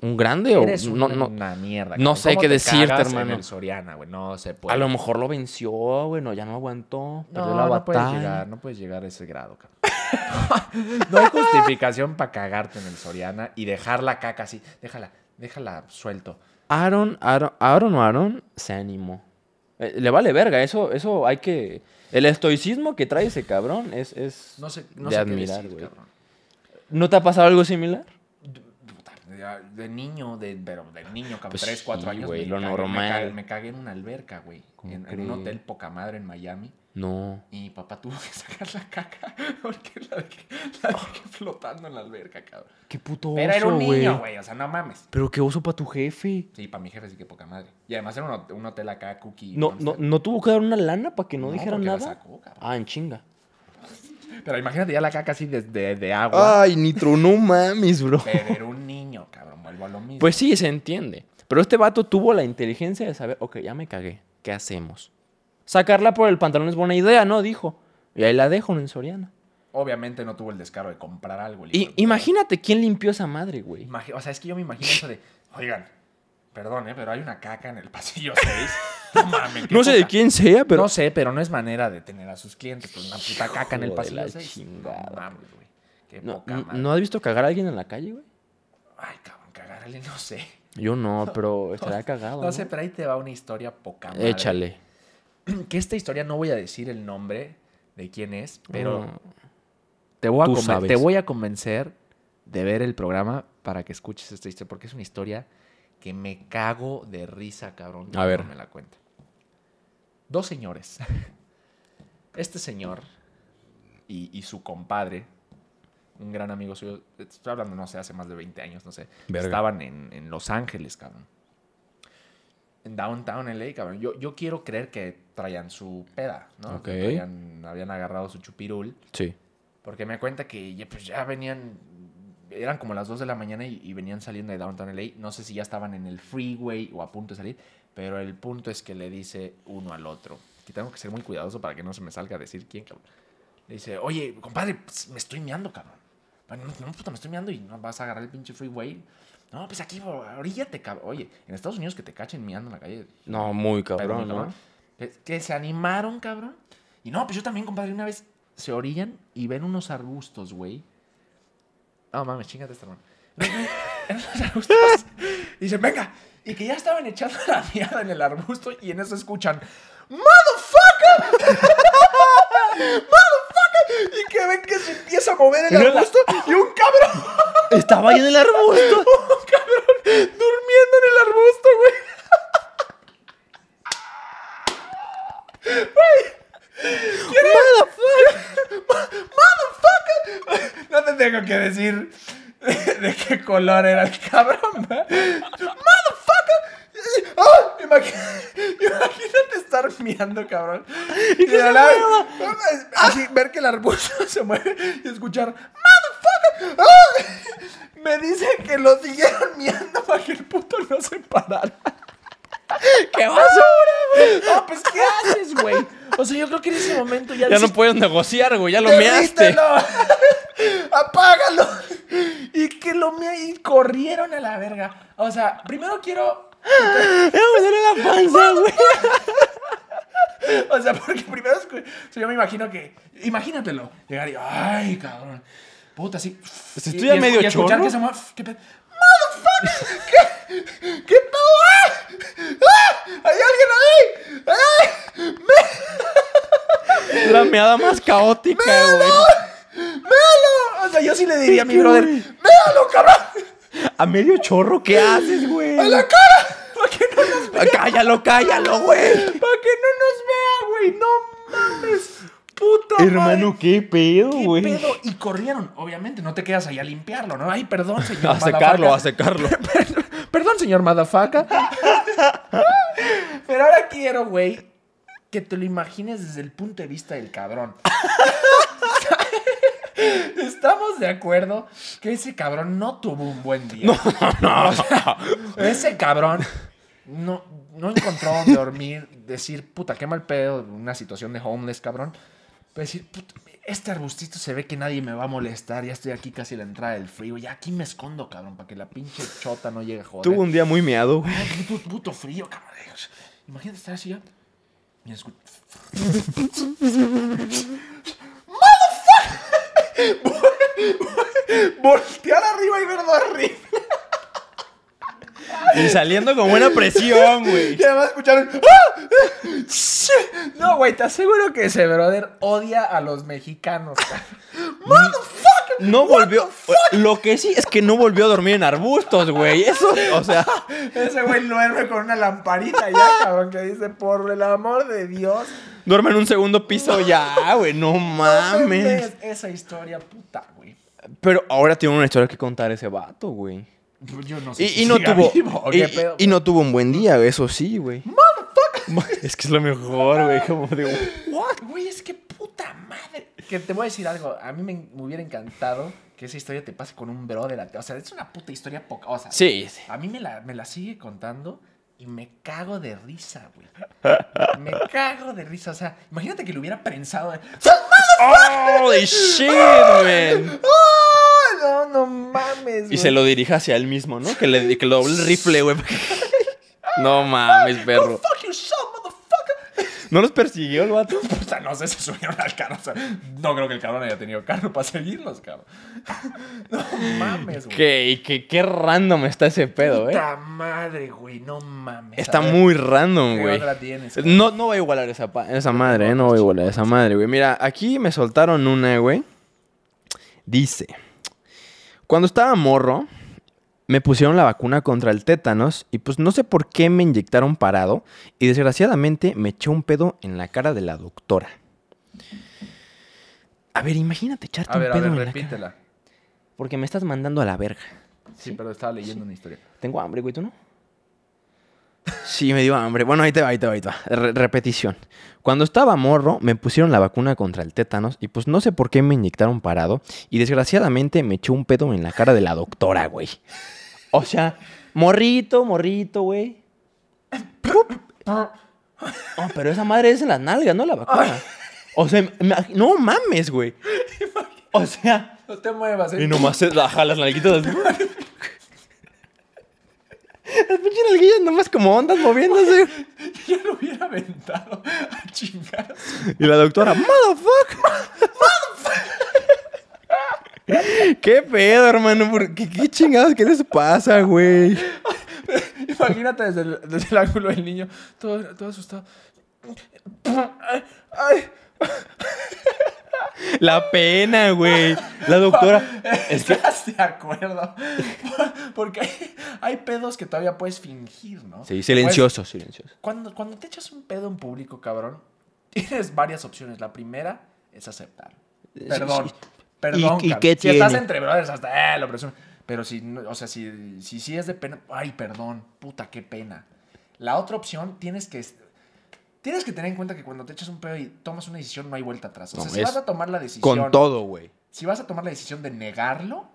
[SPEAKER 2] un grande o
[SPEAKER 1] Eres
[SPEAKER 2] no,
[SPEAKER 1] una,
[SPEAKER 2] no.
[SPEAKER 1] una mierda.
[SPEAKER 2] no
[SPEAKER 1] cabrón.
[SPEAKER 2] sé
[SPEAKER 1] ¿Cómo
[SPEAKER 2] qué
[SPEAKER 1] te
[SPEAKER 2] decirte,
[SPEAKER 1] cagas
[SPEAKER 2] hermano?
[SPEAKER 1] En el Soriana, güey, no se puede.
[SPEAKER 2] A lo mejor lo venció, bueno, ya no aguantó, perdió
[SPEAKER 1] no,
[SPEAKER 2] la
[SPEAKER 1] no puedes
[SPEAKER 2] batalla.
[SPEAKER 1] llegar, no puedes llegar a ese grado, cabrón. no hay justificación para cagarte en el Soriana y dejar la caca así. Déjala, déjala suelto.
[SPEAKER 2] Aaron, Aaron, Aaron o Aaron se animó. Eh, le vale verga, eso, eso hay que. El estoicismo que trae ese cabrón es. es
[SPEAKER 1] No sé, no
[SPEAKER 2] de
[SPEAKER 1] sé
[SPEAKER 2] admirar,
[SPEAKER 1] qué decir,
[SPEAKER 2] güey.
[SPEAKER 1] cabrón.
[SPEAKER 2] ¿No te ha pasado algo similar?
[SPEAKER 1] Puta, De, de niño, de, pero de niño, cabrón,
[SPEAKER 2] Pues
[SPEAKER 1] 3, 4
[SPEAKER 2] sí,
[SPEAKER 1] años. me
[SPEAKER 2] güey, lo
[SPEAKER 1] cagué- me
[SPEAKER 2] normal.
[SPEAKER 1] cagué- Me cagué en una alberca, güey.
[SPEAKER 2] ¿Cómo
[SPEAKER 1] En, en
[SPEAKER 2] crees?
[SPEAKER 1] un hotel poca madre en Miami.
[SPEAKER 2] No.
[SPEAKER 1] Y mi papá tuvo que sacar la caca porque la dejé, la dejé flotando en la alberca, cabrón.
[SPEAKER 2] Qué puto
[SPEAKER 1] Pero era un
[SPEAKER 2] oso, güey.
[SPEAKER 1] niño, güey. O sea, no mames.
[SPEAKER 2] Pero qué oso para tu jefe.
[SPEAKER 1] Sí, para mi jefe sí que poca madre. Y además era un, hot- un hotel acá, cookie.
[SPEAKER 2] No, no,
[SPEAKER 1] monster.
[SPEAKER 2] no tuvo que dar una lana para que no,
[SPEAKER 1] No,
[SPEAKER 2] dijera
[SPEAKER 1] porque la
[SPEAKER 2] nada.
[SPEAKER 1] sacó, cabrón.
[SPEAKER 2] ah, en chinga.
[SPEAKER 1] Pero imagínate ya la caca así de, de- de agua.
[SPEAKER 2] Ay, Nitro, no mames, bro.
[SPEAKER 1] Pero era un niño, cabrón. Vuelvo a lo mismo.
[SPEAKER 2] Pues sí, se entiende. Pero este vato tuvo la inteligencia de saber, ok, ya me cagué, ¿qué hacemos? Sacarla por el pantalón es buena idea, ¿no? Dijo. Y ahí la dejo en Soriana.
[SPEAKER 1] Obviamente no tuvo el descaro de comprar algo. el hijo
[SPEAKER 2] Y
[SPEAKER 1] de puta.
[SPEAKER 2] imagínate quién limpió esa madre, güey.
[SPEAKER 1] Imagi- o sea, es que yo me imagino eso de, oigan, perdón, ¿eh? Pero hay una caca en el pasillo 6. No mames. qué
[SPEAKER 2] No sé de
[SPEAKER 1] poca.
[SPEAKER 2] quién sea, pero...
[SPEAKER 1] No sé, pero no es manera de tener a sus clientes con una puta caca en el
[SPEAKER 2] Hijo de
[SPEAKER 1] pasillo
[SPEAKER 2] la
[SPEAKER 1] 6.
[SPEAKER 2] chingada.
[SPEAKER 1] No mames, güey. Qué
[SPEAKER 2] No,
[SPEAKER 1] poca madre.
[SPEAKER 2] ¿no has visto cagar a alguien en la calle, güey?
[SPEAKER 1] Ay, cabrón, cagarle, no sé.
[SPEAKER 2] Yo no, pero estaría cagado.
[SPEAKER 1] No sé, pero ahí te va una historia poca madre.
[SPEAKER 2] Échale.
[SPEAKER 1] que esta historia no voy a decir el nombre de quién es, pero
[SPEAKER 2] No.
[SPEAKER 1] te, voy a
[SPEAKER 2] tú
[SPEAKER 1] conven-
[SPEAKER 2] sabes.
[SPEAKER 1] te voy a convencer de ver el programa para que escuches esta historia, porque es una historia que me cago de risa, cabrón.
[SPEAKER 2] A ver.
[SPEAKER 1] cuando Me la cuenta. Dos señores. Este señor y, y su compadre, un gran amigo suyo, estoy hablando, no sé, hace más de 20 años, no sé.
[SPEAKER 2] Verga.
[SPEAKER 1] Estaban en, en Los Ángeles, cabrón. En Downtown LA, cabrón. Yo, yo quiero creer que traían su peda, ¿no?
[SPEAKER 2] Ok.
[SPEAKER 1] Que traían- habían agarrado su chupirul.
[SPEAKER 2] Sí.
[SPEAKER 1] Porque me cuenta que ya, pues, ya venían, eran como las 2 de la mañana y, y venían saliendo de Downtown LA. No sé si ya estaban en el freeway o a punto de salir, pero el punto es que le dice uno al otro, que tengo que ser muy cuidadoso para que no se me salga a decir quién, cabrón. Le dice, oye, compadre, pues, me estoy meando, cabrón. "Bueno, No, no, puta, me estoy meando y no vas a agarrar el pinche freeway. No, pues aquí, oríllate, cabrón. Oye, en Estados Unidos que te cachen mirando en la calle.
[SPEAKER 2] No, muy
[SPEAKER 1] Perdón,
[SPEAKER 2] cabrón,
[SPEAKER 1] cabrón.
[SPEAKER 2] ¿no?
[SPEAKER 1] Que, que se animaron, cabrón. Y no, pues yo también, compadre, una vez se orillan y ven unos arbustos, güey. No mames, chingate esta, hermano. Ven unos arbustos. Y dicen, venga. Y que ya estaban echando la mierda en el arbusto y en eso escuchan, ¡Motherfucker! ¡Motherfucker! Y que ven que se empieza a mover el
[SPEAKER 2] Era la-
[SPEAKER 1] arbusto y un cabrón,
[SPEAKER 2] Estaba ahí en el arbusto.
[SPEAKER 1] un cabrón, durmiendo en el arbusto, güey. No te tengo que decir de qué color era el cabrón. ¿verdad? ¡Motherfucker! ¡Ah! Imagi- Imagínate estar miando, cabrón. Y de la- así ver que el arbusto se mueve y escuchar ¡Motherfucker! ¡Ah! Me dicen que lo siguieron miando para que el puto no se parara. ¡Qué basura, güey! No, pues, ¿qué haces, güey? O sea, yo creo que en ese momento ya
[SPEAKER 2] Ya no
[SPEAKER 1] dices,
[SPEAKER 2] puedes negociar, güey. Ya lo measte.
[SPEAKER 1] ¡Derrítelo! ¡Apágalo! Y que lo mea y corrieron a la verga. O sea, primero quiero.
[SPEAKER 2] la panza, güey.
[SPEAKER 1] O sea, porque primero. escu- o sea, yo me imagino que. Imagínatelo. Llegar y. ¡Ay, cabrón! Puta, así.
[SPEAKER 2] Se
[SPEAKER 1] y-
[SPEAKER 2] estudia
[SPEAKER 1] y escu-
[SPEAKER 2] Pues medio
[SPEAKER 1] y escuchar
[SPEAKER 2] chorro.
[SPEAKER 1] que se mueve. ¡Qué pedo! ¡Motherfucker! ¿Qué, ¿Qué pedo? ¡Ah! ¡Ah! ¡Hay alguien ahí! ¡Ay!
[SPEAKER 2] La meada más caótica, güey.
[SPEAKER 1] ¡Véalo! O sea, yo sí le diría a mi brother. ¡Véalo, cabrón!
[SPEAKER 2] A medio chorro, ¿qué haces, güey?
[SPEAKER 1] ¡A la cara! ¿Para que no nos
[SPEAKER 2] Cállalo, cállalo, güey.
[SPEAKER 1] Para que no nos vea, güey. No mames. Puta
[SPEAKER 2] Hermano,
[SPEAKER 1] madre.
[SPEAKER 2] qué pedo,
[SPEAKER 1] ¿Qué
[SPEAKER 2] güey.
[SPEAKER 1] pedo? Y corrieron, obviamente. No te quedas ahí a limpiarlo, ¿no? Ay, perdón, señor.
[SPEAKER 2] A secarlo,
[SPEAKER 1] madafaca.
[SPEAKER 2] a secarlo.
[SPEAKER 1] Perdón, señor Madafaca. Pero ahora quiero, güey, que te lo imagines desde el punto de vista del cabrón. Estamos de acuerdo que ese cabrón no tuvo un buen día.
[SPEAKER 2] No,
[SPEAKER 1] Ese cabrón no, no encontró donde dormir, decir, puta, qué mal pedo, una situación de homeless, cabrón. Pero decir, puta, este arbustito se ve que nadie me va a molestar, ya estoy aquí casi a la entrada del frío, ya aquí me escondo, cabrón, para que la pinche chota no llegue a joder.
[SPEAKER 2] Tuvo un día muy meado, güey.
[SPEAKER 1] Ay, qué puto, puto frío, cabrón. Imagínate estar así ¿eh? ya. Y escu- ¡Motherfucker! Voltear arriba y ver dos rifles.
[SPEAKER 2] Y saliendo con buena presión, güey.
[SPEAKER 1] Y además escucharon. ¡Ah! Shit. No, güey, te aseguro que ese brother odia a los mexicanos. cabrón. ¡Motherfucker!
[SPEAKER 2] No volvió. Lo que sí es que no volvió a dormir en arbustos, güey. Eso, o sea,
[SPEAKER 1] Ese güey lo duerme con una lamparita ya, cabrón, que dice, por el amor de Dios.
[SPEAKER 2] duerme en un segundo piso ya, güey. No mames.
[SPEAKER 1] mames Esa historia, puta, güey.
[SPEAKER 2] Pero ahora tiene una historia que contar ese vato, güey.
[SPEAKER 1] Yo no sé.
[SPEAKER 2] Y, y no tuvo. y-
[SPEAKER 1] y,
[SPEAKER 2] y, no tuvo un buen día, eso sí, güey. Es que es lo mejor, güey. Como de.
[SPEAKER 1] Güey, es que puta madre. Que te voy a decir algo. A mí me, me hubiera encantado que esa historia te pase con un brother. O sea, es una puta historia poca. O sea,
[SPEAKER 2] Sí, sí.
[SPEAKER 1] A mí me la, me la sigue contando y me cago de risa, güey. Me cago de risa. O sea, imagínate que lo hubiera pensado. de,
[SPEAKER 2] ¡Holy shit, man!
[SPEAKER 1] ¡Ah! No, no mames,
[SPEAKER 2] Y se lo dirige hacia él mismo, ¿no? Que le, que le doble el rifle, güey. No mames, perro.
[SPEAKER 1] Fuck yourself, motherfucker.
[SPEAKER 2] ¿No los persiguió el vato?
[SPEAKER 1] O sea, no sé, se subieron al carro. O sea, no creo que el cabrón haya tenido carro para seguirlos, cabrón. No mames, güey.
[SPEAKER 2] Qué, qué, qué random está ese pedo, eh.
[SPEAKER 1] Puta madre, güey. No mames.
[SPEAKER 2] Está
[SPEAKER 1] A ver,
[SPEAKER 2] muy random,
[SPEAKER 1] ¿qué
[SPEAKER 2] güey.
[SPEAKER 1] otra tienes, cabrón?
[SPEAKER 2] No, no va a igualar esa, pa- esa madre, ¿eh? No va a igualar esa madre, güey. Mira, aquí me soltaron una, güey. Dice: Cuando estaba morro, me pusieron la vacuna contra el tétanos y, pues, no sé por qué me inyectaron parado. Y desgraciadamente me echó un pedo en la cara de la doctora. A ver, imagínate echarte
[SPEAKER 1] A ver, a
[SPEAKER 2] un pedo
[SPEAKER 1] ver,
[SPEAKER 2] en la cara.
[SPEAKER 1] repítela.
[SPEAKER 2] Porque me estás mandando a la verga.
[SPEAKER 1] Sí, pero estaba leyendo una historia.
[SPEAKER 2] Tengo hambre, güey, ¿tú no? Sí, me dio hambre. Bueno, ahí te va, ahí te va, ahí te va. Re- repetición. Cuando estaba morro, me pusieron la vacuna contra el tétanos y pues no sé por qué me inyectaron parado y desgraciadamente me echó un pedo en la cara de la doctora, güey. O sea, morrito, morrito, güey. Oh, pero esa madre es en las nalgas, no la vacuna. O sea, me- no mames, güey. O sea,
[SPEAKER 1] No te muevas, eh.
[SPEAKER 2] y nomás se la jalas nalguitas. unas como ondas moviéndose.
[SPEAKER 1] Yo lo hubiera aventado a chingar.
[SPEAKER 2] Y la doctora, motherfucker. ¿Qué pedo, hermano? ¿Por ¿Qué, qué chingados? ¿Qué les pasa, güey?
[SPEAKER 1] Imagínate desde el, desde el ángulo del niño, todo, todo asustado. Ay, ay.
[SPEAKER 2] La pena, güey. La doctora. Es que,
[SPEAKER 1] ¿Estás de eh, acuerdo? Porque hay, hay pedos que todavía puedes fingir, ¿no?
[SPEAKER 2] sí, silencioso, silencioso.
[SPEAKER 1] Pues, cuando, cuando te echas un pedo en público, cabrón, tienes varias opciones. La primera es aceptar. Perdón.
[SPEAKER 2] sí.
[SPEAKER 1] Perdón.
[SPEAKER 2] ¿Y- y
[SPEAKER 1] cabrón.
[SPEAKER 2] qué
[SPEAKER 1] si estás
[SPEAKER 2] tiene?
[SPEAKER 1] entre brothers, hasta eh, lo presumo. Pero si, no- o sea, si, si, si es de pena, ay, perdón, puta, qué pena. La otra opción, tienes que, tienes que tener en cuenta que cuando te echas un pedo y tomas una decisión, no hay vuelta atrás. O
[SPEAKER 2] No,
[SPEAKER 1] sea, si
[SPEAKER 2] es
[SPEAKER 1] vas a tomar la decisión
[SPEAKER 2] Con todo, güey.
[SPEAKER 1] si vas a tomar la decisión de negarlo,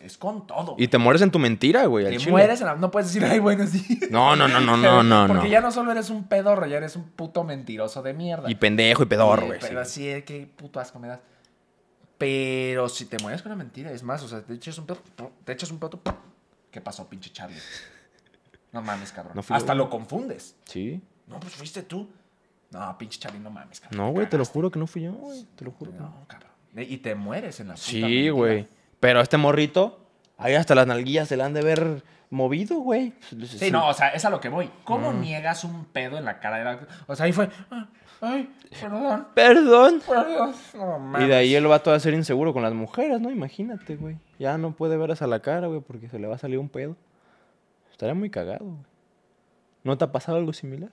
[SPEAKER 1] es con todo.
[SPEAKER 2] Y te mueres en tu mentira, güey. al
[SPEAKER 1] te
[SPEAKER 2] chile.
[SPEAKER 1] mueres, en la- no puedes decir, ay, buenos días.
[SPEAKER 2] No, no, no, no, no, no.
[SPEAKER 1] Porque
[SPEAKER 2] no.
[SPEAKER 1] ya no solo eres un pedorro, ya eres un puto mentiroso de mierda.
[SPEAKER 2] Y pendejo y pedorro,
[SPEAKER 1] Sí,
[SPEAKER 2] güey. sí.
[SPEAKER 1] Pero así es que puto asco me das. Pero si te mueres con una mentira, es más, o sea, te echas un pedo, te echas un pedo, tú, ¿qué pasó, pinche Charlie? No mames, cabrón.
[SPEAKER 2] No fui
[SPEAKER 1] Hasta
[SPEAKER 2] yo.
[SPEAKER 1] lo confundes.
[SPEAKER 2] Sí.
[SPEAKER 1] No, pues fuiste tú. No, pinche Charlie, no mames, cabrón.
[SPEAKER 2] No, güey, te lo
[SPEAKER 1] Cagaste.
[SPEAKER 2] juro que no fui yo, güey. Te lo juro. que no.
[SPEAKER 1] No, cabrón. Y te mueres en la puta
[SPEAKER 2] Sí,
[SPEAKER 1] mentira.
[SPEAKER 2] güey. Pero este morrito, ahí hasta las nalguillas se la han de ver movido, güey.
[SPEAKER 1] Sí, no, o sea, es a lo que voy. ¿Cómo
[SPEAKER 2] Mm.
[SPEAKER 1] niegas un pedo en la cara de la... O sea, ahí fue... "Ah, Ay, perdón,
[SPEAKER 2] Perdón.
[SPEAKER 1] perdón. No, mames.
[SPEAKER 2] Y de ahí el vato va a ser inseguro con las mujeres, ¿no? Imagínate, güey. Ya no puede verlas a la cara, güey, porque se le va a salir un pedo. Estaría muy cagado, güey. ¿No te ha pasado algo similar?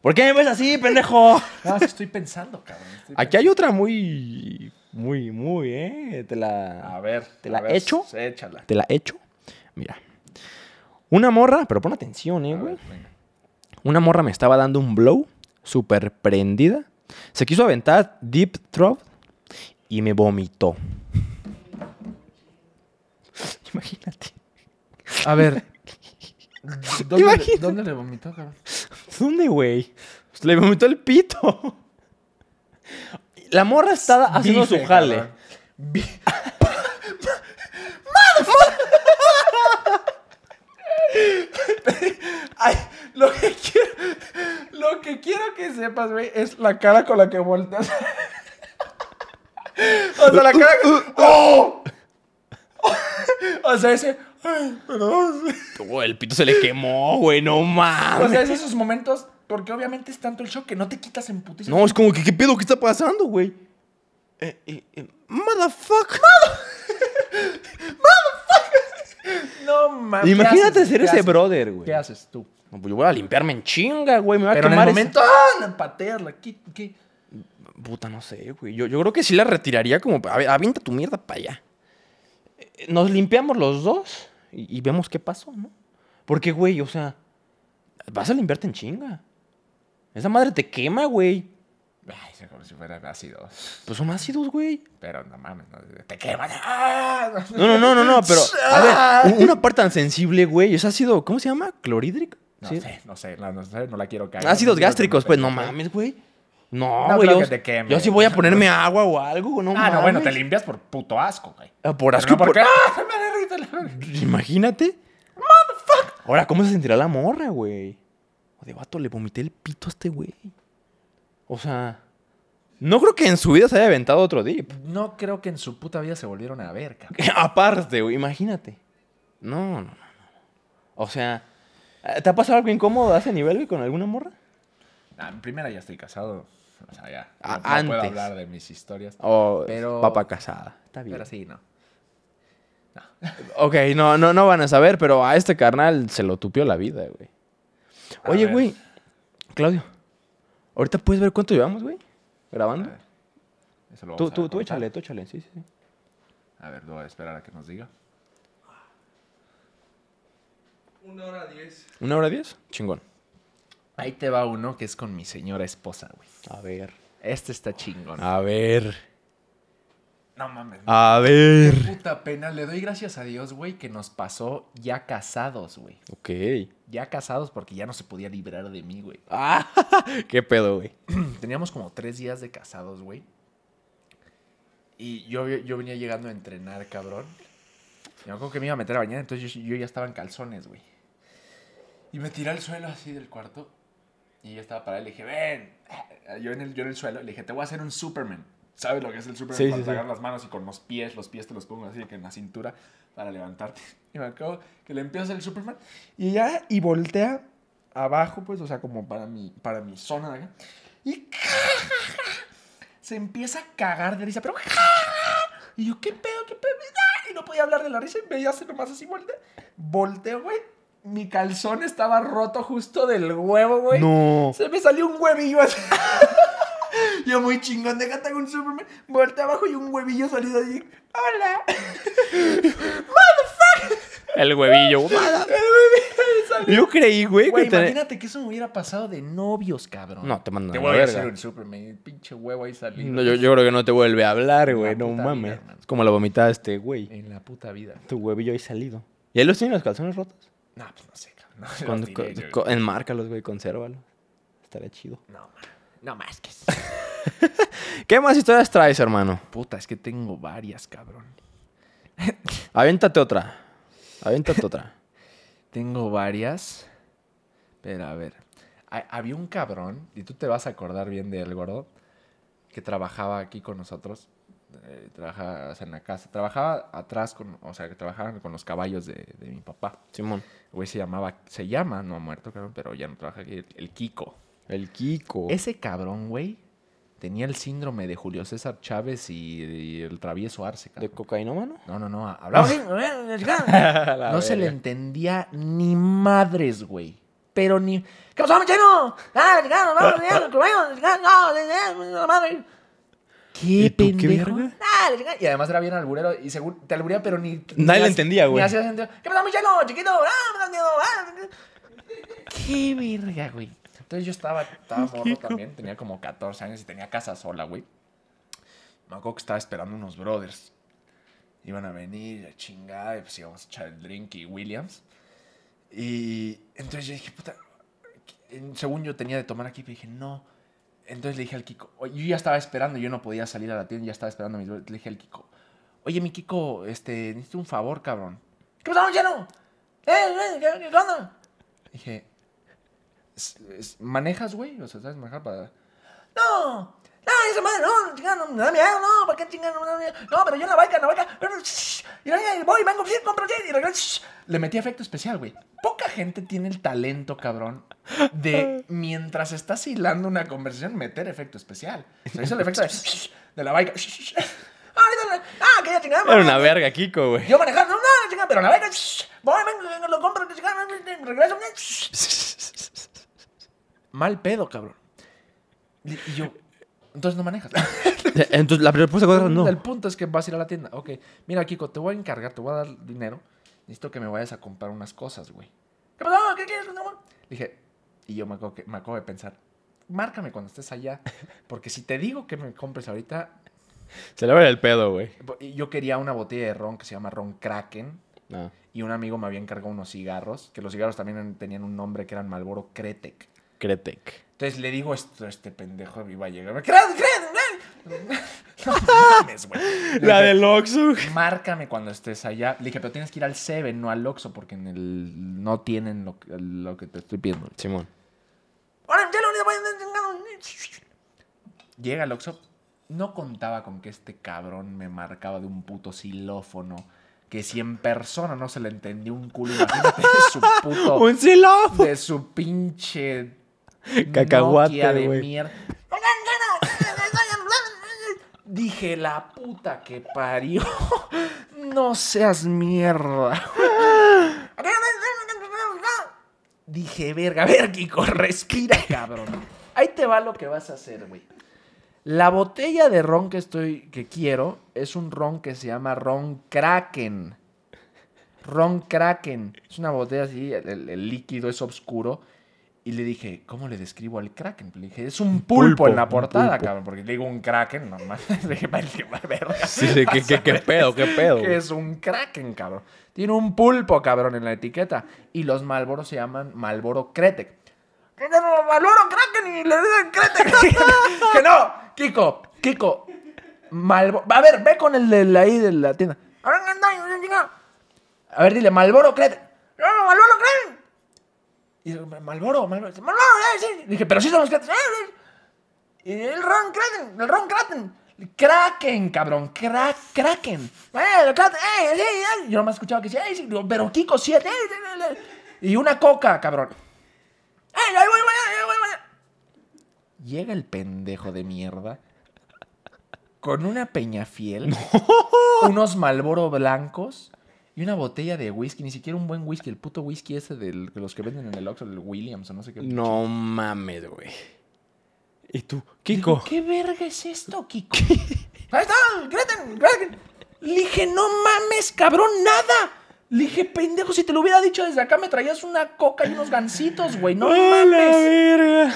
[SPEAKER 2] ¿Por qué me ves así, pendejo?
[SPEAKER 1] No, sí estoy pensando, cabrón. estoy
[SPEAKER 2] Aquí hay otra muy, muy, muy, ¿eh? Te
[SPEAKER 1] pensando.
[SPEAKER 2] la...
[SPEAKER 1] A ver.
[SPEAKER 2] ¿Te
[SPEAKER 1] a
[SPEAKER 2] la
[SPEAKER 1] ver,
[SPEAKER 2] echo?
[SPEAKER 1] sí, Échala.
[SPEAKER 2] Te la echo. Mira. Una morra, pero pon atención, ¿eh,
[SPEAKER 1] A
[SPEAKER 2] güey?
[SPEAKER 1] ver, venga.
[SPEAKER 2] Una morra me estaba dando un blow, súper prendida. Se quiso aventar deep throat y me vomitó. Imagínate.
[SPEAKER 1] A ver. ¿Dónde,
[SPEAKER 2] Imagina-
[SPEAKER 1] dónde le vomitó, cabrón?
[SPEAKER 2] ¿Dónde, güey? Pues le vomitó el pito. La morra estaba haciendo
[SPEAKER 1] Bife,
[SPEAKER 2] su jale.
[SPEAKER 1] cabrón. Bi- Ay, lo que quiero, lo que quiero que sepas, güey, es la cara con la que volteas. O sea, la cara. ¡Oh! O sea, ese. Ay, perdón.
[SPEAKER 2] Uy, Oh, el pito se le quemó, güey, no mames.
[SPEAKER 1] O sea, es esos momentos. Porque obviamente es tanto el shock que no te quitas en putiza.
[SPEAKER 2] No, es como que, ¿qué pedo? ¿Qué está pasando, güey? Eh, eh, eh, motherfucker.
[SPEAKER 1] no mames. ¿qué
[SPEAKER 2] Imagínate
[SPEAKER 1] haces?
[SPEAKER 2] ser
[SPEAKER 1] ¿Qué
[SPEAKER 2] ese
[SPEAKER 1] haces?
[SPEAKER 2] brother, güey.
[SPEAKER 1] ¿Qué haces tú?
[SPEAKER 2] No, pues yo voy a limpiarme en chinga, güey. Me voy a
[SPEAKER 1] Pero en el
[SPEAKER 2] quemar esa-
[SPEAKER 1] momento. ¡Ah! La pateas, la qui- ¿qué?
[SPEAKER 2] Puta, no sé, güey. Yo, yo creo que sí la retiraría como... A ver, avienta tu mierda para allá. Eh, Nos limpiamos los dos y, y vemos qué pasó, ¿no? Porque, güey, o sea... Vas a limpiarte en chinga. Esa madre te quema, güey.
[SPEAKER 1] Ay, se como si fuera ácido.
[SPEAKER 2] Pues son ácidos, güey.
[SPEAKER 1] Pero no mames, no, te queman. ¡Ah!
[SPEAKER 2] No, no, no, no, no, pero... A ver, u- una parte tan sensible, güey, es ácido... ¿Cómo se llama? ¿Clorhídrico?
[SPEAKER 1] No
[SPEAKER 2] Sí.
[SPEAKER 1] sé, no sé, no, no sé, no la quiero caer.
[SPEAKER 2] Ácidos
[SPEAKER 1] No quiero
[SPEAKER 2] gástricos,
[SPEAKER 1] que me
[SPEAKER 2] pues no
[SPEAKER 1] pegue.
[SPEAKER 2] mames, güey. No,
[SPEAKER 1] No
[SPEAKER 2] güey.
[SPEAKER 1] creo
[SPEAKER 2] yo,
[SPEAKER 1] que te queme.
[SPEAKER 2] yo sí voy a ponerme agua o algo, no
[SPEAKER 1] Ah, no, bueno, te
[SPEAKER 2] mames.
[SPEAKER 1] limpias por puto asco, güey.
[SPEAKER 2] Ah, Por
[SPEAKER 1] Pero
[SPEAKER 2] asco
[SPEAKER 1] no
[SPEAKER 2] y por- Pues,
[SPEAKER 1] porque- ¡Ah! se me derrite la-
[SPEAKER 2] Imagínate. Ahora, ¿cómo se sentirá la morra, güey? O de vato, le vomité el pito a este güey. O sea, no creo que en su vida se haya aventado otro dip.
[SPEAKER 1] No creo que en su puta vida se volvieron a ver, cabrón.
[SPEAKER 2] Aparte, güey, imagínate. No, no, no. no. O sea, ¿te ha pasado algo incómodo a ese nivel, güey, con alguna morra?
[SPEAKER 1] Ah, en primera ya estoy casado. O sea, ya. No,
[SPEAKER 2] Ah,
[SPEAKER 1] no puedo
[SPEAKER 2] antes.
[SPEAKER 1] hablar de mis historias.
[SPEAKER 2] O
[SPEAKER 1] Pero-
[SPEAKER 2] papa casada. Está bien.
[SPEAKER 1] Pero sí, no.
[SPEAKER 2] Ok, no, no, no van a saber, pero a este carnal se lo tupió la vida, güey.
[SPEAKER 1] A
[SPEAKER 2] Oye,
[SPEAKER 1] ver.
[SPEAKER 2] güey, Claudio, ahorita puedes ver cuánto llevamos, güey, grabando.
[SPEAKER 1] A ver, Eso lo
[SPEAKER 2] Tú,
[SPEAKER 1] vamos a
[SPEAKER 2] tú, tú
[SPEAKER 1] cortar.
[SPEAKER 2] échale, tú échale, sí, sí. sí.
[SPEAKER 1] A ver, voy a esperar a que nos diga.
[SPEAKER 2] ¿Una hora diez? Chingón.
[SPEAKER 1] Ahí te va uno que es con mi señora esposa, güey.
[SPEAKER 2] A ver.
[SPEAKER 1] Este está chingón.
[SPEAKER 2] A ver.
[SPEAKER 1] No mames.
[SPEAKER 2] A ver.
[SPEAKER 1] Ah. Puta pena, le doy gracias a Dios, güey, que nos pasó ya casados, güey.
[SPEAKER 2] Ok.
[SPEAKER 1] Ya casados porque ya no se podía librar de mí, güey.
[SPEAKER 2] Ah, qué pedo, güey.
[SPEAKER 1] Teníamos como tres días de casados, güey. Y yo, yo venía llegando a entrenar, cabrón. Y me acuerdo que me iba a meter a bañar, entonces yo, yo ya estaba en calzones, güey. Y me tiré al suelo así del cuarto. Y yo estaba parada y le dije, ven. Yo en el, yo en el suelo le dije, te voy a hacer un Superman. ¿Sabes lo que es el Superman?
[SPEAKER 2] Sí,
[SPEAKER 1] para
[SPEAKER 2] sí, sí.
[SPEAKER 1] agarrar las manos y con los pies, los pies te los pongo así que en la cintura para levantarte. Y me acabo que le empiezo a hacer el Superman. Y ya, y voltea abajo, pues, o sea, como para mi, para mi zona de acá. Y se empieza a cagar de risa, pero y yo, ¿qué pedo? ¿Qué pedo? ¡Ah! Y no podía hablar de la risa. Y me hace nomás así, voltea. Volteo, güey. Mi calzón estaba roto justo del huevo, güey.
[SPEAKER 2] No.
[SPEAKER 1] Se me salió un huevillo así. yo muy chingón, déjate con Superman. Volteé abajo y un huevillo salido así. ¡Hola!
[SPEAKER 2] El huevillo. Yo creí, güey,
[SPEAKER 1] Güey,
[SPEAKER 2] que te...
[SPEAKER 1] imagínate que eso me hubiera pasado de novios, cabrón.
[SPEAKER 2] No, te mandan
[SPEAKER 1] Te
[SPEAKER 2] a
[SPEAKER 1] voy
[SPEAKER 2] la
[SPEAKER 1] a decir
[SPEAKER 2] verga.
[SPEAKER 1] un Superman. y el Pinche huevo ahí salido.
[SPEAKER 2] No, yo, yo creo que no te vuelve a hablar, güey.
[SPEAKER 1] La
[SPEAKER 2] No
[SPEAKER 1] puta vida,
[SPEAKER 2] mames.
[SPEAKER 1] hermano.
[SPEAKER 2] Es como la vomitada de este güey.
[SPEAKER 1] En la puta vida.
[SPEAKER 2] Tu huevillo ahí salido. ¿Y él los tiene los calzones rotos?
[SPEAKER 1] No, pues no sé, cabrón. No,
[SPEAKER 2] Cuando-
[SPEAKER 1] los
[SPEAKER 2] co-
[SPEAKER 1] diré, yo-
[SPEAKER 2] co- enmárcalos, güey, consérvalos. Estaría chido.
[SPEAKER 1] no, ma- no más que
[SPEAKER 2] ¿Qué más historias traes, hermano?
[SPEAKER 1] Puta, es que tengo varias, cabrón.
[SPEAKER 2] Aviéntate otra. Aviéntate otra.
[SPEAKER 1] Tengo varias. Pero a ver. ha- había un cabrón, y tú te vas a acordar bien de él, gordo, que trabajaba aquí con nosotros. eh, trabajaba o sea, en la casa. Trabajaba atrás, con, o sea, que trabajaban con los caballos de, de mi papá.
[SPEAKER 2] Simón.
[SPEAKER 1] El güey se llamaba, se llama, no ha muerto, cabrón, pero ya no trabaja aquí, el- el Kiko.
[SPEAKER 2] El Kiko.
[SPEAKER 1] Ese cabrón, güey, tenía el síndrome de Julio César Chávez y, y el travieso Arce,
[SPEAKER 2] ¿De
[SPEAKER 1] cabrón.
[SPEAKER 2] cocainómano?
[SPEAKER 1] No, no, no, hablaba bien, No se le entendía ni madres, güey. Pero ni. ¿Qué pasó, muchacho? ¡Ah, llegaron, vamos, llegaron, comemos, llegaron, no, llegaron, la madre! ¿Qué
[SPEAKER 2] ¿Y tú qué
[SPEAKER 1] pendejo?
[SPEAKER 2] verga?
[SPEAKER 1] Ah, llegaron. y además era bien alburero y según te alburea, pero ni.
[SPEAKER 2] Nadie le entendía, güey.
[SPEAKER 1] Y hacía sentido. ¿Qué pasó, muchacho? Chiquito, ah, me das miedo, ah. Qué verga, güey. Entonces yo estaba, estaba morro también, tenía como 14 años y tenía casa sola, güey. Me acuerdo que estaba esperando unos brothers iban a venir, la chingada, y pues íbamos a echar el drink y Williams. Y entonces yo dije, puta, en- según yo tenía de tomar aquí, pero dije, no. Entonces le dije al Kiko, oye, yo ya estaba esperando, yo no podía salir a la tienda, ya estaba esperando a mis brothers. Le dije al Kiko, oye, mi Kiko, este, necesito un favor, cabrón. ¿Qué pasó, lleno? ¿Eh, eh, qué- qué onda? Dije, "S- s- ¿manejas, güey? O sea, ¿sabes manejar para...? No, no, esa madre, no, chingada, no, me da miedo, no, ¿para qué chingada? No, me da miedo. No, pero yo en la baica, en la baica, shh, y ahí ahí voy, vengo, sí, compro, sí, y regreso. shh. Le metí efecto especial, güey. Poca gente tiene el talento, cabrón, de mientras estás hilando una conversación, meter efecto especial. Se hizo el efecto de, shh, de la baica. shh, shh. Ah, ahorita, ah, que ya chingada.
[SPEAKER 2] Era una
[SPEAKER 1] madre.
[SPEAKER 2] verga, Kiko, güey.
[SPEAKER 1] Yo manejar, no, no, chingada, pero en la baica, shh, voy, vengo, vengo, lo compro, chingada, regreso. shh. Mal pedo, cabrón. Y y yo, entonces no manejas.
[SPEAKER 2] Entonces, la propuesta cosa no.
[SPEAKER 1] El punto es que vas a ir a la tienda. Ok, mira, Kiko, te voy a encargar, te voy a dar dinero. Necesito que me vayas a comprar unas cosas, güey. ¿Qué pasó? ¿Qué quieres? mi amor? Dije, y yo me acabo, que- me acabo de pensar, márcame cuando estés allá, porque si te digo que me compres ahorita,
[SPEAKER 2] Se le va el pedo, güey.
[SPEAKER 1] y yo quería una botella de ron que se llama Ron Kraken,
[SPEAKER 2] No.
[SPEAKER 1] y un amigo me había encargado unos cigarros, que los cigarros también tenían un nombre que eran Malboro Kretek.
[SPEAKER 2] Cretec.
[SPEAKER 1] Entonces le digo esto, este pendejo iba a llegar. ¡Cren, cren, cren! No mames, güey. Le
[SPEAKER 2] La
[SPEAKER 1] dije,
[SPEAKER 2] del Oxxo.
[SPEAKER 1] Márcame cuando estés allá. Le dije, pero tienes que ir al Seven, no al Oxxo, porque en el no tienen lo, que- lo que te estoy pidiendo.
[SPEAKER 2] Simón.
[SPEAKER 1] Ahora, ya lo- ya voy- Llega al Oxxo. No contaba con que este cabrón me marcaba de un puto xilófono. Que si en persona no se le entendió un culo, imagínate su puto
[SPEAKER 2] Un silofo.
[SPEAKER 1] de su pinche
[SPEAKER 2] Cacahuate,
[SPEAKER 1] Nokia de
[SPEAKER 2] güey.
[SPEAKER 1] mierda. Dije, la puta que parió. No seas mierda. Dije, verga, verga, Kiko, respira, cabrón. Ahí te va lo que vas a hacer, güey. La botella de ron que estoy, que quiero, es un ron que se llama ron Kraken. Ron Kraken. Es una botella así, el, el- el líquido es oscuro. Y le dije, ¿cómo le describo al Kraken? Le dije, es un pulpo,
[SPEAKER 2] pulpo,
[SPEAKER 1] en la
[SPEAKER 2] un
[SPEAKER 1] portada,
[SPEAKER 2] pulpo.
[SPEAKER 1] cabrón. Porque le digo un Kraken, nomás. Le dije, "Vale, verga".
[SPEAKER 2] Sí, sí, qué, qué, qué pedo, qué pedo.
[SPEAKER 1] Que es un Kraken, cabrón. Tiene un pulpo, cabrón, en la etiqueta. Y los Malboros se llaman Malboro Kretek. Que no, Malboro Kraken y le dicen Kretek. que no, Kiko, Kiko. Malboro. A ver, ve con el de ahí de la tienda. A ver, dile, Malboro Kretek. No, Malboro Kretek. Y Malboro, Malboro. Malboro, eh, sí. Dije, pero sí son los Kraken. Ah, eh. Y el Ron Kraken, el Ron Kraken. Kraken, cabrón, cra- Kraken. Eh, el Kraken, eh, sí, eh. Yo nomás escuchaba que decía, eh, sí, digo, pero Kiko 7. Y una coca, cabrón. Eh, ahí voy, ahí voy, ahí voy, ahí voy. Llega el pendejo de mierda con una peña fiel, unos malboro blancos y una botella de whisky, ni siquiera un buen whisky, el puto whisky ese de los que venden en el Oxxo, el Williams o no sé qué.
[SPEAKER 2] No mames, güey. ¿Y tú?
[SPEAKER 1] Digo,
[SPEAKER 2] Kiko.
[SPEAKER 1] ¿Qué verga es esto, Kiko? Ahí está, Greten, Greten. Le dije, no mames, cabrón, nada. Le dije, pendejo, si te lo hubiera dicho desde acá me traías una coca y unos gansitos, güey, no
[SPEAKER 2] ¡A la
[SPEAKER 1] mames.
[SPEAKER 2] verga!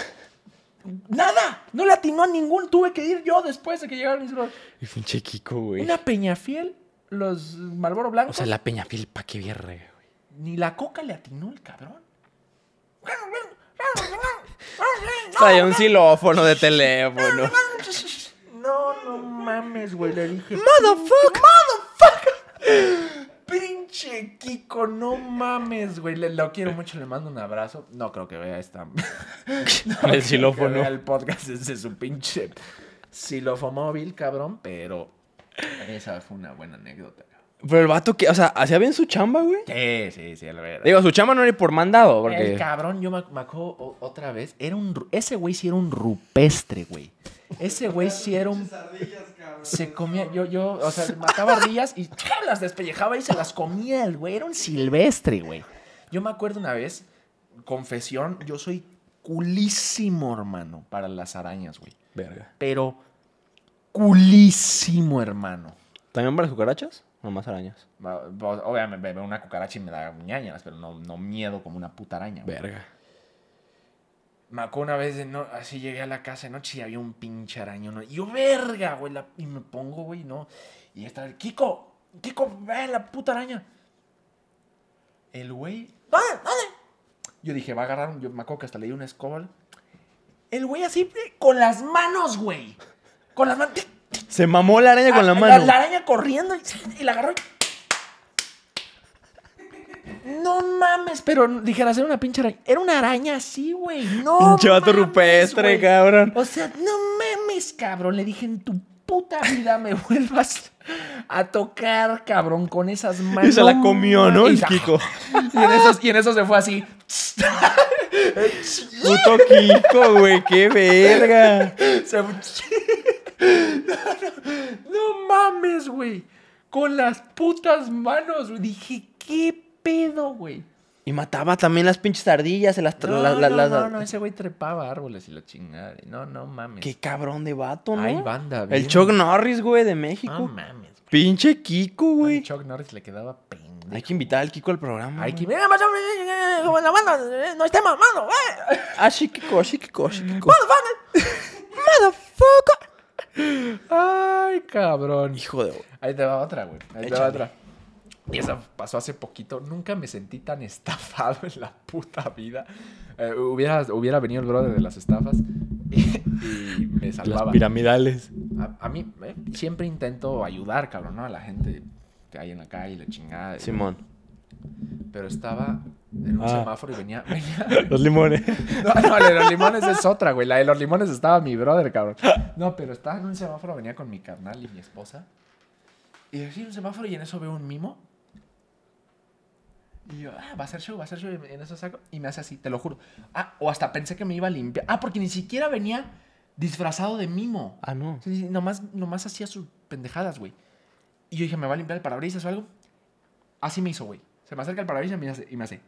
[SPEAKER 1] Nada, no le atinó a ningún, tuve que ir yo después de que llegaron mis bros.
[SPEAKER 2] El pinche Kiko, güey.
[SPEAKER 1] Una peña fiel, los malboro
[SPEAKER 2] O
[SPEAKER 1] blancos.
[SPEAKER 2] sea, la peña fiel, pa' qué verga, güey.
[SPEAKER 1] Ni la coca le atinó el cabrón.
[SPEAKER 2] Traía un xilófono de teléfono.
[SPEAKER 1] No, no mames, güey. Le dije.
[SPEAKER 2] ¡Motherfucker!
[SPEAKER 1] Pinche Kiko, no mames, güey. Le, lo quiero mucho, le mando un abrazo. No creo que vea esta. No
[SPEAKER 2] El
[SPEAKER 1] creo que
[SPEAKER 2] xilófono.
[SPEAKER 1] vea el podcast desde su pinche xilofomóvil, cabrón. Pero esa fue una buena anécdota.
[SPEAKER 2] Pero el vato que, o sea, hacía bien su chamba, güey.
[SPEAKER 1] Sí, sí, sí, la verdad.
[SPEAKER 2] Digo, su chamba no era por mandado,
[SPEAKER 1] El
[SPEAKER 2] porque.
[SPEAKER 1] cabrón, yo me, me acuerdo o- otra vez. Era un, ru- ese güey sí era un rupestre, güey. Ese güey sí era un. Se comía, yo, yo, o sea, mataba ardillas y ¡chau! las despellejaba y se las comía el güey. Era un silvestre, güey. Yo me acuerdo una vez, confesión, yo soy culísimo, hermano, para las arañas, güey.
[SPEAKER 2] Verga.
[SPEAKER 1] Pero culísimo, hermano.
[SPEAKER 2] ¿También para las cucarachas? ¿O más arañas?
[SPEAKER 5] Va- va- Obviamente veo una cucaracha y me da ñañas, pero no, no miedo como una puta araña. güey.
[SPEAKER 2] Verga.
[SPEAKER 5] Me acuerdo una vez de no, así llegué a la casa de noche y había un pinche arañón. ¿no? Y yo, verga, güey. la- y me pongo, güey, no. Y está, Kiko, Kiko, ve la puta araña. El güey.
[SPEAKER 1] ¿Dónde? ¿Dónde?
[SPEAKER 5] Yo dije, va a agarrar un. Yo me acuerdo que hasta le di una escoba.
[SPEAKER 1] El güey así con las manos, güey. Con las manos. tic,
[SPEAKER 2] Se mamó la araña con la
[SPEAKER 1] Ah,
[SPEAKER 2] mano.
[SPEAKER 1] La, araña corriendo y, y la agarró. y- No mames, pero dijeras, era una pinche araña. Era una araña así, güey. No.
[SPEAKER 2] Pinche vato
[SPEAKER 1] mames,
[SPEAKER 2] rupestre,
[SPEAKER 1] güey.
[SPEAKER 2] cabrón.
[SPEAKER 1] O sea, no mames, cabrón. Le dije, en tu puta vida me vuelvas a tocar, cabrón, con esas manos.
[SPEAKER 2] Y se la comió, ¿no?
[SPEAKER 1] Y
[SPEAKER 2] El
[SPEAKER 1] sa-
[SPEAKER 2] Kiko.
[SPEAKER 1] Y en, eso, y en eso se fue así.
[SPEAKER 2] Puto Kiko, güey. ¡Qué verga!
[SPEAKER 1] Se- no, no, no mames, güey. Con las putas manos, güey. Dije, ¿qué pedo, güey?
[SPEAKER 2] Y mataba también las pinches ardillas. Se las. tra-
[SPEAKER 1] No,
[SPEAKER 2] la- la-
[SPEAKER 1] no,
[SPEAKER 2] la-
[SPEAKER 1] no, no, ese güey trepaba árboles y la chingada. No, no mames.
[SPEAKER 2] Qué cabrón de vato, ¿no?
[SPEAKER 1] Ay, banda,
[SPEAKER 2] El
[SPEAKER 1] bien.
[SPEAKER 2] Chuck Norris, güey, de
[SPEAKER 1] No
[SPEAKER 2] México.
[SPEAKER 1] mames, güey.
[SPEAKER 2] Pinche Kiko,
[SPEAKER 1] A
[SPEAKER 2] güey.
[SPEAKER 1] Chuck Norris le quedaba pendejo.
[SPEAKER 2] Hay que invitar al Kiko al programa.
[SPEAKER 1] Hay
[SPEAKER 2] güey.
[SPEAKER 1] que... Mira, más hombre, eh, como la banda, eh, no esté mamando, eh.
[SPEAKER 2] Ah, sí, Kiko, sí, Kiko, sí, Kiko.
[SPEAKER 1] Ay, cabrón.
[SPEAKER 2] Hijo de.
[SPEAKER 5] Ahí te va otra, güey. Ahí te
[SPEAKER 2] Échale.
[SPEAKER 5] va otra. Y esa pasó hace poquito. Nunca me sentí tan estafado en la puta vida. Eh, hubiera, hubiera venido el brother de las estafas y, y me salvaba.
[SPEAKER 2] piramidales.
[SPEAKER 5] A, a mí eh, siempre intento ayudar, cabrón, ¿no? A la gente que hay en la calle, la chingada.
[SPEAKER 2] Simón.
[SPEAKER 5] Pero estaba en un
[SPEAKER 2] Ah.
[SPEAKER 5] semáforo y venía... venía
[SPEAKER 2] Los limones.
[SPEAKER 5] No, no, la de los limones es otra, güey. La de los limones estaba mi brother, cabrón. No, pero estaba en un semáforo, venía con mi carnal y mi esposa. Y así un semáforo y en eso veo un mimo. Y yo, ah, va a ser show, va a ser show. Y en eso saco. Y me hace así, te lo juro. Ah, o hasta pensé que me iba a limpiar. Ah, porque ni siquiera venía disfrazado de mimo.
[SPEAKER 2] Ah, no.
[SPEAKER 5] Sí, sí, nomás, nomás hacía sus pendejadas, güey. Y yo dije, ¿me va a limpiar el parabrisas o algo? Así me hizo, güey. Se me acerca el parabrisas y me hace. Y me hace.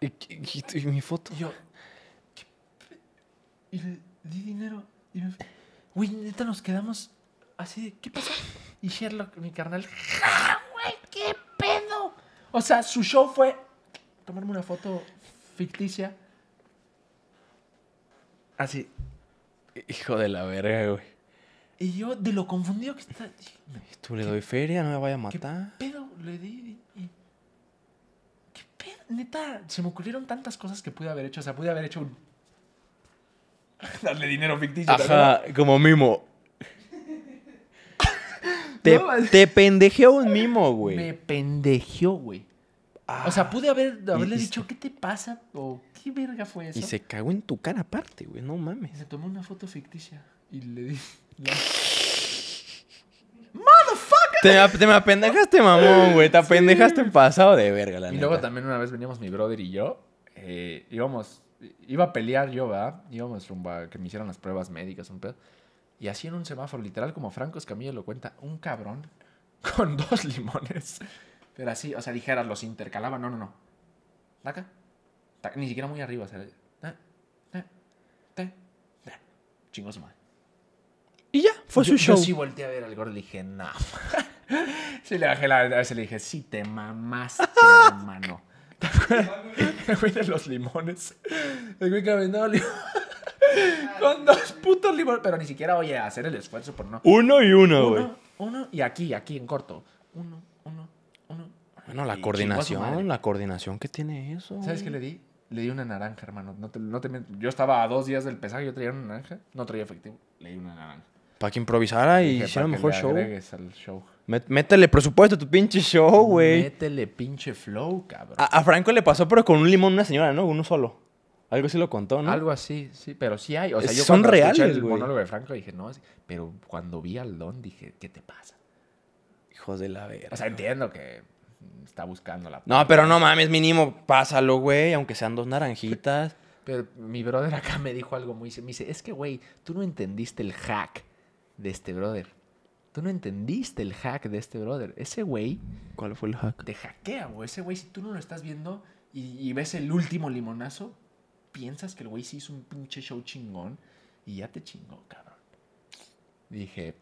[SPEAKER 2] ¿Y, y- y- y mi foto?
[SPEAKER 5] Y yo. ¿qué pe- Y le di dinero. Y me fui. Güey, neta, nos quedamos así de. ¿Qué pasó? Y Sherlock, mi carnal. ¡Ja, güey! ¡Qué pedo! O sea, su show fue tomarme una foto ficticia. Así.
[SPEAKER 2] Hijo de la verga, güey.
[SPEAKER 5] Y yo, de lo confundido que está. dije,
[SPEAKER 2] Tú le doy feria, no me vaya a
[SPEAKER 5] ¿Qué
[SPEAKER 2] matar.
[SPEAKER 5] pedo? Le di. y- y- ¿Qué pedo? Neta, se me ocurrieron tantas cosas que pude haber hecho. O sea, pude haber hecho un. Darle dinero ficticio. ¿te acuerdas?
[SPEAKER 2] Ajá, como mimo. Te,
[SPEAKER 1] No, es-
[SPEAKER 2] te pendejeó un mimo, güey. Ah,
[SPEAKER 1] Me pendejeó, güey. o sea, pude haber, haberle
[SPEAKER 2] y se-
[SPEAKER 1] dicho, ¿qué te pasa? O ¿qué verga fue eso?
[SPEAKER 2] Y se cagó en tu cara aparte, güey. No
[SPEAKER 1] Y
[SPEAKER 2] mames.
[SPEAKER 1] se tomó una foto ficticia y le di. la-
[SPEAKER 2] Te, ap- te me apendejaste, mamón, güey. Te apendejaste pasado de verga, la
[SPEAKER 1] Y luego
[SPEAKER 2] neta.
[SPEAKER 1] también una vez veníamos mi brother y yo, eh, íbamos, iba a pelear yo, ¿verdad? Íbamos rumbo a que me hicieran las pruebas médicas, un pedo. Y así en un semáforo, literal, como Franco Escamillo lo cuenta, un cabrón con dos limones. Pero así, o sea, dijeras, los intercalaban, no, no, no. Taca, taca, ni siquiera muy arriba, o sea, ta, ta, ta, ta. Chingos madre.
[SPEAKER 2] Y ya, fue
[SPEAKER 1] Yo-
[SPEAKER 2] su show.
[SPEAKER 1] Yo sí volteé a ver al gordo y le dije, no. sí le bajé la cabeza y le dije, sí te mamaste, hermano. ¿Te acuerdas? El güey de los limones. El güey que aventaba limón. Con dos putos limones. Pero ni siquiera, oye, hacer el esfuerzo por no.
[SPEAKER 2] Uno y uno, güey.
[SPEAKER 1] Uno, uno, y aquí, aquí en corto. Uno, uno, uno.
[SPEAKER 2] Bueno, la
[SPEAKER 1] Y chingó a su madre.
[SPEAKER 2] coordinación, la coordinación que tiene eso.
[SPEAKER 1] ¿Sabes qué le di? Le di una naranja, hermano. No te, no te miento. Yo estaba a dos días del pesaje, yo traía una naranja. No traía efectivo. Le di una naranja.
[SPEAKER 2] Para que improvisara y
[SPEAKER 1] Dije, "Para
[SPEAKER 2] hiciera
[SPEAKER 1] que
[SPEAKER 2] mejor
[SPEAKER 1] le
[SPEAKER 2] show.
[SPEAKER 1] agregues al show.
[SPEAKER 2] Mét- Métele presupuesto a tu pinche show, güey. Ah,
[SPEAKER 1] Métele pinche flow, cabrón.
[SPEAKER 2] A, a Franco le pasó, pero con un limón una señora, ¿no? Uno solo. Algo sí lo contó, ¿no?
[SPEAKER 1] Algo así, sí, pero sí hay. O sea,
[SPEAKER 2] Es-
[SPEAKER 1] yo
[SPEAKER 2] son
[SPEAKER 1] cuando escuché
[SPEAKER 2] reales,
[SPEAKER 1] el
[SPEAKER 2] güey.
[SPEAKER 1] monólogo de Franco dije, no, es- pero cuando vi al Don dije, ¿qué te pasa?
[SPEAKER 2] Hijos de la verga.
[SPEAKER 1] O sea, entiendo que está buscando la...
[SPEAKER 2] no, pero no mames, mínimo, pásalo, güey, aunque sean dos naranjitas.
[SPEAKER 1] Pero mi brother acá me dijo algo muy... Me dice, es que, güey, tú no entendiste el hack de este brother. Tú no entendiste el hack de este brother. Ese güey
[SPEAKER 2] ¿Cuál fue el hack?
[SPEAKER 1] te hackea, güey. Ese güey, si tú no lo estás viendo y, y ves el último limonazo, piensas que el güey sí hizo un pinche show chingón y ya te chingó, cabrón. Dije,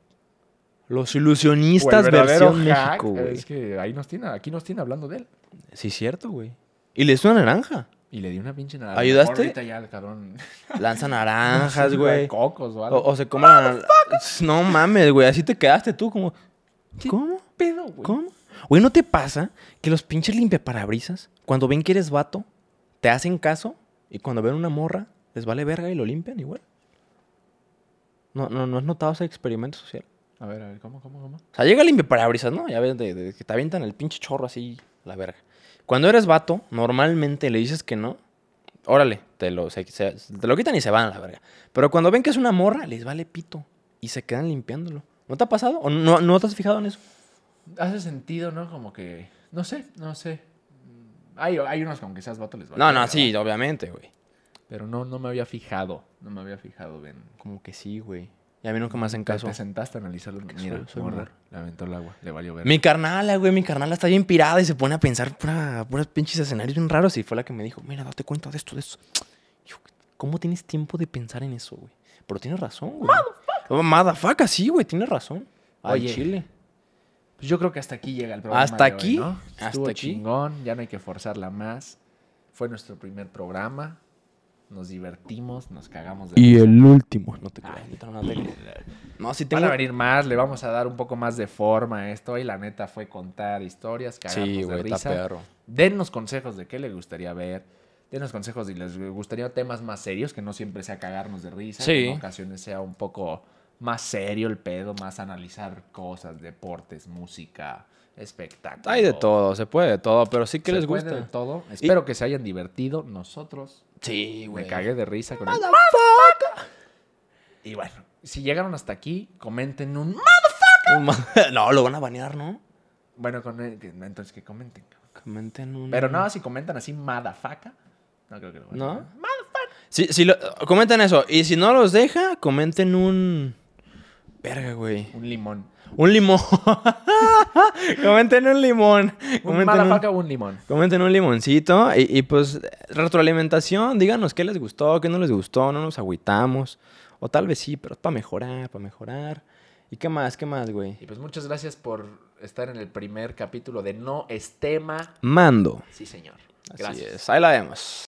[SPEAKER 2] Los
[SPEAKER 1] O el
[SPEAKER 2] ilusionistas
[SPEAKER 1] verdadero
[SPEAKER 2] versión
[SPEAKER 1] hack eh,
[SPEAKER 2] México, güey.
[SPEAKER 1] Es que ahí nos tiene, aquí nos tiene hablando de él.
[SPEAKER 2] Sí, cierto, güey. Y le hizo una naranja.
[SPEAKER 1] Y le di una pinche nada.
[SPEAKER 2] ¿Ayudaste?
[SPEAKER 1] Ahorita ya el cabrón.
[SPEAKER 2] Lanza
[SPEAKER 1] Sí,
[SPEAKER 2] naranjas,
[SPEAKER 1] de
[SPEAKER 2] güey.
[SPEAKER 1] Cocos o
[SPEAKER 2] O,
[SPEAKER 1] algo.
[SPEAKER 2] o se come la naran- No mames, güey. Así te quedaste tú, como. ¿Cómo?
[SPEAKER 1] pedo, güey?
[SPEAKER 2] ¿Cómo? Güey, ¿no te pasa que los pinches limpiaparabrisas, cuando ven que eres vato, te hacen caso y cuando ven una morra, les vale verga y lo limpian igual? No, no, ¿no has notado ese experimento social?
[SPEAKER 1] A ver, a ver, ¿cómo, cómo, cómo?
[SPEAKER 2] O sea, llega el limpiaparabrisas, ¿no? Ya ves, de- de que te avientan el pinche chorro así, la verga. Cuando eres vato, normalmente le dices que no. Órale, te lo, se- se- te lo quitan y se van a la verga. Pero cuando ven que es una morra, les vale pito. Y se quedan limpiándolo. ¿No te ha pasado? ¿O no, no te has fijado en eso?
[SPEAKER 1] Hace sentido, ¿no? Como que. No sé, no sé. Hay, hay unos con que seas vato les vale
[SPEAKER 2] No, no,
[SPEAKER 1] verga,
[SPEAKER 2] sí,
[SPEAKER 1] ¿verdad?
[SPEAKER 2] obviamente, güey.
[SPEAKER 1] Pero no, no me había fijado. No me había fijado en.
[SPEAKER 2] Como que sí, güey. Y a mí nunca me hacen
[SPEAKER 1] Te,
[SPEAKER 2] caso.
[SPEAKER 1] te sentaste a analizarlo. Mira,
[SPEAKER 2] soy- soy
[SPEAKER 1] morra,
[SPEAKER 2] morra.
[SPEAKER 1] Le aventó el agua. Le valió ver.
[SPEAKER 2] Mi carnala, güey, mi carnala está bien pirada y se pone a pensar pura- puros pinches escenarios bien raros y fue la que me dijo, mira, date cuenta de esto, de esto. Yo, ¿Cómo tienes tiempo de pensar en eso, güey? Pero tienes razón, güey. Oh, Motherfucker, sí, güey, tienes razón. Al
[SPEAKER 1] Oye,
[SPEAKER 2] Chile.
[SPEAKER 1] Pues yo creo que hasta aquí llega el programa.
[SPEAKER 2] Hasta
[SPEAKER 1] de hoy,
[SPEAKER 2] aquí,
[SPEAKER 1] ¿no?
[SPEAKER 2] hasta
[SPEAKER 1] Estuvo
[SPEAKER 2] aquí.
[SPEAKER 1] chingón, ya no hay que forzarla más. Fue nuestro primer programa. Nos divertimos, nos cagamos de risa.
[SPEAKER 2] el último. No te creas, neta, no, te creas. No, sí
[SPEAKER 1] Van
[SPEAKER 2] tengo...
[SPEAKER 1] a venir más, le vamos a dar un poco más de forma a esto. Y la neta fue contar historias, cagarnos
[SPEAKER 2] Sí,
[SPEAKER 1] de
[SPEAKER 2] güey, está
[SPEAKER 1] risa.
[SPEAKER 2] perro.
[SPEAKER 1] Dennos consejos de qué les gustaría ver. Denos consejos si les gustaría temas más serios, que no siempre sea cagarnos de risa.
[SPEAKER 2] Sí.
[SPEAKER 1] Que en ocasiones sea un poco más serio el pedo, más analizar cosas, deportes, música, espectáculos.
[SPEAKER 2] Hay de todo, se puede de todo, pero sí que
[SPEAKER 1] Se
[SPEAKER 2] les
[SPEAKER 1] puede
[SPEAKER 2] gusta.
[SPEAKER 1] de todo. Espero que se hayan divertido. Nosotros
[SPEAKER 2] Sí, güey.
[SPEAKER 1] me cagué de risa con el- Y bueno, si llegaron hasta aquí, comenten un
[SPEAKER 2] No, lo van a banear, ¿no?
[SPEAKER 1] bueno, con el- que- entonces que comenten. cabrón.
[SPEAKER 2] Comenten un...
[SPEAKER 1] Pero no, si comentan así madafaca, no creo que lo vayan a
[SPEAKER 2] ¿No?
[SPEAKER 1] ver.
[SPEAKER 2] Sí, sí, lo- comenten eso. Y si no los deja, comenten un. Verga, güey.
[SPEAKER 1] Un limón.
[SPEAKER 2] Un limón. comenten un limón.
[SPEAKER 1] Un
[SPEAKER 2] Comenten un,
[SPEAKER 1] madafaca o un limón.
[SPEAKER 2] comenten un limoncito. Y, y, pues, retroalimentación. Díganos qué les gustó, qué no les gustó. No nos agüitamos. O tal vez sí, pero para mejorar, para mejorar. ¿Y qué más? ¿Qué más, güey?
[SPEAKER 1] Y pues muchas gracias por estar en el primer capítulo de No es tema.
[SPEAKER 2] Mando.
[SPEAKER 1] Sí, señor.
[SPEAKER 2] Así
[SPEAKER 1] Gracias.
[SPEAKER 2] es. Ahí la vemos.